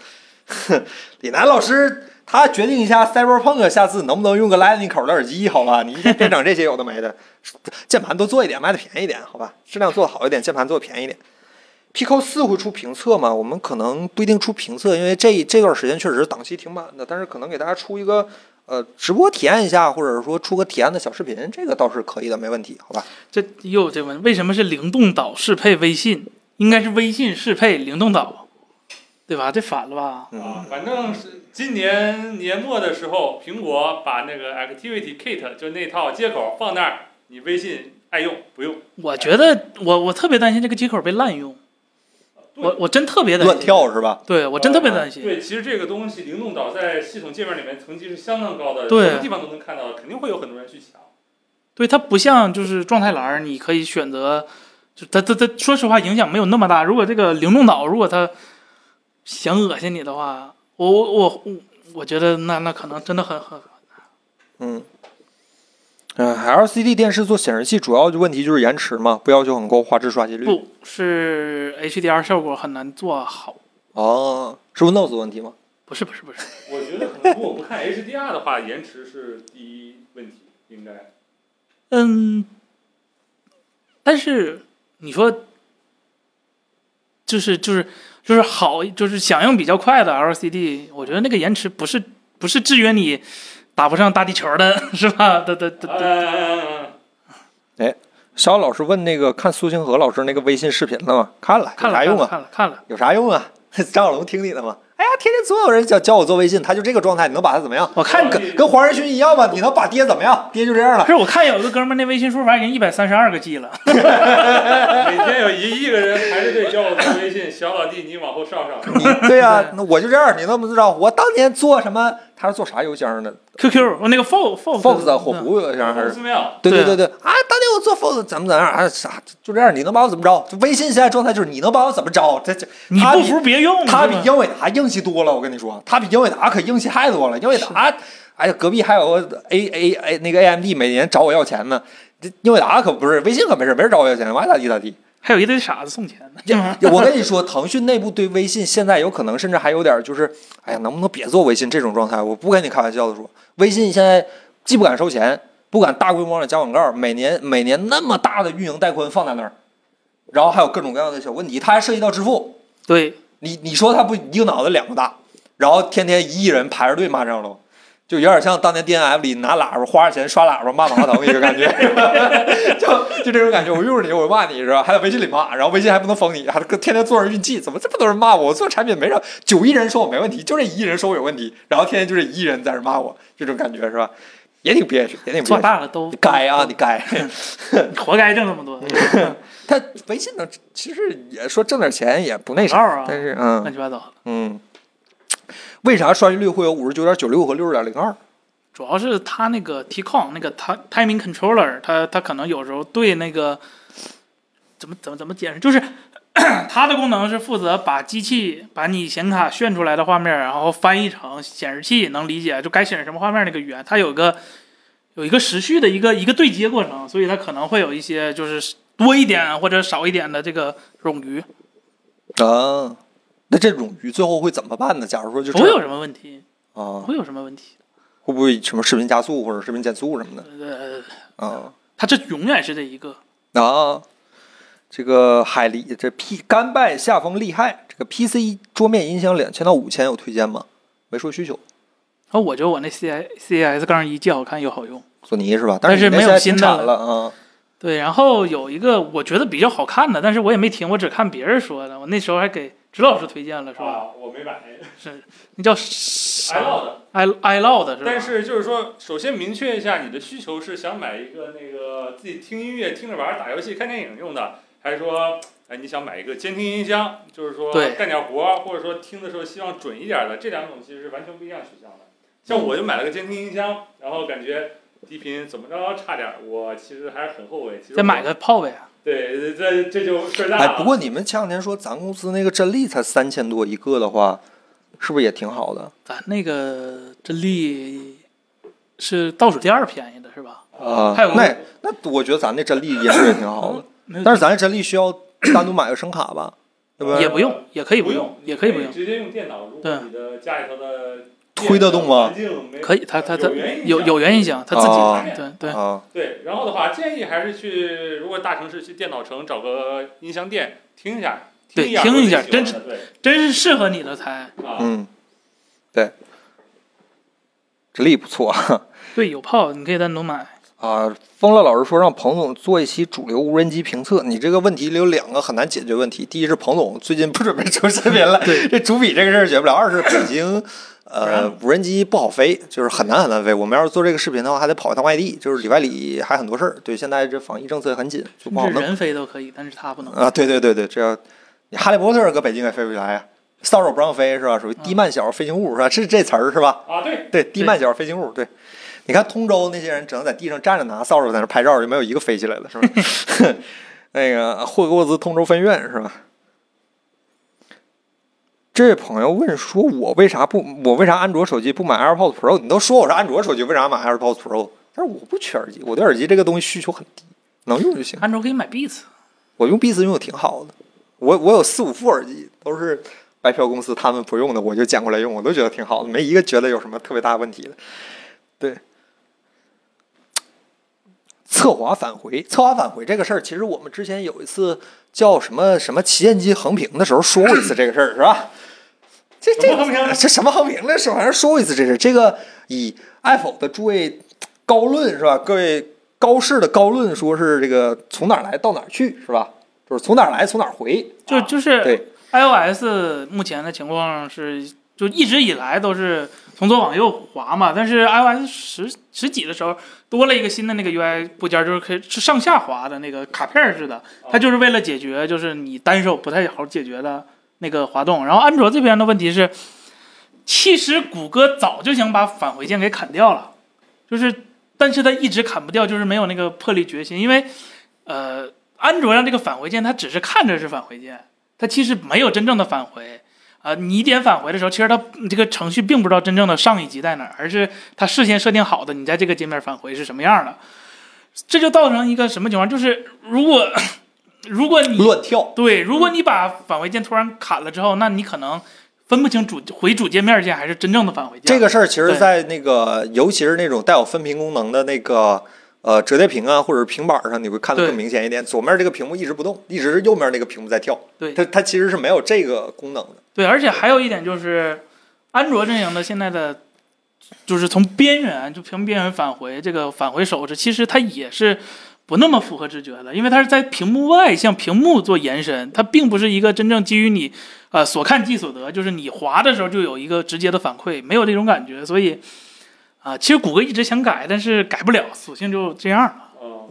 [SPEAKER 1] 李楠老师，他决定一下 Cyberpunk 下次能不能用个 Lightning 口的耳机，好吧？你一天别整这些有的没的，键盘多做一点，卖的便宜一点，好吧？质量做的好一点，键盘做的便宜一点。Pico 四会出评测吗？我们可能不一定出评测，因为这这段时间确实是档期挺满的，但是可能给大家出一个呃直播体验一下，或者说出个体验的小视频，这个倒是可以的，没问题，好吧？
[SPEAKER 2] 这又有这问，为什么是灵动岛适配微信？应该是微信适配灵动岛，啊对吧？这反了吧？
[SPEAKER 1] 嗯
[SPEAKER 3] 啊，，反正是今年年末的时候，苹果把那个 Activity Kit 就那套接口放那儿，你微信爱用不用？
[SPEAKER 2] 我觉得我我特别担心这个接口被滥用，我我真特别担心。
[SPEAKER 1] 乱跳是吧？
[SPEAKER 2] 对我真特别担心。
[SPEAKER 3] 对，其实这个东西灵动岛在系统界面里面层级是相当高的，
[SPEAKER 2] 对
[SPEAKER 3] 什么地方都能看到，肯定会有很多人去抢。
[SPEAKER 2] 对它不像就是状态栏儿，你可以选择，就它它它，说实话影响没有那么大。如果这个灵动岛，如果它想恶心你的话，我我我我我觉得那那可能真的很很
[SPEAKER 1] 嗯。嗯、l c d 电视做显示器主要就问题就是延迟嘛，不要求很高画质刷新率。
[SPEAKER 2] 不是 HDR 效果很难做好，
[SPEAKER 1] 哦，是 Windows 的问题吗？
[SPEAKER 2] 不是不是不是，
[SPEAKER 3] 我觉得可能如果不看 HDR 的话，延迟是第一问题，应该。
[SPEAKER 2] 嗯，但是你说就是就是就是好，就是响应比较快的 LCD，我觉得那个延迟不是不是制约你打不上大地球的是吧？的的的的。
[SPEAKER 3] 呃，
[SPEAKER 1] 小老师问那个看苏星河老师那个微信视频了吗？看了，
[SPEAKER 2] 看
[SPEAKER 1] 有
[SPEAKER 2] 了
[SPEAKER 1] 啥用啊？
[SPEAKER 2] 看了看了，
[SPEAKER 1] 有啥用啊？ 张小龙听你的吗？哎呀，天天总有人叫教我做微信，他就这个状态，你能把他怎么样？
[SPEAKER 2] 我看
[SPEAKER 1] 跟跟黄仁勋一样吧，你能把爹怎么样？爹就这样
[SPEAKER 2] 不
[SPEAKER 1] 了。
[SPEAKER 2] 是我看有个哥们儿那微信输入法已经一百三十二个 G 了，
[SPEAKER 3] 每天有一亿个人排着队教我做微信，小老弟你往后上 上。
[SPEAKER 1] 你对呀、那我就这样，你能不知道我当年做什么？他是做啥邮箱的
[SPEAKER 2] QQ，我那个 Fox Fox 嗯
[SPEAKER 1] ？Fox 啊火狐邮箱还是？
[SPEAKER 3] 寺庙，
[SPEAKER 1] 对
[SPEAKER 2] 对
[SPEAKER 1] 对对，啊，当年我做 Fox 怎么怎么样啊？啥就这样，你能把我怎么着？就微信现在状态就是你能把我怎么着？这这
[SPEAKER 2] 你
[SPEAKER 1] 他
[SPEAKER 2] 不
[SPEAKER 1] 比
[SPEAKER 2] 服别用，
[SPEAKER 1] 他
[SPEAKER 2] 是
[SPEAKER 1] 比
[SPEAKER 2] 吧
[SPEAKER 1] 英伟达硬气多了，我跟你说，他比英伟达可硬气太多了。英伟达，哎呀，隔壁还有个 A A A 那个 AMD 每年找我要钱呢。这英伟达可不是，微信可没事，没人找我要钱，我爱咋地 咋地。
[SPEAKER 2] 还有一堆傻子送钱呢，
[SPEAKER 1] 我跟你说，腾讯内部对微信现在有可能甚至还有点就是，哎呀，能不能别做微信这种状态？我不跟你开玩笑的说，微信现在既不敢收钱，不敢大规模的加广告，每年每年那么大的运营带宽放在那儿，然后还有各种各样的小问题，它还涉及到支付。
[SPEAKER 2] 对，
[SPEAKER 1] 你你说他不一个脑袋两个大，然后天天一亿人排着队骂张龙，就有点像当年 D N F 里拿喇叭花着钱刷喇叭骂马化腾一个感觉， 就就这种感觉。我用着你，我骂你是吧？还在微信里骂，然后微信还不能封你，还天天做人运气，怎么这么多人骂我？我做产品没啥，九亿人说我没问题，就这一亿人说我有问题，然后天天就这一亿人在这骂我，这种感觉是吧？也挺憋屈，也挺憋
[SPEAKER 2] 做
[SPEAKER 1] 屈。
[SPEAKER 2] 大了都
[SPEAKER 1] 你该啊，你该。
[SPEAKER 2] 活该挣这么多，
[SPEAKER 1] 他微信呢，其实也说挣点钱也不那
[SPEAKER 2] 号
[SPEAKER 1] 啥，
[SPEAKER 2] 啊，
[SPEAKER 1] 但是嗯
[SPEAKER 2] 乱，七八糟的，
[SPEAKER 1] 嗯，为啥刷新率会有五十九点九六和六十点零二？
[SPEAKER 2] 主要是它那个 Tcon 那个 ti- timing controller，它它可能有时候对那个怎么怎么怎么解释，就是 咳它的功能是负责把机器把你显卡炫出来的画面，然后翻译成显示器能理解，就该显示什么画面那个语言，它有个有一个时序的一个一个对接过程，所以它可能会有一些就是多一点或者少一点的这个冗余，
[SPEAKER 1] 啊，那这种鱼最后会怎么办呢？假如说就
[SPEAKER 2] 不会
[SPEAKER 1] 这
[SPEAKER 2] 有什么问题，不
[SPEAKER 1] 啊，
[SPEAKER 2] 会有什么问题。
[SPEAKER 1] 会不会什么视频加速或者视频减速什么的
[SPEAKER 2] 呃，
[SPEAKER 1] 啊？
[SPEAKER 2] 它这永远是这一个，
[SPEAKER 1] 啊，这个海狸这 P 甘拜下风厉害，这个 PC 桌面音箱两千到五千有推荐吗？没说需求，
[SPEAKER 2] 然后我觉得我那 C I C S 杠一既好看又好用。
[SPEAKER 1] 索尼是吧？
[SPEAKER 2] 但
[SPEAKER 1] 是
[SPEAKER 2] 是
[SPEAKER 1] 你那
[SPEAKER 2] 没
[SPEAKER 1] 现
[SPEAKER 2] 有
[SPEAKER 1] 在
[SPEAKER 2] 新
[SPEAKER 1] 停
[SPEAKER 2] 的
[SPEAKER 1] 产了啊。
[SPEAKER 2] 对，然后有一个我觉得比较好看的，但是我也没听，我只看别人说的。我那时候还给指老师推荐了，是吧？
[SPEAKER 3] 啊，我没买
[SPEAKER 2] 是那叫啥
[SPEAKER 3] i l o d
[SPEAKER 2] i i l o d 是吧？
[SPEAKER 3] 但是就是说，首先明确一下你的需求是想买一个那个自己听音乐、听着玩儿、打游戏、看电影用的，还是说，哎，你想买一个监听音箱，就是说
[SPEAKER 2] 对
[SPEAKER 3] 干点活儿，或者说听的时候希望准一点儿的，这两种其实是完全不一样取向的。像我就买了个监听音箱，然后感觉低频怎么着差点儿，我其实还是很后悔。其实
[SPEAKER 2] 再买
[SPEAKER 3] 我
[SPEAKER 2] 个炮呗。
[SPEAKER 3] 对，这这就事儿大了。
[SPEAKER 1] 哎，不过你们前两天说咱公司那个真力才三千多一个的话，是不是也挺好的？
[SPEAKER 2] 咱那个真力是倒数第二便宜的是吧？
[SPEAKER 1] 啊
[SPEAKER 2] 还有个嗯
[SPEAKER 1] 那那我觉得咱那真力音质也挺好的。
[SPEAKER 2] 没有
[SPEAKER 1] 但是咱这真力需要单独买个声卡吧，对不
[SPEAKER 2] 也
[SPEAKER 1] 对？
[SPEAKER 2] 不用，也可以
[SPEAKER 3] 不
[SPEAKER 2] 用，
[SPEAKER 3] 你
[SPEAKER 2] 也可以不用。
[SPEAKER 3] 直接用电脑。如果
[SPEAKER 2] 对
[SPEAKER 3] 你的家里头的
[SPEAKER 1] 推得动吗
[SPEAKER 3] 环境没
[SPEAKER 2] 可以，他他他
[SPEAKER 3] 有原因
[SPEAKER 2] 有有原音响，他自己
[SPEAKER 1] 哦
[SPEAKER 2] 对对
[SPEAKER 1] 啊，
[SPEAKER 3] 对，然后的话，建议还是去，如果大城市去电脑城找个音箱店听一下，
[SPEAKER 2] 对
[SPEAKER 3] 一下，
[SPEAKER 2] 听
[SPEAKER 3] 听
[SPEAKER 2] 一下真
[SPEAKER 3] 是对
[SPEAKER 2] 真是适合你的才
[SPEAKER 3] 啊，
[SPEAKER 1] 嗯，对，这力不错
[SPEAKER 2] 对，有炮你可以单独买。
[SPEAKER 1] 啊。风乐老师说让彭总做一期主流无人机评测，你这个问题里有两个很难解决问题，第一是彭总最近不准备出视频了，
[SPEAKER 2] 对
[SPEAKER 1] 这主笔这个事儿解不了；二是 北京。呃，无人机不好飞，就是很难很难飞。我们要是做这个视频的话，还得跑一趟外地，就是里外里还很多事儿。对，现在这防疫政策也很紧，就不好
[SPEAKER 2] 甚至
[SPEAKER 1] 弄。
[SPEAKER 2] 人飞都可以，但是他不能。
[SPEAKER 1] 啊，对对对对，这要你哈利波特搁北京也飞不起来呀、扫帚不让飞是吧？属于低慢小飞行物是吧？是这词儿是吧？
[SPEAKER 3] 啊对，
[SPEAKER 1] 对，低慢小飞行物。对，你看通州那些人只能在地上站着拿扫帚在那拍照，就没有一个飞起来的，是吧？ 那个霍格沃兹通州分院是吧？这位朋友问说：“我为啥不？我为啥安卓手机不买 AirPods Pro？你都说我是安卓手机，为啥买 AirPods Pro？但是我不缺耳机，我对耳机这个东西需求很低，能用就行。”
[SPEAKER 2] 安卓可以买 Beats，
[SPEAKER 1] 我用 Beats 用的挺好的，我我有四五副耳机都是白嫖公司他们不用的，我就捡过来用，我都觉得挺好的，没一个觉得有什么特别大问题的。对，侧滑返回，侧滑返回这个事儿，其实我们之前有一次叫什么什么旗舰机横屏的时候说过一次这个事儿，是吧？这这
[SPEAKER 3] 什么横屏
[SPEAKER 1] 这什么横屏的时候，反正说过一次这事儿。这个以爱否的诸位高论是吧？各位高士的高论说是这个从哪儿来到哪儿去是吧？就是从哪儿来从哪儿回。
[SPEAKER 2] 就就是
[SPEAKER 1] 对
[SPEAKER 2] iOS 目前的情况是，就一直以来都是从左往右滑嘛，但是 iOS 十十几的时候多了一个新的那个 UI 部件，就是可以是上下滑的那个卡片儿似的，它就是为了解决就是你单手不太好解决的那个滑动。然后安卓这边的问题是，其实谷歌早就想把返回键给砍掉了，就是但是它一直砍不掉，就是没有那个魄力决心，因为呃，安卓上这个返回键它只是看着是返回键，它其实没有真正的返回。啊、你点返回的时候，其实它这个程序并不知道真正的上一级在哪儿，而是它事先设定好的，你在这个界面返回是什么样的。这就造成一个什么情况？就是如果 如果你
[SPEAKER 1] 乱跳，
[SPEAKER 2] 对，如果你把返回键突然砍了之后，那你可能分不清主回主界面键还是真正的返回键。
[SPEAKER 1] 这个事儿其实，
[SPEAKER 2] 对
[SPEAKER 1] 在那个尤其是那种带有分屏功能的那个呃折叠屏啊，或者是平板儿上，你会看得
[SPEAKER 2] 对
[SPEAKER 1] 更明显一点。左面这个屏幕一直不动，一直是右面那个屏幕在跳。
[SPEAKER 2] 对
[SPEAKER 1] 它它其实是没有这个功能的。
[SPEAKER 2] 对，而且还有一点就是，安卓阵营的现在的就是从边缘就从边缘返回这个返回手势，其实它也是不那么符合直觉的，因为它是在屏幕外向屏幕做延伸，它并不是一个真正基于你呃所看即所得，就是你滑的时候就有一个直接的反馈，没有这种感觉，所以啊、其实谷歌一直想改，但是改不了，索性就这样了。
[SPEAKER 3] 嗯，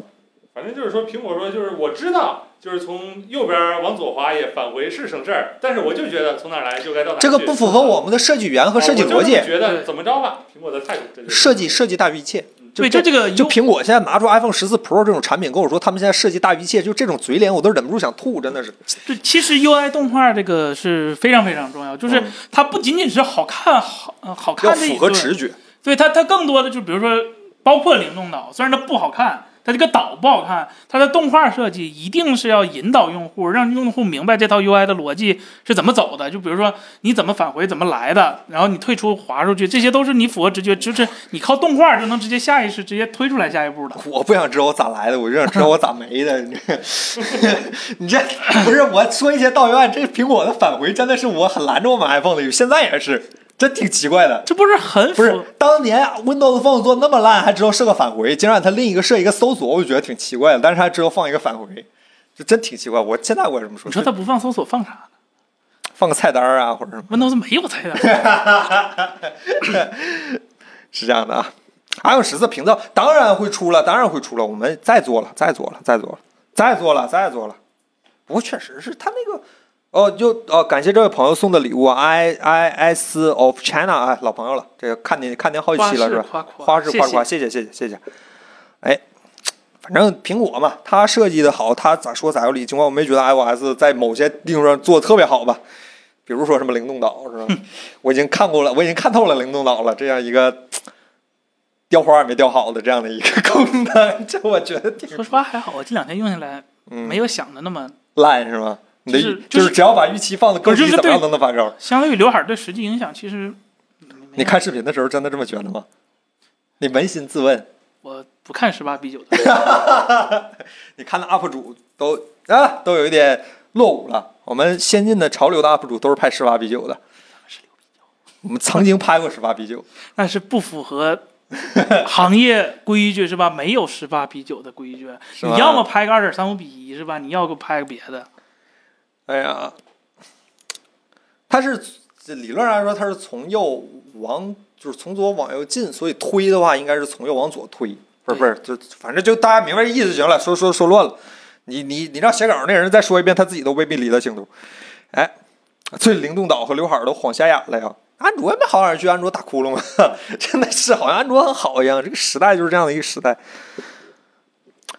[SPEAKER 3] 反正就是说，苹果说就是我知道，就是从右边往左滑也返回是省事儿，但是我就觉得从哪儿来就该到哪儿去，
[SPEAKER 1] 这个不符合哦我们的设计语言和设计
[SPEAKER 3] 啊我
[SPEAKER 1] 逻
[SPEAKER 3] 就这么
[SPEAKER 1] 辑。
[SPEAKER 3] 觉得怎么着吧，苹果的态度这就是
[SPEAKER 1] 设计设计大于一切，就
[SPEAKER 2] 对，就这个
[SPEAKER 1] 就
[SPEAKER 2] 优
[SPEAKER 1] 苹果现在拿出 iPhone 十四 Pro 这种产品，跟我说他们现在设计大于一切，就这种嘴脸，我都忍不住想吐，真的是。
[SPEAKER 2] 对，其实 UI 动画这个是非常非常重要，就是
[SPEAKER 1] 嗯
[SPEAKER 2] 它不仅仅是好看，好呃好
[SPEAKER 1] 要
[SPEAKER 2] 看这
[SPEAKER 1] 符合
[SPEAKER 2] 一对
[SPEAKER 1] 直觉。
[SPEAKER 2] 对它它更多的就比如说，包括灵动岛，虽然它不好看，它这个岛不好看，它的动画设计一定是要引导用户，让用户明白这套 UI 的逻辑是怎么走的。就比如说你怎么返回怎么来的，然后你退出滑出去，这些都是你符合直觉，就是你靠动画就能直接下意识直接推出来下一步的。
[SPEAKER 1] 我不想知道我咋来的，我就想知道我咋没的。 你这你这不是我说一些道员，这苹果的返回真的是我很拦着我买 iPhone 的，现在也是，真挺奇怪的。
[SPEAKER 2] 这不是很符
[SPEAKER 1] 不是当年 Windows Phone 做那么烂，还知道设个返回，竟然它另一个设一个搜索，我就觉得挺奇怪的。但是还知道放一个返回，就真挺奇怪。我现在我也这么说，
[SPEAKER 2] 你说它不放搜索放啥呢
[SPEAKER 1] 放个菜单啊或者什么。
[SPEAKER 2] ？Windows 没有菜单，
[SPEAKER 1] 是这样的啊。iPhone 十四屏噪当然会出了，当然会出了，我们再做了，再做了，再做了，再做了，再做了。不过确实是他那个，哦，就哦，感谢这位朋友送的礼物啊，i i s of China，哎，老朋友了，这个看您看您好几期了是吧？
[SPEAKER 2] 夸夸
[SPEAKER 1] 花式
[SPEAKER 2] 谢
[SPEAKER 1] 夸
[SPEAKER 2] 谢
[SPEAKER 1] 夸，谢谢谢谢谢谢。哎，反正苹果嘛，它设计的好，它咋说咋有理。尽管我没觉得 iOS 在某些地方上做的特别好吧，比如说什么灵动岛是吧？ 我已经看过了，我已经看透了灵动岛了，这样一个雕花也没雕好的这样 的一个功能，这我觉得挺
[SPEAKER 2] 说实话还好，我这两天用下来
[SPEAKER 1] 嗯
[SPEAKER 2] 没有想的那么
[SPEAKER 1] 烂是吗？你的
[SPEAKER 2] 就是
[SPEAKER 1] 预
[SPEAKER 2] 就是
[SPEAKER 1] 是只要把预期放的更
[SPEAKER 2] 我就
[SPEAKER 1] 低，
[SPEAKER 2] 是
[SPEAKER 1] 怎么
[SPEAKER 2] 对
[SPEAKER 1] 样都能翻高。
[SPEAKER 2] 相对于刘海儿对实际影响，其实
[SPEAKER 1] 你看视频的时候真的这么觉得吗？你扪心自问，
[SPEAKER 2] 我不看十八比九的。
[SPEAKER 1] 你看的 UP 主都啊都有一点落伍了。我们先进的潮流的 UP 主都是拍十八比九的，我们曾经拍过十八比九，
[SPEAKER 2] 但是不符合行业规矩是吧？没有十八比九的规矩，
[SPEAKER 1] 是吧
[SPEAKER 2] 你要么拍个二点三五比一是吧？你要不拍个别的，
[SPEAKER 1] 哎呀，它是这理论上来说，它是从右往就是从左往右进，所以推的话应该是从右往左推，不是不是，就反正就大家明白意思就行了。说说说乱了，你你你让写稿那人再说一遍，他自己都未必理得清楚。哎，所以灵动岛和刘海儿都晃瞎眼了呀。安卓也没好哪儿去，安卓打窟窿了， 真的是好像安卓很好一样。这个时代就是这样的一个时代。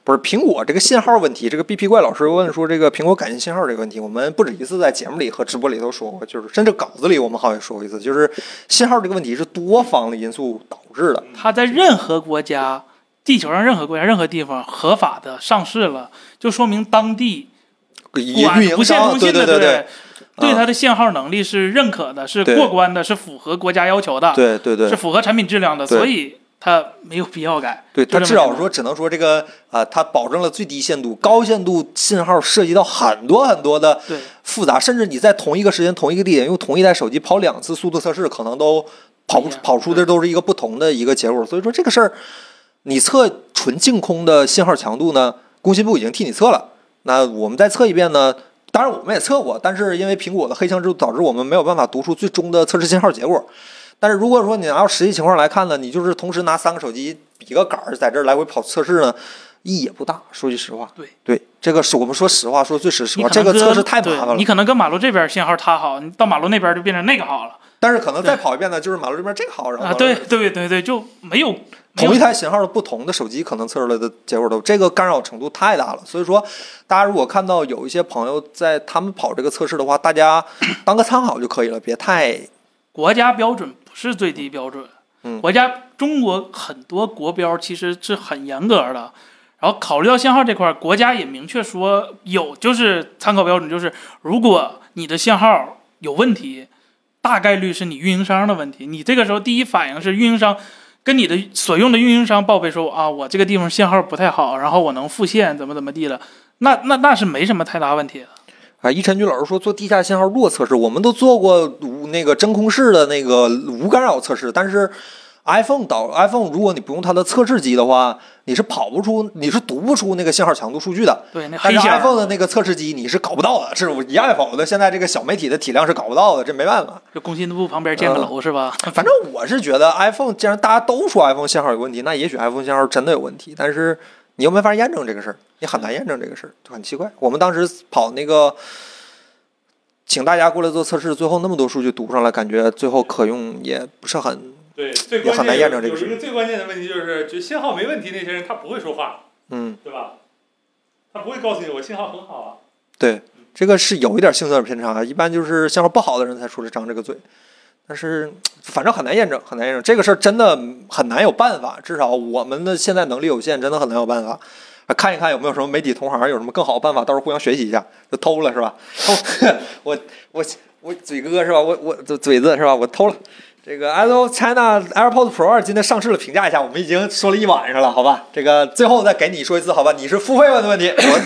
[SPEAKER 1] 不是苹果这个信号问题，这个 BP 怪老师问说这个苹果感应信号这个问题，我们不止一次在节目里和直播里头说过，就是甚至稿子里我们好像也说过一次，就是信号这个问题是多方的因素导致的。
[SPEAKER 2] 它在任何国家、地球上任何国家、任何地方合法的上市了，就说明当地
[SPEAKER 1] 运
[SPEAKER 2] 管
[SPEAKER 1] 营
[SPEAKER 2] 不限
[SPEAKER 1] 商
[SPEAKER 2] 通
[SPEAKER 1] 对
[SPEAKER 2] 信
[SPEAKER 1] 对对
[SPEAKER 2] 的对对
[SPEAKER 1] 啊
[SPEAKER 2] 它的限号能力是认可的，是
[SPEAKER 1] 对
[SPEAKER 2] 过关的，是符合国家要求的，
[SPEAKER 1] 对对对
[SPEAKER 2] 是符合产品质量的，
[SPEAKER 1] 对
[SPEAKER 2] 所以它没有必要改。
[SPEAKER 1] 对，
[SPEAKER 2] 就这
[SPEAKER 1] 他至少
[SPEAKER 2] 么简单
[SPEAKER 1] 说只能说这个啊、它保证了最低限度，高限度信号涉及到很多很多的
[SPEAKER 2] 对
[SPEAKER 1] 复杂，甚至你在同一个时间、同一个地点用同一台手机跑两次速度测试，可能都跑不
[SPEAKER 2] 不一样
[SPEAKER 1] 跑出的都是一个不同的一个结果。所以说这个事儿，你测纯净空的信号强度呢，工信部已经替你测了，那我们再测一遍呢。当然，我们也测过，但是因为苹果的黑箱制度，导致我们没有办法读出最终的测试信号结果。但是如果说你按照实际情况来看呢，你就是同时拿三个手机比个杆儿在这儿来回跑测试呢，意义也不大。说句实话，
[SPEAKER 2] 对
[SPEAKER 1] 对，这个是我们说实话，说最实实
[SPEAKER 2] 你
[SPEAKER 1] 话，
[SPEAKER 2] 可
[SPEAKER 1] 这
[SPEAKER 2] 能
[SPEAKER 1] 个测试
[SPEAKER 2] 跟
[SPEAKER 1] 太麻
[SPEAKER 2] 对
[SPEAKER 1] 烦了
[SPEAKER 2] 你。可能跟马路这边信号它好，你到马路那边就变成那个好了。
[SPEAKER 1] 但是可能再跑一遍呢，就是马路这边这个好，然后
[SPEAKER 2] 啊，对对对对，就没有
[SPEAKER 1] 同一
[SPEAKER 2] 台
[SPEAKER 1] 台型号的不同的手机，可能测出来的结果都这个干扰程度太大了。所以说，大家如果看到有一些朋友在他们跑这个测试的话，大家当个参考就可以了，别太
[SPEAKER 2] 国家标准不是最低标准，
[SPEAKER 1] 嗯
[SPEAKER 2] 国家中国很多国标其实是很严格的。然后考虑到信号这块儿，国家也明确说有，就是参考标准，就是如果你的信号有问题，大概率是你运营商的问题。你这个时候第一反应是运营商跟你的所用的运营商报备说啊，我这个地方信号不太好，然后我能复线，怎么怎么地了，那那那是没什么太大问题的。
[SPEAKER 1] 啊，一晨军老师说做地下信号弱测试，我们都做过无那个真空式的那个无干扰测试，但是 iPhone 导 iPhone 如果你不用它的测试机的话，你是跑不出，你是读不出那个信号强度数据的。
[SPEAKER 2] 对，那
[SPEAKER 1] 但
[SPEAKER 2] 黑啊
[SPEAKER 1] 是
[SPEAKER 2] 箱儿
[SPEAKER 1] iPhone 的那个测试机你是搞不到的，是我一 iPhone 的现在这个小媒体的体量是搞不到的，这没办法。
[SPEAKER 2] 就工信部旁边建个楼是吧？
[SPEAKER 1] 反正我是觉得 iPhone 既然大家都说 iPhone 信号有问题，那也许 iPhone 信号真的有问题，但是你又没法验证这个事儿，你很难验证这个事儿，就很奇怪。我们当时跑那个，请大家过来做测试，最后那么多数据读上来，感觉最后可用也不是很
[SPEAKER 3] 对，最
[SPEAKER 1] 也
[SPEAKER 3] 关
[SPEAKER 1] 很难
[SPEAKER 3] 键
[SPEAKER 1] 验证这个
[SPEAKER 3] 有
[SPEAKER 1] 事
[SPEAKER 3] 一个最关键的问题就是，就信号没问题那些人他不会说话，
[SPEAKER 1] 嗯，
[SPEAKER 3] 对吧？他不会告诉你我信号很好啊。
[SPEAKER 1] 对，这个是有一点性格偏差，一般就是信号不好的人才出来张这个嘴。但是，反正很难验证，很难验证这个事儿，真的很难有办法。至少我们的现在能力有限，真的很难有办法。啊看一看有没有什么媒体同行有什么更好的办法，到时候互相学习一下。就偷了是吧？ 偷，我我我嘴哥是吧？我我嘴嘴子是吧？我偷了。这个 Apple China AirPods Pro 二今天上市了，评价一下。我们已经说了一晚上了，好吧？这个最后再给你说一次，好吧？你是付费问的问题，我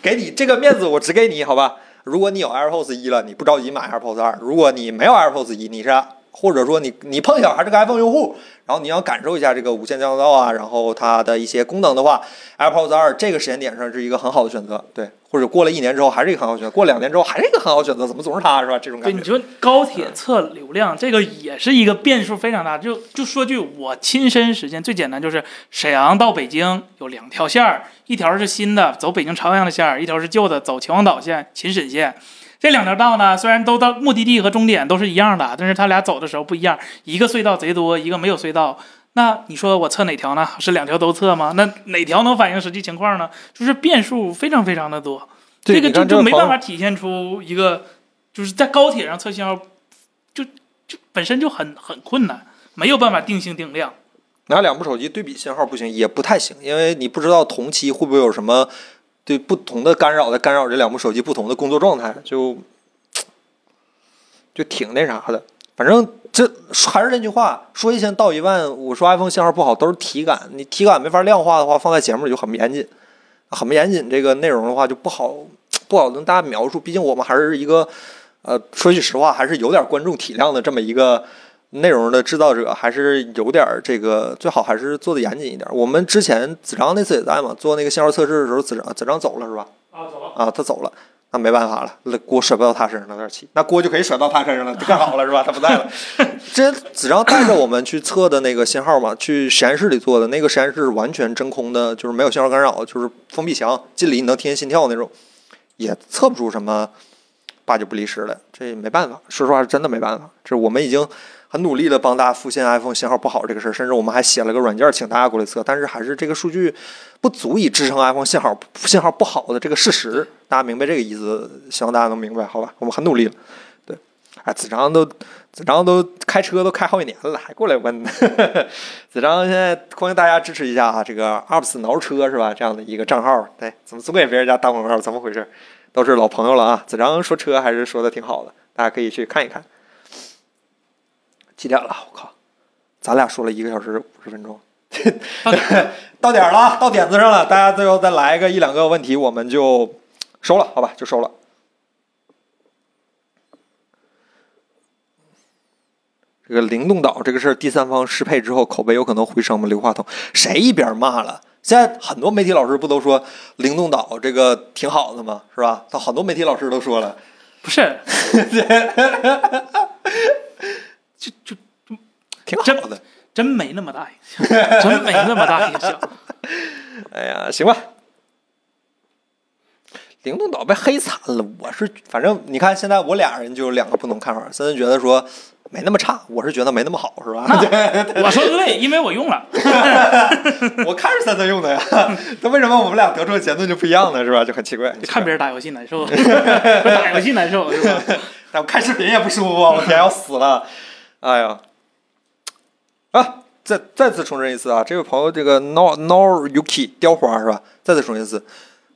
[SPEAKER 1] 给你这个面子，我只给你，好吧？如果你有 AirPods 一了，你不着急买 AirPods 二；如果你没有 AirPods 一，你是或者说你你碰巧还是个 iPhone 用户，然后你要感受一下这个无线降噪啊，然后它的一些功能的话，AirPods 二这个时间点上是一个很好的选择，对。或者过了一年之后还是一个很好的选择，过两年之后还是一个很好的选择，怎么总是它是吧？这种
[SPEAKER 2] 对，
[SPEAKER 1] 感
[SPEAKER 2] 你
[SPEAKER 1] 觉。嗯
[SPEAKER 2] 说高铁测流量这个也是一个变数非常大。就就说句我亲身实践，最简单就是沈阳到北京有两条线儿，一条是新的走北京朝阳的线儿，一条是旧的走秦皇岛线、秦沈线。这两条道呢，虽然都到目的地和终点都是一样的，但是它俩走的时候不一样，一个隧道贼多，一个没有隧道。那你说我测哪条呢？是两条都测吗？那哪条能反映实际情况呢？就是变数非常非常的多，
[SPEAKER 1] 对
[SPEAKER 2] 这个
[SPEAKER 1] 你
[SPEAKER 2] 就
[SPEAKER 1] 看这
[SPEAKER 2] 就
[SPEAKER 1] 个
[SPEAKER 2] 没
[SPEAKER 1] 朋
[SPEAKER 2] 办
[SPEAKER 1] 友
[SPEAKER 2] 法体现出一个就是在高铁上测信号，就就本身就很很困难，没有办法定性定量。
[SPEAKER 1] 拿两部手机对比信号不行，也不太行，因为你不知道同期会不会有什么对不同的干扰在干扰这两部手机不同的工作状态，就就挺那啥的。反正这还是那句话，说一千道一万。我说 iPhone 信号不好都是体感，你体感没法量化的话，放在节目里就很不严谨，很不严谨。这个内容的话就不好不好跟大家描述，毕竟我们还是一个呃，说句实话，还是有点观众体量的这么一个内容的制造者，还是有点儿这个最好还是做的严谨一点儿。我们之前子章那次也在嘛，做那个信号测试的时候，子章子章走了是吧？
[SPEAKER 3] 啊，走了。
[SPEAKER 1] 啊，他走了，那没办法了，那锅甩不到他身上，有点气。那锅就可以甩到他身上了，更好了是吧？他不在了。之前子章带着我们去测的那个信号嘛，去实验室里做的那个实验室是完全真空的，就是没有信号干扰，就是封闭墙，近离你能听见心跳那种，也测不出什么八九不离十来，这也没办法，说实话是真的没办法。这我们已经很努力的帮大家复现 iPhone 信号不好这个事儿，甚至我们还写了个软件请大家过来测，但是还是这个数据不足以支撑 iPhone 信号信号不好的这个事实。大家明白这个意思，希望大家能明白，好吧？我们很努力了，对。哎，子章都子章都开车都开好几年了，还过来问呢。 子章现在欢迎大家支持一下啊，这个 UPS 挠车是吧？这样的一个账号，对，怎么总给别人家打广告？怎么回事？都是老朋友了啊。子章说车还是说的挺好的，大家可以去看一看。几点了？我靠，咱俩说了一个小时五十分钟。到点儿了啊，到点子上了，大家最后再来个一两个问题，我们就收了，好吧，就收了。这个灵动岛这个事儿，第三方适配之后，口碑有可能回升吗？刘话筒，谁一边骂了？现在很多媒体老师不都说灵动岛这个挺好的吗？是吧？到很多媒体老师都说了，
[SPEAKER 2] 不是，就就
[SPEAKER 1] 挺好的。
[SPEAKER 2] 真没那么大影响，真没那么大 影响。
[SPEAKER 1] 哎呀，行吧。灵动岛被黑惨了，我是反正你看，现在我俩人就有两个不同看法。森森觉得说没那么差，我是觉得没那么好，是吧？
[SPEAKER 2] 我说的对，因为我用了。
[SPEAKER 1] 我看是森森用的呀，那为什么我们俩得出的结论就不一样呢？是吧？就很奇怪。很
[SPEAKER 2] 就
[SPEAKER 1] 奇
[SPEAKER 2] 看
[SPEAKER 1] 怪
[SPEAKER 2] 别人打游戏难 受，打游戏难受是吧？
[SPEAKER 1] 但我看视频也不舒服，啊我天，要死了！哎呀，啊，再再次重申一次啊，这位朋友，这个 No No Yuki 雕花是吧？再次重申一次，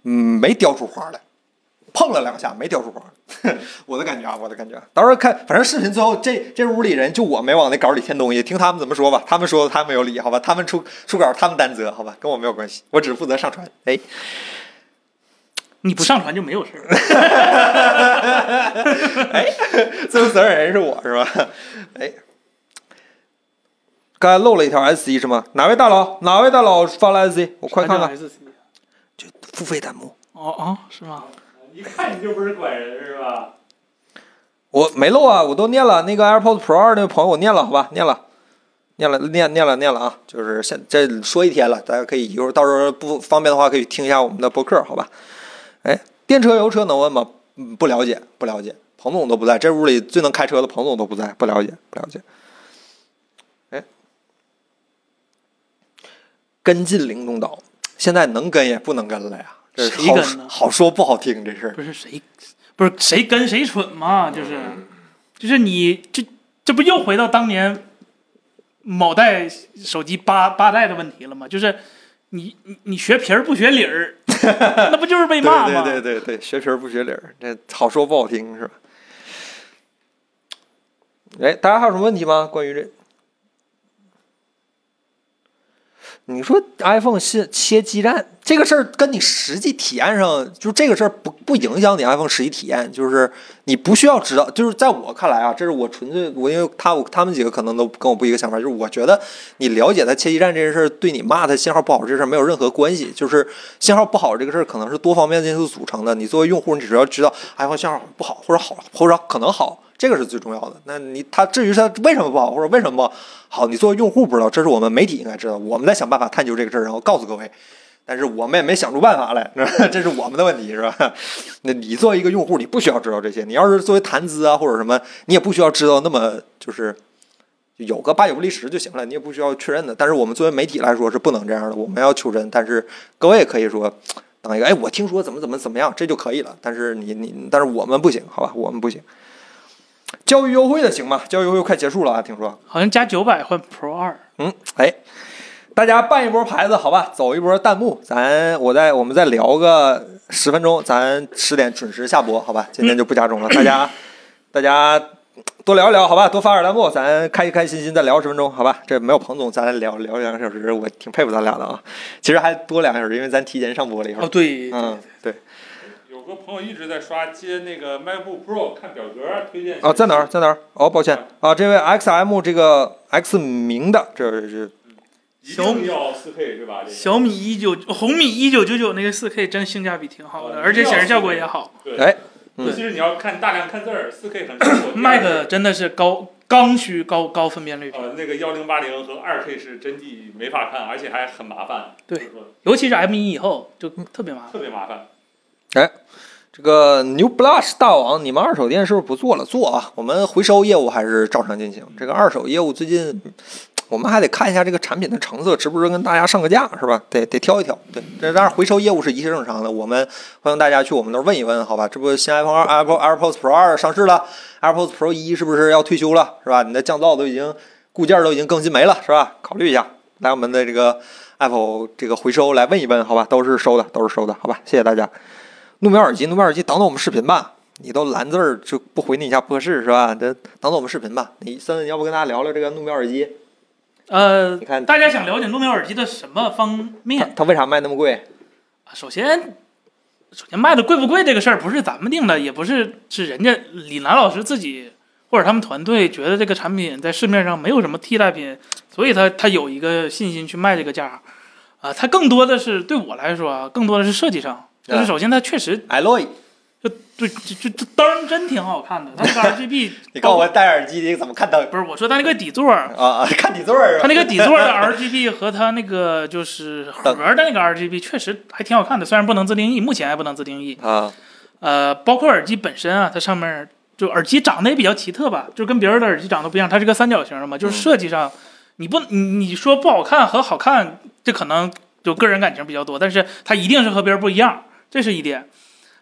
[SPEAKER 1] 嗯，没雕出花来，碰了两下没雕出花 来，我的感觉啊，我的感觉啊、到时候看，反正视频最后这这屋里人就我没往那稿里添东西，听他们怎么说吧，他们说他们有理，好吧，他们出出稿他们担责，好吧，跟我没有关系，我只负责上传，哎。
[SPEAKER 2] 你不上传就没有事儿。
[SPEAKER 1] 最负责任人是我是吧？哎，刚才漏了一条 S C 是吗？哪位大佬？哪位大佬发了 S C？我快看看，
[SPEAKER 2] SC。
[SPEAKER 1] 就付费弹幕，
[SPEAKER 2] 哦哦，是吗？
[SPEAKER 3] 一看你就不是管人是吧？
[SPEAKER 1] 我没漏啊，我都念了。那个 AirPods Pro 二那位朋友，我念了，好吧，念了。念了念念了念了啊！就是现这说一天了，大家可以一会儿到时候不方便的话，可以听一下我们的博客，好吧？哎，电车油车能问吗？嗯不了解，不了解。彭总都不在，这屋里最能开车的彭总都不在，不了解，不了解。哎，跟进灵动岛，现在能跟也不能跟了呀，这是
[SPEAKER 2] 谁
[SPEAKER 1] 好
[SPEAKER 2] 跟呢
[SPEAKER 1] 好说不好听，这事儿
[SPEAKER 2] 不是谁，不是谁跟谁蠢嘛？就是，就是你这这不又回到当年某代手机八八代的问题了吗？就是你你你学皮儿不学理儿，那不就是被骂吗？
[SPEAKER 1] 对对对对对，学皮儿不学理儿，这好说不好听是吧？哎，大家还有什么问题吗？关于这，你说 iPhone 是切基站这个事儿，跟你实际体验上，就这个事儿不不影响你 iPhone 实际体验，就是你不需要知道。就是在我看来啊，这是我纯粹我因为他我他们几个可能都跟我不一个想法，就是我觉得你了解它切基站这件事儿，对你骂它信号不好这事儿没有任何关系，就是信号不好这个事儿可能是多方面的因素组成的。你作为用户，你只要知道 iPhone 信号不好，或者好，或者可能好，这个是最重要的。那你它至于它为什么不好，或者为什么好，你作为用户不知道，这是我们媒体应该知道，我们在想办法探究这个事儿，然后告诉各位。但是我们也没想出办法来， 是吧这是我们的问题，是吧？那你作为一个用户，你不需要知道这些。你要是作为谈资啊或者什么，你也不需要知道那么就是有个八九不离十就行了，你也不需要确认的。但是我们作为媒体来说是不能这样的，我们要求真。但是各位也可以说，当一个哎，我听说怎么怎么怎么样，这就可以了。但是你你，但是我们不行，好吧，我们不行。教育优惠的行吗？教育优惠快结束了啊，听说。
[SPEAKER 2] 好像加九百换 Pro 二，
[SPEAKER 1] 嗯，哎，大家办一波牌子，好吧，走一波弹幕，咱我再我们再聊个十分钟，咱十点准时下播，好吧？今天就不加钟了，大家大家多聊一聊，好吧？多发点弹幕，咱开开心心再聊十分钟，好吧？这没有彭总，咱聊聊两个小时，我挺佩服咱俩的啊。其实还多两个小时，因为咱提前上播了一会
[SPEAKER 2] 哦，
[SPEAKER 1] 儿。
[SPEAKER 2] 对，
[SPEAKER 1] 嗯，对。
[SPEAKER 3] 有个朋友一直在刷接那个 MacBook Pro 看表格推荐。
[SPEAKER 1] 哦，在哪儿？？在哪儿？哦，抱歉啊，这位 XM 这个 X 明的，这是
[SPEAKER 3] 一定要 4K 是吧？这个
[SPEAKER 2] 小米一九红米一九九九那个四 K 真性价比挺好的，
[SPEAKER 3] 呃
[SPEAKER 2] 而且显示效果也好。
[SPEAKER 3] 对，
[SPEAKER 1] 哎，嗯
[SPEAKER 3] 尤其是你要看大量看字儿，4K 很 舒服。
[SPEAKER 2] Mac 真的是高刚需高高分辨率，
[SPEAKER 3] 呃，那个幺零八零和二 K 是真的没法看，而且还很麻烦。
[SPEAKER 2] 对
[SPEAKER 3] 就是说
[SPEAKER 2] 尤其是 M 一以后就特别麻烦。
[SPEAKER 3] 特别麻烦。
[SPEAKER 1] 这个 New Blush 大王，你们二手店是不是不做了？做啊，我们回收业务还是照常进行。这个二手业务最近，嗯我们还得看一下这个产品的成色，值不值跟大家上个价，是吧？得得挑一挑。对，这当然回收业务是一切正常的。我们欢迎大家去我们那儿问一问，好吧？这不新 iPhone 二 Apple AirPods Pro 二上市了，AirPods Pro 一是不是要退休了？是吧？你的降噪都已经固件都已经更新没了，是吧？考虑一下，来我们的这个 Apple 这个回收来问一问，好吧？都是收的，都是收的，好吧？谢谢大家。怒喵耳机，怒喵耳机，挡挡我们视频吧。你都蓝字儿就不回你一下不合适是吧？这挡挡我们视频吧。你森森，你要不跟大家聊聊这个怒喵耳机？
[SPEAKER 2] 呃
[SPEAKER 1] 你，看
[SPEAKER 2] 大家想了解诺米耳机的什么方
[SPEAKER 1] 它
[SPEAKER 2] 面？
[SPEAKER 1] 它为啥卖那么贵？
[SPEAKER 2] 啊首先，首先卖的贵不贵这个事儿不是咱们定的，也不是是人家李楠老师自己或者他们团队觉得这个产品在市面上没有什么替代品，所以他他有一个信心去卖这个价儿。啊、它更多的是对我来说啊，更多的是设计上，就是
[SPEAKER 1] 哎
[SPEAKER 2] 首先它确实
[SPEAKER 1] 哎，洛伊，
[SPEAKER 2] 就就就就灯儿真挺好看的，它那个 RGB，
[SPEAKER 1] 你告诉我戴耳机你怎么看灯
[SPEAKER 2] 不是我说它那个底座儿，
[SPEAKER 1] 啊啊？看底座儿 是吧？
[SPEAKER 2] 它那个底座的 RGB 和它那个就是盒儿的那个 RGB 确实还挺好看的，虽然不能自定义，目前还不能自定义。
[SPEAKER 1] 啊，
[SPEAKER 2] 呃，包括耳机本身啊，它上面就耳机长得也比较奇特吧，就跟别人的耳机长得不一样，它是个三角形的嘛，就是设计上，你不你你说不好看和好看，这可能就个人感情比较多，但是它一定是和别人不一样，这是一点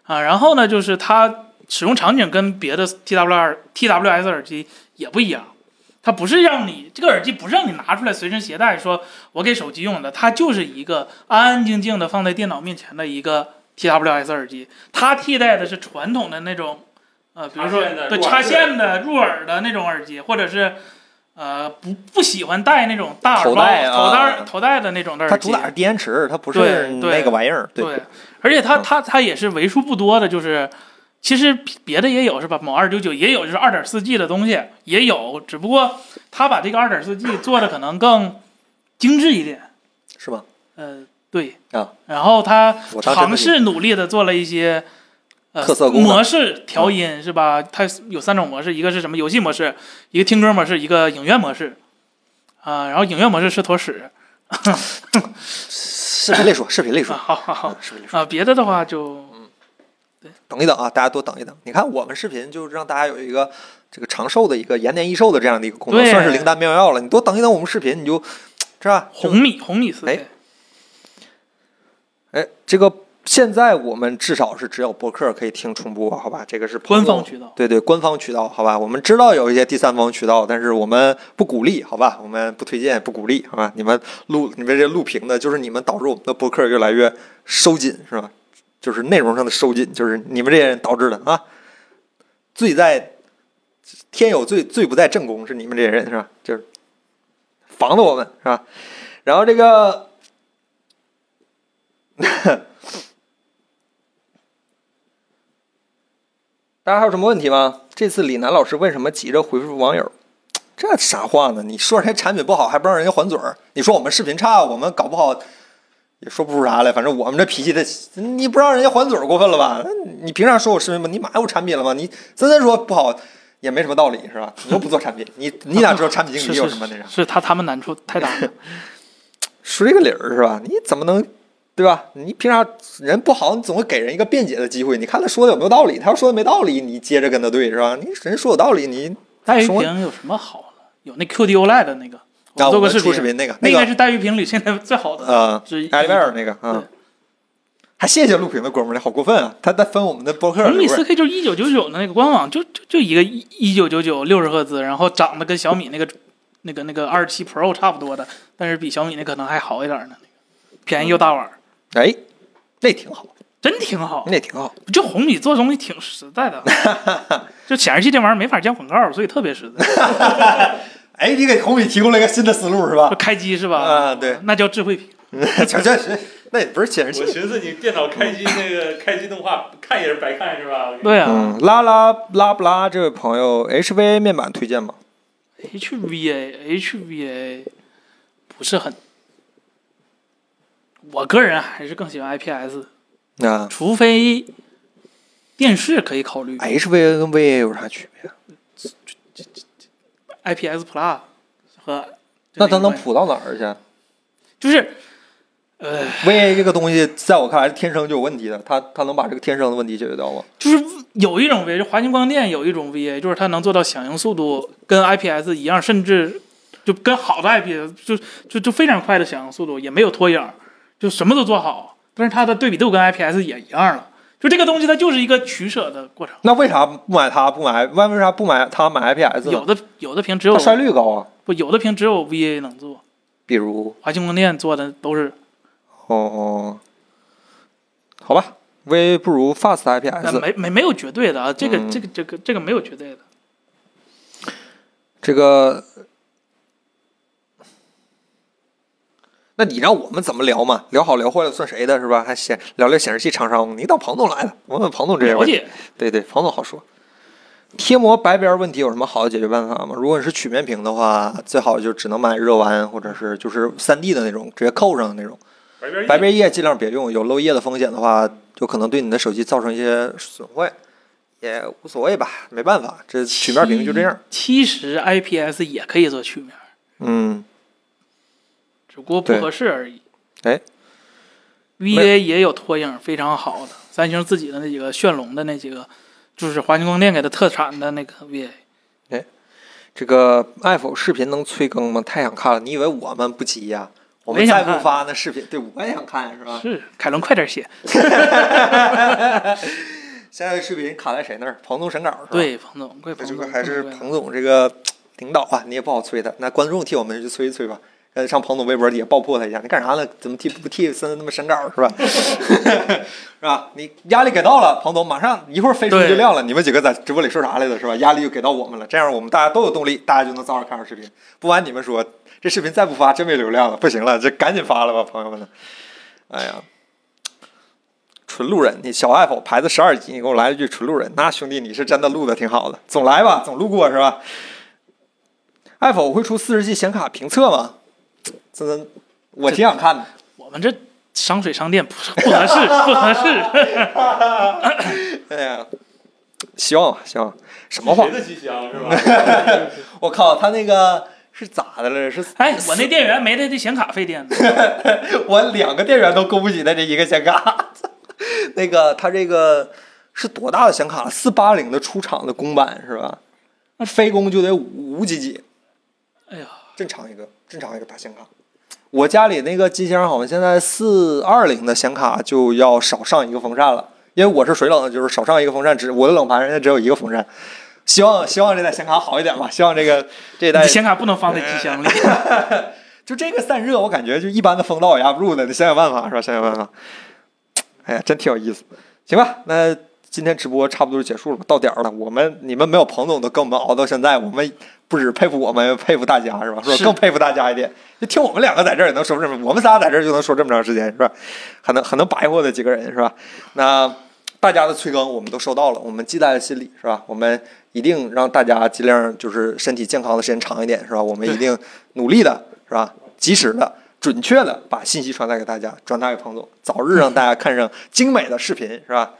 [SPEAKER 2] 啊。然后呢，就是它使用场景跟别的 TWR TWS 耳机也不一样。它不是让你这个耳机不是让你拿出来随身携带，说我给手机用的，它就是一个安安静静的放在电脑面前的一个 TWS 耳机，它替代的是传统的那种，呃，比如说
[SPEAKER 3] 插线的
[SPEAKER 2] 对
[SPEAKER 3] 入耳
[SPEAKER 2] 插线的入耳的那种耳机，或者是呃不不喜欢戴那种大耳
[SPEAKER 1] 头
[SPEAKER 2] 包、
[SPEAKER 1] 戴啊
[SPEAKER 2] 头戴头戴的那种的耳
[SPEAKER 1] 它
[SPEAKER 2] 机
[SPEAKER 1] 主打。是低延迟，它不是
[SPEAKER 2] 对对
[SPEAKER 1] 那个玩意儿。对，
[SPEAKER 2] 对，而且它
[SPEAKER 1] 嗯
[SPEAKER 2] 它它也是为数不多的，就是其实别的也有是吧？某二九九也有，就是二点四 G 的东西也有，只不过它把这个二点四 G 做的可能更精致一点，
[SPEAKER 1] 是吗？
[SPEAKER 2] 呃，对
[SPEAKER 1] 啊，
[SPEAKER 2] 然后它
[SPEAKER 1] 我当真
[SPEAKER 2] 尝
[SPEAKER 1] 的
[SPEAKER 2] 试努力的做了一些。呃
[SPEAKER 1] 特色功能嗯
[SPEAKER 2] 模式调音是吧？它有三种模式，一个是什么游戏模式，一个听歌模式，一个影院模式，啊、然后影院模式是坨屎
[SPEAKER 1] 视频类说，视频类
[SPEAKER 2] 啊，
[SPEAKER 1] 说，
[SPEAKER 2] 好好好
[SPEAKER 1] 嗯视频类说。
[SPEAKER 2] 啊，别的的话就
[SPEAKER 1] 嗯等一等啊，大家多等一等。你看我们视频就是让大家有一个这个长寿的一个延年益寿的这样的一个功能，
[SPEAKER 2] 对
[SPEAKER 1] 算是灵丹妙药了。你多等一等我们视频，你就是吧？就
[SPEAKER 2] 红米红米四 K，、
[SPEAKER 1] 哎哎，这个现在我们至少是只有博客可以听重播，好吧？这个是
[SPEAKER 2] 官
[SPEAKER 1] 朋友
[SPEAKER 2] 方渠道。
[SPEAKER 1] 对对，官方渠道，好吧？我们知道有一些第三方渠道，但是我们不鼓励，好吧？我们不推荐，不鼓励，好吧？你们录你们这些录屏的，就是你们导致我们的播客越来越收紧，是吧？就是内容上的收紧，就是你们这些人导致的啊！罪在天有罪，罪不在正宫，是你们这些人是吧？就是防着我们是吧？然后这个。 大家还有什么问题吗？这次李楠老师为什么急着回复网友？这啥话呢？你说人家产品不好，还不让人家还嘴儿？你说我们视频差，我们搞不好也说不出啥来。反正我们这脾气的，你不让人家还嘴儿过分了吧？那你凭啥说我视频不？你买我产品了吗？你真的说不好也没什么道理是吧？你又不做产品，你你哪知道产品经
[SPEAKER 2] 是
[SPEAKER 1] 理有什么那
[SPEAKER 2] 是
[SPEAKER 1] 啥？
[SPEAKER 2] 是他他们难处太大 了。
[SPEAKER 1] 说这个理儿是吧？你怎么能对吧？你凭啥人不好，你总会给人一个辩解的机会？你看他说的有没有道理？他要说的没道理，你接着跟他对是吧？你人说有道理，你
[SPEAKER 2] 带鱼
[SPEAKER 1] 说
[SPEAKER 2] 屏有什么好呢？有那 QD OLED 的那个，我
[SPEAKER 1] 啊
[SPEAKER 2] 们做过
[SPEAKER 1] 我们
[SPEAKER 2] 视
[SPEAKER 1] 出视频那个那
[SPEAKER 2] 应
[SPEAKER 1] 个
[SPEAKER 2] 该是带鱼屏里现在最好的
[SPEAKER 1] 呃，
[SPEAKER 2] 之一。
[SPEAKER 1] 艾利威尔那个啊
[SPEAKER 2] 对，
[SPEAKER 1] 还谢谢录屏的哥们儿，好过分啊！他在分我们的播客
[SPEAKER 2] 红米
[SPEAKER 1] 留
[SPEAKER 2] 四
[SPEAKER 1] 着，
[SPEAKER 2] K 哎就是一九九九的那个官网，就就就一个一一九九九六十赫兹，然后长得跟小米那个那个那个二七 Pro 差不多的，但是比小米那可能还好一点呢，那个便宜又大碗儿，
[SPEAKER 1] 哎，那挺好，
[SPEAKER 2] 真挺好。
[SPEAKER 1] 那也挺好。
[SPEAKER 2] 就红米做东西挺实在 的，就显示器这玩意儿没法降广告，所以特别实在。
[SPEAKER 1] 哎，你给红米提供了一个新的思路是
[SPEAKER 2] 就
[SPEAKER 1] 吧？
[SPEAKER 2] 开机是 吧？
[SPEAKER 1] 啊对，
[SPEAKER 2] 那叫智慧屏。
[SPEAKER 1] 确确实，那也不是显示
[SPEAKER 3] 我
[SPEAKER 1] 器。
[SPEAKER 3] 寻思你电脑开机那个开机动画看也是白看是吧？
[SPEAKER 2] 对啊、
[SPEAKER 1] 嗯，拉拉拉布拉这位朋友，HVA 面板推荐吗？
[SPEAKER 2] h v a HVA 不是很，我个人还是更喜欢 IPS，
[SPEAKER 1] 啊
[SPEAKER 2] 除非电视可以考虑
[SPEAKER 1] 哎，HVA 跟 VA 有啥区别？
[SPEAKER 2] IPS Plus 和
[SPEAKER 1] 那它能普到哪儿去
[SPEAKER 2] 就是呃
[SPEAKER 1] ？VA 这个东西，在我看来是天生就有问题的，它它能把这个天生的问题解决掉吗？
[SPEAKER 2] 就是有一种 VA，就华星光电有一种 VA，就是它能做到响应速度跟 IPS 一样，甚至就跟好的 IPS 就就就非常快的响应速度，也没有拖影儿，就什么都做好。但是它的对比度跟 IPS 也一样了，就这个东西它就是一个取舍的过程。
[SPEAKER 1] 那为啥不买它不买？为为啥不买它买 IPS
[SPEAKER 2] 有
[SPEAKER 1] 呢？
[SPEAKER 2] 的有的屏只有
[SPEAKER 1] 它衰率高啊，
[SPEAKER 2] 不有的屏只有 VA 能做，
[SPEAKER 1] 比如
[SPEAKER 2] 华星光电做的都是，
[SPEAKER 1] 哦哦，好吧，VA 不如 Fast
[SPEAKER 2] 但
[SPEAKER 1] IPS。
[SPEAKER 2] 没没没有绝对的啊，这个、
[SPEAKER 1] 嗯
[SPEAKER 2] 这个这个这个没有绝对的。
[SPEAKER 1] 这个，那你让我们怎么聊嘛？聊好聊坏了算谁的是吧？还显聊聊显示器厂商，你到庞总来了，问问庞总这些
[SPEAKER 2] 了
[SPEAKER 1] 问题。
[SPEAKER 2] 解，
[SPEAKER 1] 对对，庞总好说。贴膜白边问题有什么好的解决办法吗？如果你是曲面屏的话，最好就只能买热弯，或者是就是三 D 的那种，直接扣上的那种。
[SPEAKER 3] 白边
[SPEAKER 1] 白边液尽量别用，有漏液的风险的话，就可能对你的手机造成一些损坏，也无所谓吧，没办法，这曲面屏就这样。
[SPEAKER 2] 其实 IPS 也可以做曲面，
[SPEAKER 1] 嗯，
[SPEAKER 2] 只不过不合适而已。
[SPEAKER 1] 哎，
[SPEAKER 2] VA 也有拖影非常好的，三星自己的那几个炫龙的那几个，就是华星光电给它特产的那个 VA。
[SPEAKER 1] 这个 iPhone 视频能催更吗？太想看了，你以为我们不急呀、我
[SPEAKER 2] 我
[SPEAKER 1] 们
[SPEAKER 2] 也想
[SPEAKER 1] 再
[SPEAKER 2] 看
[SPEAKER 1] 不发那视频，对我也想看，是吧？
[SPEAKER 2] 是，凯伦快点写。
[SPEAKER 1] 啊现在视频卡在谁那儿？彭总审稿是吧？，
[SPEAKER 2] 对，彭总，快
[SPEAKER 1] 那
[SPEAKER 2] 彭
[SPEAKER 1] 这
[SPEAKER 2] 总，
[SPEAKER 1] 个还是
[SPEAKER 2] 快快
[SPEAKER 1] 彭总这个领导啊，你也不好催他。那观众替我们去催一催吧，呃，上彭总微博底下爆破他一下，你干啥呢？怎么替不替森森那么审稿是吧？ 是吧？你压力给到了，彭总马上一会儿飞出去
[SPEAKER 2] 对
[SPEAKER 1] 就亮了。你们几个在直播里说啥来的是吧？压力就给到我们了，这样我们大家都有动力，大家就能早点看上视频。不瞒你们说，这视频再不发真没流量了，不行了，这赶紧发了吧，朋友们呢？哎呀。纯路人，你小 Apple 牌子十二级，你给我来一句纯路人，那兄弟你是真的录的挺好的，总来吧，总路过是吧？Apple 会出四十 G 显卡评测吗？真的，我挺想看的。
[SPEAKER 2] 我们这商水商电不是不合适，不合 适。
[SPEAKER 1] 哎呀，希望吧希望。什么话
[SPEAKER 3] 谁？的机 箱是吧？
[SPEAKER 1] 我靠，他那个是咋的了？是
[SPEAKER 2] 哎，我那电源没它这显卡费电呢。
[SPEAKER 1] 我两个电源都供不起他这一个显卡。那个他这个是多大的显卡？四八零的出厂的公版是吧？那非公就得五五几几。
[SPEAKER 2] 哎呀，
[SPEAKER 1] 正常一个正常一个大显卡。我家里那个机箱好像现在四二零的显卡就要少上一个风扇了，因为我是水冷的，就是少上一个风扇，只我的冷盘人家只有一个风扇。希望希望这代显卡好一点吧，希望这个这一代
[SPEAKER 2] 你显卡不能放在机箱里。
[SPEAKER 1] 哎就这个散热，我感觉就一般的风道也压不住的，你想想办法是吧？想想办法。哎呀，真挺有意思。行吧，那今天直播差不多就结束了吧，到点儿了。我们你们没有彭总都跟我们熬到现在，我们不止佩服我们，佩服大家是吧？是吧？
[SPEAKER 2] 是
[SPEAKER 1] 更佩服大家一点。就听我们两个在这儿也能说这么，我们仨在这儿就能说这么长时间是吧？很能很能白活的几个人是吧？那大家的催更我们都收到了，我们记在了心里是吧？我们一定让大家尽量就是身体健康的时间长一点是吧？我们一定努力的是吧？及时的、准确的把信息传达给大家，转达给彭总，早日让大家看上精美的视频是吧？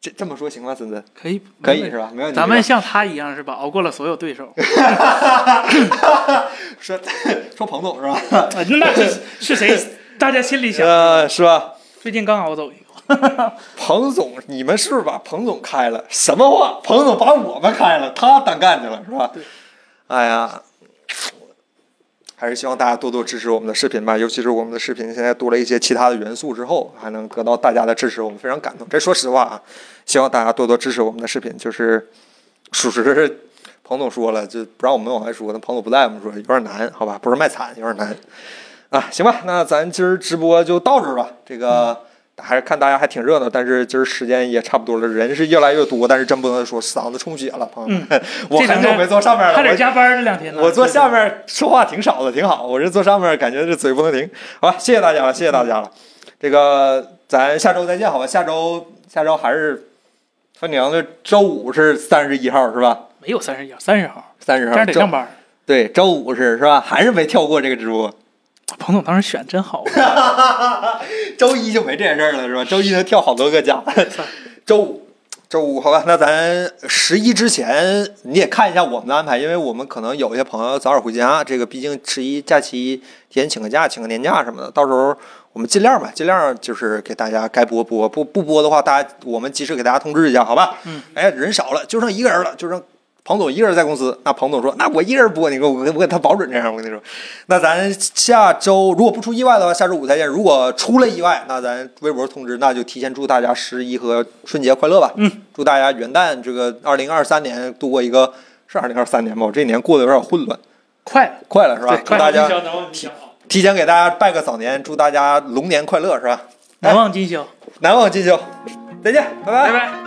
[SPEAKER 1] 这这么说行吗，森森？
[SPEAKER 2] 可以，
[SPEAKER 1] 可以是吧？没问题吧。
[SPEAKER 2] 咱们像他一样是吧？熬过了所有对手，
[SPEAKER 1] 说 说彭总是 吧？
[SPEAKER 2] 啊那是是谁？大家心里想，
[SPEAKER 1] 呃，是吧？
[SPEAKER 2] 最近刚熬走一个。
[SPEAKER 1] 彭总，你们是不是把彭总开了？什么话？彭总把我们开了，他单干去了是吧？哎呀，还是希望大家多多支持我们的视频吧，尤其是我们的视频现在多了一些其他的元素之后，还能得到大家的支持，我们非常感动。这说实话啊，希望大家多多支持我们的视频，就是属实。 彭总说了，就不让我们往外说，那彭总不在，我们说有点难，好吧？不是卖惨，有点难啊。行吧，那咱今儿直播就到这儿吧。这个还是看大家还挺热闹，但是今儿时间也差不多了，人是越来越多，但是真不能说嗓子充血了，朋友们。 我
[SPEAKER 2] 这两
[SPEAKER 1] 很久
[SPEAKER 2] 天
[SPEAKER 1] 没坐上面了，
[SPEAKER 2] 还
[SPEAKER 1] 我
[SPEAKER 2] 得加班儿这两天呢。
[SPEAKER 1] 我坐
[SPEAKER 2] 对
[SPEAKER 1] 下，面说话挺少的，挺好。我这坐上面感觉这嘴不能停。好吧，谢谢大家了，谢谢大家了。这个咱下周再见，好吧？下周下周还是他娘的周五是三十一号是吧？
[SPEAKER 2] 没有三十一号，三十号，
[SPEAKER 1] 三十
[SPEAKER 2] 但
[SPEAKER 1] 号
[SPEAKER 2] 是得上
[SPEAKER 1] 周
[SPEAKER 2] 班儿。
[SPEAKER 1] 对周五是是吧？还是没跳过这个直播。
[SPEAKER 2] 彭总当时选真好，
[SPEAKER 1] 周一就没这件事儿了是吧？周一能跳好多个家。 周五，周五好吧？那咱十一之前你也看一下我们的安排，因为我们可能有一些朋友早点回家，这个毕竟十一假期提前请个假，请个年假什么的，到时候我们尽量吧，尽量就是给大家该播播，不不播的话，大家我们及时给大家通知一下，好吧？
[SPEAKER 2] 嗯，
[SPEAKER 1] 哎，人少了，就剩一个人了，就剩。彭总一个人在公司，那彭总说：“那我一个人播，你给我，我给他保准这样。”我跟你说，那咱下周如果不出意外的话，下周五再见。如果出了意外，那咱微博通知，那就提前祝大家十一和春节快乐吧。
[SPEAKER 2] 嗯，
[SPEAKER 1] 祝大家元旦这个二零二三年度过一个是二零二三年吧，我这一年过得有点混乱，
[SPEAKER 2] 快了，
[SPEAKER 1] 快了是吧
[SPEAKER 2] 对？
[SPEAKER 1] 祝
[SPEAKER 2] 快
[SPEAKER 1] 大
[SPEAKER 3] 你
[SPEAKER 1] 家
[SPEAKER 3] 想等我你想啊
[SPEAKER 1] 提前给大家拜个早年，祝大家龙年快乐是吧？
[SPEAKER 2] 难忘今宵，
[SPEAKER 1] 难忘今宵，再见，拜拜
[SPEAKER 2] 拜拜。